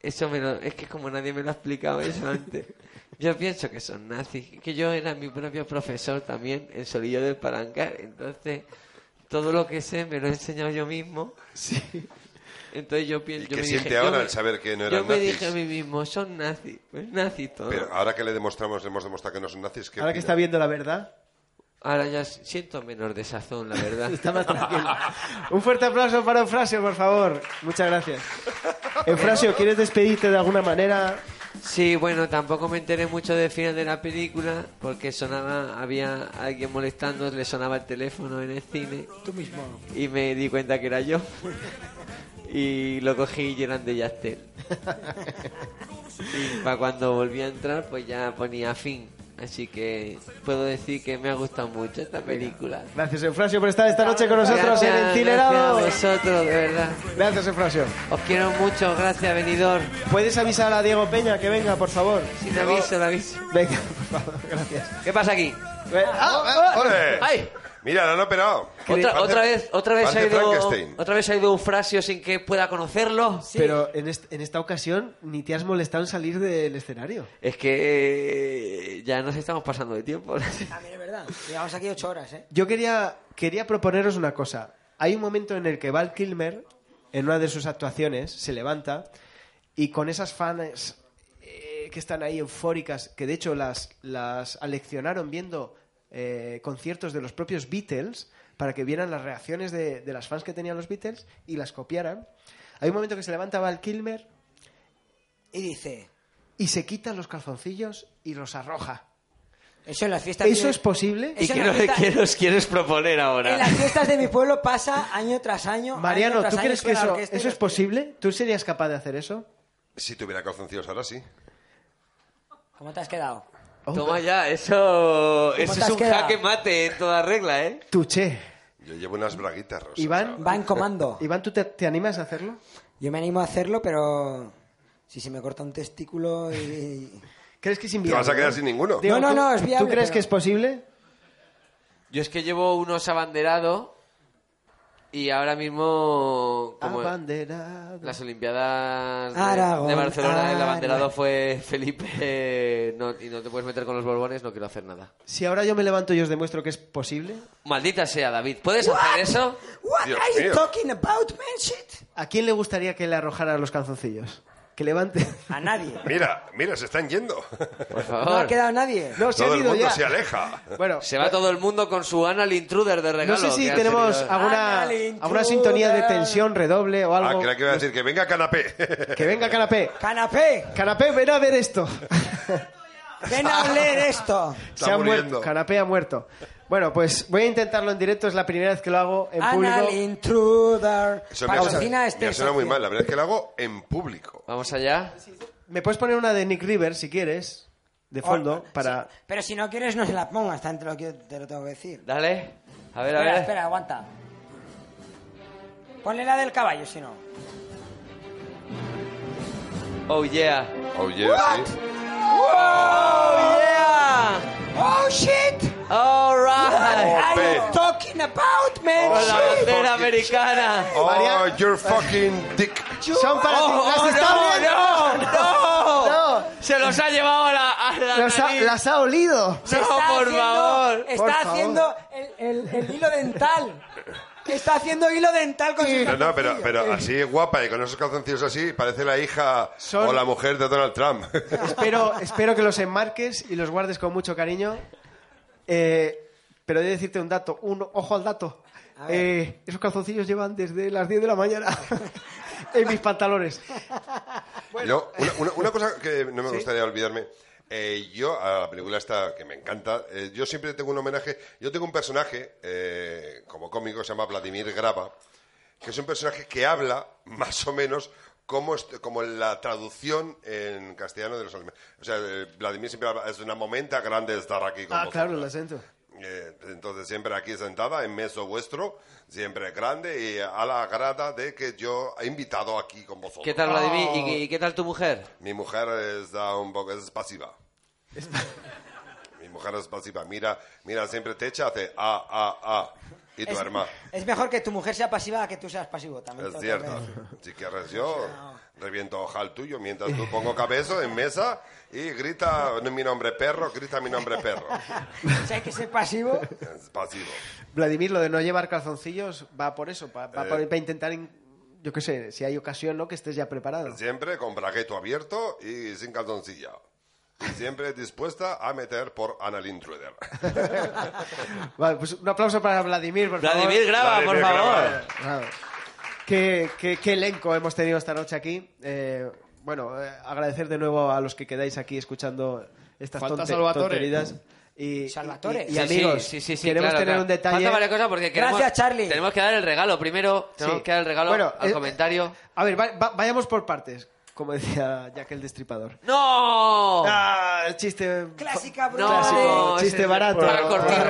Speaker 2: Eso me lo- es que como nadie me lo ha explicado eso antes. Yo pienso que son nazis, que yo era mi propio profesor también en Solillo del Palancar, entonces todo lo que sé me lo he enseñado yo mismo. Entonces yo pienso...
Speaker 4: qué siente ahora al saber que no eran
Speaker 2: Yo me
Speaker 4: nazis?
Speaker 2: dije a mí mismo, son nazis, pues nazis todo.
Speaker 4: Pero ahora que le demostramos, le hemos demostrado que no son nazis, ¿qué
Speaker 1: Ahora que está viendo la verdad,
Speaker 2: Ahora ya siento menos desazón, la verdad.
Speaker 1: <laughs> Está más tranquilo. Un fuerte aplauso para Eufrasio, por favor. Muchas
Speaker 4: <laughs>
Speaker 1: gracias. Eufrasio, ¿quieres despedirte de alguna manera?
Speaker 2: Sí, bueno, tampoco me enteré mucho del final de la película porque sonaba, había alguien molestando, le sonaba el teléfono en el cine.
Speaker 3: Tú mismo.
Speaker 2: Y me di cuenta que era yo. Y lo cogí y eran de Yastel. Y para cuando volví a entrar, pues ya ponía fin. Así que puedo decir que me ha gustado mucho esta película.
Speaker 1: Gracias, Eufrasio, por estar esta noche con nosotros
Speaker 2: Gracias,
Speaker 1: en Encinerados.
Speaker 2: gracias a vosotros, de verdad.
Speaker 1: Gracias, Eufrasio.
Speaker 2: Os quiero mucho, gracias, venidor.
Speaker 1: ¿Puedes avisar a Diego Peña que venga, por favor?
Speaker 2: Sí, le aviso, le aviso.
Speaker 1: Venga, por favor, gracias.
Speaker 2: ¿Qué pasa aquí?
Speaker 4: ah, ole.
Speaker 2: ¡Ay!
Speaker 4: Mira, lo han operado.
Speaker 2: Otra,
Speaker 4: Parece-
Speaker 2: otra vez, otra vez ha
Speaker 4: parece
Speaker 2: ido,
Speaker 4: Frankenstein.
Speaker 2: otra vez ha ido Eufrasio sin que pueda conocerlo.
Speaker 1: Pero en, est- en esta ocasión ni te has molestado en salir del escenario.
Speaker 2: Es que eh, ya nos estamos pasando de tiempo.
Speaker 3: También
Speaker 2: <laughs>
Speaker 3: Ah, es verdad. Llevamos aquí ocho horas, ¿eh?
Speaker 1: Yo quería, quería proponeros una cosa. Hay un momento en el que Val Kilmer, en una de sus actuaciones, se levanta y con esas fans eh, que están ahí eufóricas, que de hecho las, las aleccionaron viendo eh, conciertos de los propios Beatles para que vieran las reacciones de, de las fans que tenían los Beatles y las copiaran. Hay un momento que se levanta Val Kilmer
Speaker 3: Y dice,
Speaker 1: y se quita los calzoncillos y los arroja.
Speaker 3: eso en las fiestas...
Speaker 1: ¿Eso
Speaker 3: de-
Speaker 1: es posible?
Speaker 3: Eso
Speaker 2: ¿Y
Speaker 3: en las
Speaker 2: qué, nos-
Speaker 3: fiestas-
Speaker 2: qué nos quieres proponer
Speaker 3: En
Speaker 2: ahora?
Speaker 3: las fiestas de mi pueblo pasa año tras año. año
Speaker 1: Mariano,
Speaker 3: tras
Speaker 1: ¿tú
Speaker 3: año,
Speaker 1: crees que
Speaker 3: suena la
Speaker 1: eso,
Speaker 3: orquesta y
Speaker 1: eso es posible? ¿Tú serías capaz de hacer eso?
Speaker 4: Si tuviera calzoncillos ahora sí.
Speaker 3: ¿Cómo te has quedado?
Speaker 2: Toma ya, eso, eso
Speaker 3: te
Speaker 2: es
Speaker 3: has
Speaker 2: un
Speaker 3: quedado?
Speaker 2: jaque mate en toda regla, ¿eh?
Speaker 1: Tuche.
Speaker 4: Yo llevo unas braguitas, Rosa.
Speaker 1: Iván,
Speaker 3: Va en comando.
Speaker 1: Iván, ¿tú te, te animas a hacerlo?
Speaker 3: Yo me animo a hacerlo, pero si se me corta un testículo y...
Speaker 1: ¿Crees que es
Speaker 4: Te
Speaker 1: inviable?
Speaker 4: vas a quedar sin ninguno.
Speaker 1: Diego,
Speaker 3: No, no,
Speaker 1: ¿tú-
Speaker 3: no, es viable,
Speaker 1: ¿Tú crees
Speaker 3: pero-
Speaker 1: que es posible?
Speaker 2: Yo es que llevo unos abanderados y ahora mismo, como
Speaker 1: Abanderado.
Speaker 2: las Olimpiadas de,
Speaker 3: Ah, Aragón, Ah,
Speaker 2: de Barcelona, el
Speaker 3: Aragón.
Speaker 2: abanderado fue Felipe <laughs> eh, no- y no te puedes meter con los borbones, no quiero hacer nada.
Speaker 1: Si ahora yo me levanto y os demuestro que es posible,
Speaker 2: Maldita sea, David, ¿puedes hacer eso?
Speaker 3: What
Speaker 4: Dios
Speaker 3: are you
Speaker 4: mío.
Speaker 3: talking about, man shit?
Speaker 1: ¿a quién le gustaría que le arrojara los calzoncillos? Que levante.
Speaker 3: A nadie.
Speaker 4: Mira, mira, se están yendo.
Speaker 2: Por
Speaker 3: No ha
Speaker 2: favor.
Speaker 3: quedado nadie.
Speaker 1: No, se
Speaker 4: Todo
Speaker 1: han
Speaker 4: el
Speaker 1: ido
Speaker 4: mundo
Speaker 1: ya.
Speaker 4: se aleja.
Speaker 1: Bueno,
Speaker 2: Se va todo el mundo con su Anal Intruder de
Speaker 1: no
Speaker 2: regalo.
Speaker 1: sé si
Speaker 2: que ha
Speaker 1: tenemos
Speaker 2: salido.
Speaker 1: alguna,
Speaker 3: Anal intruder.
Speaker 1: alguna sintonía de tensión, redoble o <laughs>
Speaker 4: Ah,
Speaker 1: algo.
Speaker 4: creía que iba a decir que venga canapé. <laughs>
Speaker 1: Que venga Canapé.
Speaker 3: ¡Canapé!
Speaker 1: Canapé, ven a ver esto. <laughs>
Speaker 3: ¡Ven a oler esto!
Speaker 4: Está
Speaker 1: Se ha
Speaker 4: muriendo.
Speaker 1: muerto. Canapé ha muerto. Bueno, pues voy a intentarlo en directo. Es la primera vez que lo hago en
Speaker 3: Anal
Speaker 1: público.
Speaker 3: Intruder.
Speaker 4: Eso me ha-
Speaker 3: Patrocina este.
Speaker 4: me suena muy
Speaker 3: socio.
Speaker 4: mal. La verdad es que lo hago en público.
Speaker 2: Vamos allá.
Speaker 1: ¿Me puedes poner una de Nick River, si quieres? De fondo,
Speaker 3: Oh,
Speaker 1: para...
Speaker 3: sí, pero si no quieres, no se la pongas, también te lo, quiero- te lo tengo que decir.
Speaker 2: Dale. A ver, a
Speaker 3: espera,
Speaker 2: ver.
Speaker 3: espera, aguanta. Ponle la del caballo, si no.
Speaker 2: Oh yeah.
Speaker 4: Oh, yeah, sí.
Speaker 2: Oh yeah.
Speaker 3: ¡Oh, shit!
Speaker 2: All right.
Speaker 3: What are
Speaker 4: Ope.
Speaker 3: you talking about, man?
Speaker 4: Oh,
Speaker 2: La
Speaker 3: shit?
Speaker 2: bandera americana.
Speaker 4: Oh,
Speaker 1: María-
Speaker 4: you're fucking dick.
Speaker 1: Son para ti.
Speaker 2: Oh,
Speaker 1: ¿Las
Speaker 2: oh,
Speaker 1: está
Speaker 2: no,
Speaker 1: oliendo?
Speaker 2: no,
Speaker 3: Oh,
Speaker 2: no,
Speaker 1: No.
Speaker 2: Se los ha llevado a la, a la
Speaker 1: Las ha,
Speaker 2: nariz.
Speaker 1: las ha olido.
Speaker 3: Se
Speaker 2: No,
Speaker 3: está
Speaker 2: por
Speaker 3: haciendo-
Speaker 2: favor.
Speaker 3: Está
Speaker 1: Por favor.
Speaker 3: haciendo El, el- el hilo dental. Está haciendo hilo dental con sus
Speaker 4: No, no, pero,
Speaker 3: calzoncillos.
Speaker 4: pero así es guapa y con esos calzoncillos así parece la hija
Speaker 1: Son-
Speaker 4: o la mujer de Donald Trump.
Speaker 1: Espero, espero que los enmarques y los guardes con mucho cariño. Eh, pero he de decirte un dato. Un, ojo al dato. Eh, esos calzoncillos llevan desde las 10 de la mañana <laughs> en mis pantalones.
Speaker 4: Yo, una,
Speaker 1: eh,
Speaker 4: una- una cosa que
Speaker 1: <laughs>
Speaker 4: no me gustaría olvidarme. eh, yo, a la película esta que me encanta, eh, yo siempre tengo un homenaje. Yo tengo un personaje, eh, como cómico, se llama Vladimir Graba, que es un personaje que habla <laughs> más o menos como, est- como la traducción en castellano de los alemanes. O sea, eh, Vladimir siempre habla, es una momenta grande estar aquí con
Speaker 1: Ah, claro,
Speaker 4: vosotros".
Speaker 1: el acento.
Speaker 4: Eh, entonces siempre aquí sentada en meso vuestro, siempre grande y a la grada de que yo he invitado aquí con vosotros.
Speaker 2: ¿Qué tal, Vladimir? ¿Y, qué- y qué tal tu mujer?
Speaker 4: Mi mujer está un poco es pasiva. <laughs> Mi mujer es pasiva. Mira, mira, siempre te echa, hace a, a, a. Y tu
Speaker 3: Es-
Speaker 4: hermana.
Speaker 3: Es mejor que tu mujer sea pasiva a que tú seas pasivo también. te
Speaker 4: Es
Speaker 3: lo tengo que
Speaker 4: cierto.
Speaker 3: decir.
Speaker 4: Si quieres yo, reviento ojal tuyo mientras
Speaker 1: <laughs>
Speaker 4: tú pongo cabezo en mesa y grita mi nombre perro, grita mi nombre perro.
Speaker 3: Si hay que ser pasivo,
Speaker 4: Es pasivo.
Speaker 1: Vladimir, lo de no llevar calzoncillos va por eso, pa- va,
Speaker 4: Eh.
Speaker 1: por- pa intentar, in- yo qué sé, si hay ocasión, ¿no? Que estés ya preparado.
Speaker 4: Siempre con bragueto abierto y sin calzoncilla. Y Siempre dispuesta a meter por Anal Intruder.
Speaker 1: Vale, pues un aplauso para Vladimir, por favor.
Speaker 2: Vladimir, graba, por Vladimir, favor.
Speaker 1: Claro. Qué, qué- qué elenco hemos tenido esta noche aquí. Eh, bueno, eh, agradecer de nuevo a los que quedáis aquí escuchando estas
Speaker 2: Falta
Speaker 1: tonte-
Speaker 2: Salvatore.
Speaker 1: tonterías. Y,
Speaker 3: Salvatore.
Speaker 1: Y, y amigos,
Speaker 2: sí, sí, sí,
Speaker 1: queremos
Speaker 2: claro,
Speaker 1: tener
Speaker 2: claro.
Speaker 1: un detalle. ¿eh?
Speaker 2: Falta varias cosas porque queremos,
Speaker 1: Gracias, Charlie.
Speaker 2: tenemos que dar el regalo primero. Tenemos
Speaker 1: Sí.
Speaker 2: que dar el regalo
Speaker 1: Bueno,
Speaker 2: al
Speaker 1: eh,
Speaker 2: comentario.
Speaker 1: A ver, va- va- vayamos por partes, como decía Jack el Destripador.
Speaker 2: ¡No!
Speaker 1: Ah, el chiste...
Speaker 3: Clásica
Speaker 2: No,
Speaker 1: clásico,
Speaker 2: ese
Speaker 1: chiste
Speaker 2: es
Speaker 1: barato.
Speaker 2: para cortar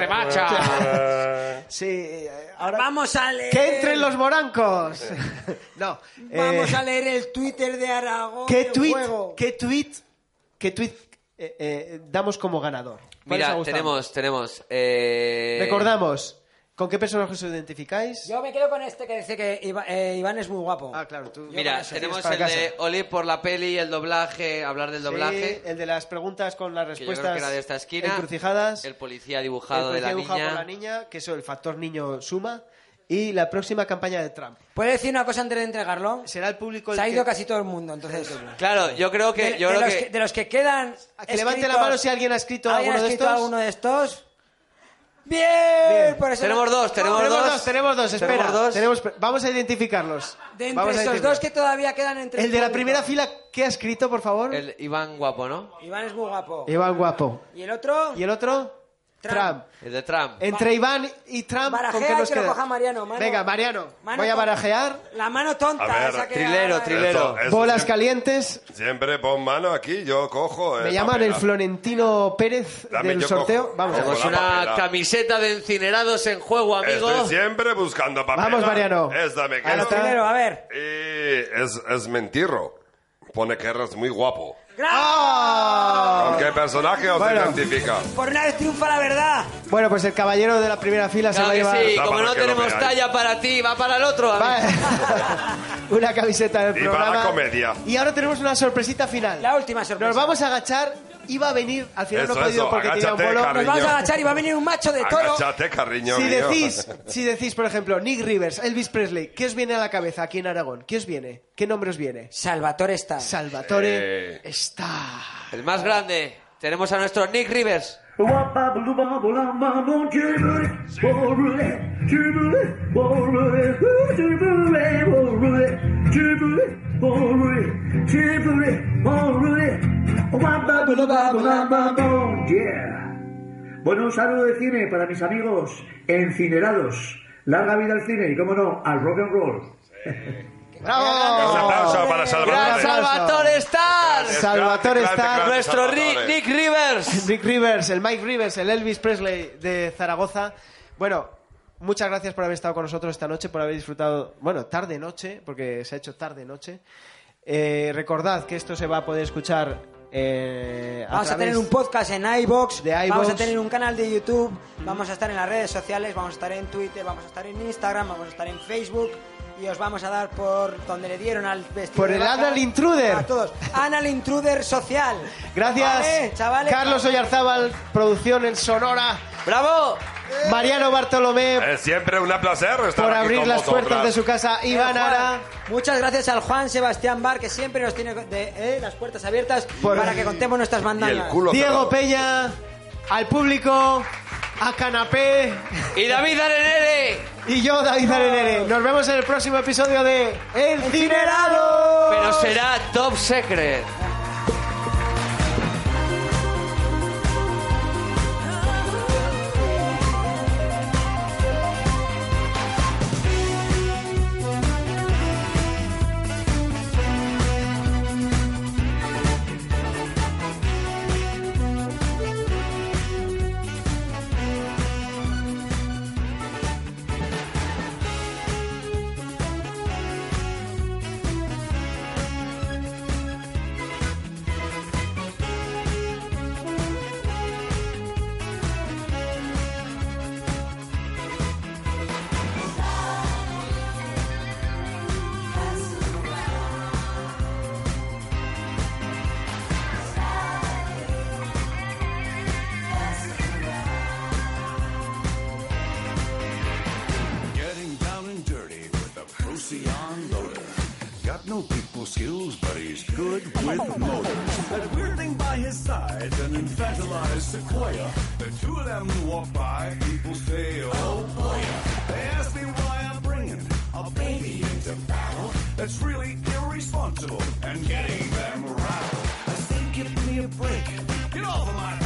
Speaker 2: remacha.
Speaker 1: Sí, eh, ahora...
Speaker 3: Vamos a leer.
Speaker 1: ¡Que entren los morancos! <laughs> no.
Speaker 3: Vamos
Speaker 1: eh,
Speaker 3: a leer el Twitter de Aragón.
Speaker 1: ¿Qué
Speaker 3: del
Speaker 1: tweet,
Speaker 3: juego.
Speaker 1: qué tweet, qué tweet eh, eh, damos como ganador? ¿Cuál os ha
Speaker 2: <laughs> Mira,
Speaker 1: gustado?
Speaker 2: tenemos, tenemos. eh,
Speaker 1: Recordamos, ¿con qué personaje os identificáis?
Speaker 3: Yo me quedo con este que dice que Iva- eh, Iván es muy guapo. Ah,
Speaker 1: claro, tú.
Speaker 2: Mira, tenemos el de Oli por la peli, el doblaje, hablar del doblaje.
Speaker 1: el de las preguntas con las
Speaker 2: que yo
Speaker 1: respuestas.
Speaker 2: creo que era de esta esquina.
Speaker 1: Encrucijadas.
Speaker 2: El policía dibujado
Speaker 1: el policía
Speaker 2: de la
Speaker 1: dibujado
Speaker 2: niña.
Speaker 1: por la niña, que eso, el factor niño suma. Y la próxima campaña de Trump.
Speaker 3: ¿Puedes decir una cosa antes de entregarlo?
Speaker 1: Será el público el
Speaker 3: Se ha
Speaker 1: que-
Speaker 3: ido casi todo el mundo, entonces.
Speaker 2: Claro, yo creo que.
Speaker 3: de,
Speaker 2: Yo
Speaker 3: de
Speaker 2: creo
Speaker 3: los que... de los que quedan.
Speaker 1: Que levante la
Speaker 3: escritos-
Speaker 1: mano si alguien ha escrito
Speaker 3: ¿Alguien
Speaker 1: alguno
Speaker 3: ha
Speaker 1: de
Speaker 3: escrito
Speaker 1: estos.
Speaker 3: alguno de estos? ¡Bien! Por eso
Speaker 2: Tenemos dos, tenemos
Speaker 1: Tenemos
Speaker 2: dos.
Speaker 1: dos, tenemos dos, espera.
Speaker 2: Tenemos dos.
Speaker 1: Tenemos- vamos a identificarlos.
Speaker 3: De entre
Speaker 1: Vamos a
Speaker 3: esos dos que todavía quedan entre
Speaker 1: El de la
Speaker 3: público.
Speaker 1: primera fila, ¿qué ha escrito, por favor?
Speaker 2: El Iván Guapo, ¿no?
Speaker 3: Iván es muy guapo.
Speaker 1: Iván Guapo.
Speaker 3: ¿Y el otro?
Speaker 1: ¿Y el otro? Trump.
Speaker 2: El de Trump.
Speaker 1: Entre Iván y Trump, ¿con
Speaker 3: Barajea
Speaker 1: qué nos
Speaker 3: que lo
Speaker 1: queda?
Speaker 3: coja Mariano. mano.
Speaker 1: Venga, Mariano,
Speaker 3: Mano
Speaker 1: voy a
Speaker 3: tonta.
Speaker 1: barajear.
Speaker 3: La mano tonta.
Speaker 4: A ver,
Speaker 3: esa que
Speaker 4: trilero,
Speaker 3: ahora-
Speaker 4: trilero. Eso
Speaker 1: Bolas
Speaker 4: siempre-
Speaker 1: calientes.
Speaker 4: Siempre pon mano aquí, yo cojo.
Speaker 1: Me
Speaker 4: eh,
Speaker 1: llaman
Speaker 4: papel.
Speaker 1: el Florentino Pérez
Speaker 4: Dame,
Speaker 1: del
Speaker 4: yo
Speaker 1: sorteo.
Speaker 4: cojo.
Speaker 1: Vamos.
Speaker 4: Cojo
Speaker 2: Tenemos
Speaker 4: la
Speaker 2: una
Speaker 4: papelera.
Speaker 2: camiseta de encinerados en juego, amigo.
Speaker 4: Estoy siempre buscando papel.
Speaker 1: Vamos, Mariano.
Speaker 4: Esta me
Speaker 1: Ahí
Speaker 4: quedo.
Speaker 1: está.
Speaker 3: Trilero, a ver.
Speaker 4: Y es, es mentirro. Pone que eres muy guapo.
Speaker 1: ¡Ah!
Speaker 4: ¿Con qué personaje os
Speaker 1: Bueno.
Speaker 4: identifica?
Speaker 3: Por una vez triunfa la verdad.
Speaker 1: Bueno, pues el caballero de la primera fila
Speaker 2: Claro
Speaker 1: se
Speaker 2: que
Speaker 1: va a
Speaker 2: sí,
Speaker 4: Va
Speaker 1: llevar
Speaker 2: como
Speaker 4: para
Speaker 2: no
Speaker 4: que lo
Speaker 2: tenemos
Speaker 4: veáis.
Speaker 2: talla para ti, va para el otro.
Speaker 1: eh.
Speaker 2: amigo.
Speaker 1: <laughs> una camiseta del
Speaker 4: Y para
Speaker 1: programa.
Speaker 4: la comedia.
Speaker 1: Y ahora tenemos una sorpresita final.
Speaker 3: La última sorpresa.
Speaker 1: Nos vamos a agachar. Iba a venir, al final no
Speaker 4: Eso,
Speaker 1: he podido
Speaker 4: eso,
Speaker 1: porque tenía un
Speaker 4: agáchate,
Speaker 1: vuelo.
Speaker 4: Carmen.
Speaker 3: Nos vamos a agachar y va a venir un macho de toro.
Speaker 4: Agáchate, carriño.
Speaker 1: Si
Speaker 4: mío.
Speaker 1: decís, si decís, por ejemplo, Nick Rivers, Elvis Presley, ¿qué os viene a la cabeza aquí en Aragón? ¿Qué os viene? ¿Qué nombre os viene?
Speaker 3: Salvatore está.
Speaker 1: Salvatore
Speaker 4: Eh.
Speaker 1: está.
Speaker 2: El más grande. Tenemos a nuestro Nick Rivers.
Speaker 13: Bueno, un saludo de cine para mis amigos encinerados. Larga vida al cine y, cómo no, al rock and roll.
Speaker 4: <laughs> Un aplauso
Speaker 1: ¡Bravo!
Speaker 4: para
Speaker 2: ¡Gran
Speaker 4: Salvatore.
Speaker 1: Oh. Gracias.
Speaker 2: Salvatore Star!
Speaker 4: Gracias,
Speaker 1: Salvatore
Speaker 4: gracias,
Speaker 1: está-
Speaker 4: gracias,
Speaker 2: Nuestro Rick,
Speaker 4: Salvatore.
Speaker 2: Nick Rivers.
Speaker 1: Rick Rivers, el Mike Rivers, el Elvis Presley de Zaragoza. Bueno, muchas gracias por haber estado con nosotros esta noche, por haber disfrutado, bueno, tarde-noche, porque se ha hecho tarde-noche. Eh, recordad que esto se va a poder escuchar. eh,
Speaker 3: Vamos a
Speaker 1: través-
Speaker 3: tener un podcast en iBox,
Speaker 1: De
Speaker 3: vamos a
Speaker 1: iVoox.
Speaker 3: tener un canal de YouTube, vamos a estar en las redes sociales, vamos a estar en Twitter, vamos a estar en Instagram, vamos a estar en Facebook y os vamos a dar por donde le dieron al vestido.
Speaker 1: Por
Speaker 3: de
Speaker 1: el
Speaker 3: vaca
Speaker 1: Anal Intruder.
Speaker 3: A todos. Anal Intruder Social.
Speaker 1: Gracias,
Speaker 3: Vale, chavales.
Speaker 1: Carlos Oyarzábal, producción en Sonora.
Speaker 2: ¡Bravo!
Speaker 1: Mariano Bartolomé,
Speaker 4: Es siempre un placer estar
Speaker 1: por
Speaker 4: aquí
Speaker 1: abrir
Speaker 4: con
Speaker 1: las
Speaker 4: vosotras.
Speaker 1: puertas de su casa.
Speaker 3: Eh,
Speaker 1: Iván
Speaker 3: Juan,
Speaker 1: Ara.
Speaker 3: Muchas gracias al Juan Sebastián Bar que siempre nos tiene de- eh, las puertas abiertas
Speaker 1: Por-
Speaker 3: para que contemos nuestras
Speaker 4: Pues Y el
Speaker 3: bandanas.
Speaker 4: culo
Speaker 1: Diego
Speaker 4: cerrado.
Speaker 1: Peña, al público, Eh, a Canapé
Speaker 2: ¡Y David Arenere!
Speaker 1: y yo, David Arenere. Nos vemos en el próximo episodio de El Cinerado.
Speaker 2: Pero será Top Secret.
Speaker 14: Getting down and dirty with a Procyon loader. Got no people skills, but he's good with motors. That weirding by his beside an infantilized sequoia. The two of them walk by, people say, oh boy. They ask me why I'm bringing a baby into battle. That's really irresponsible and getting them rattled. I say, give me a break. Get off of my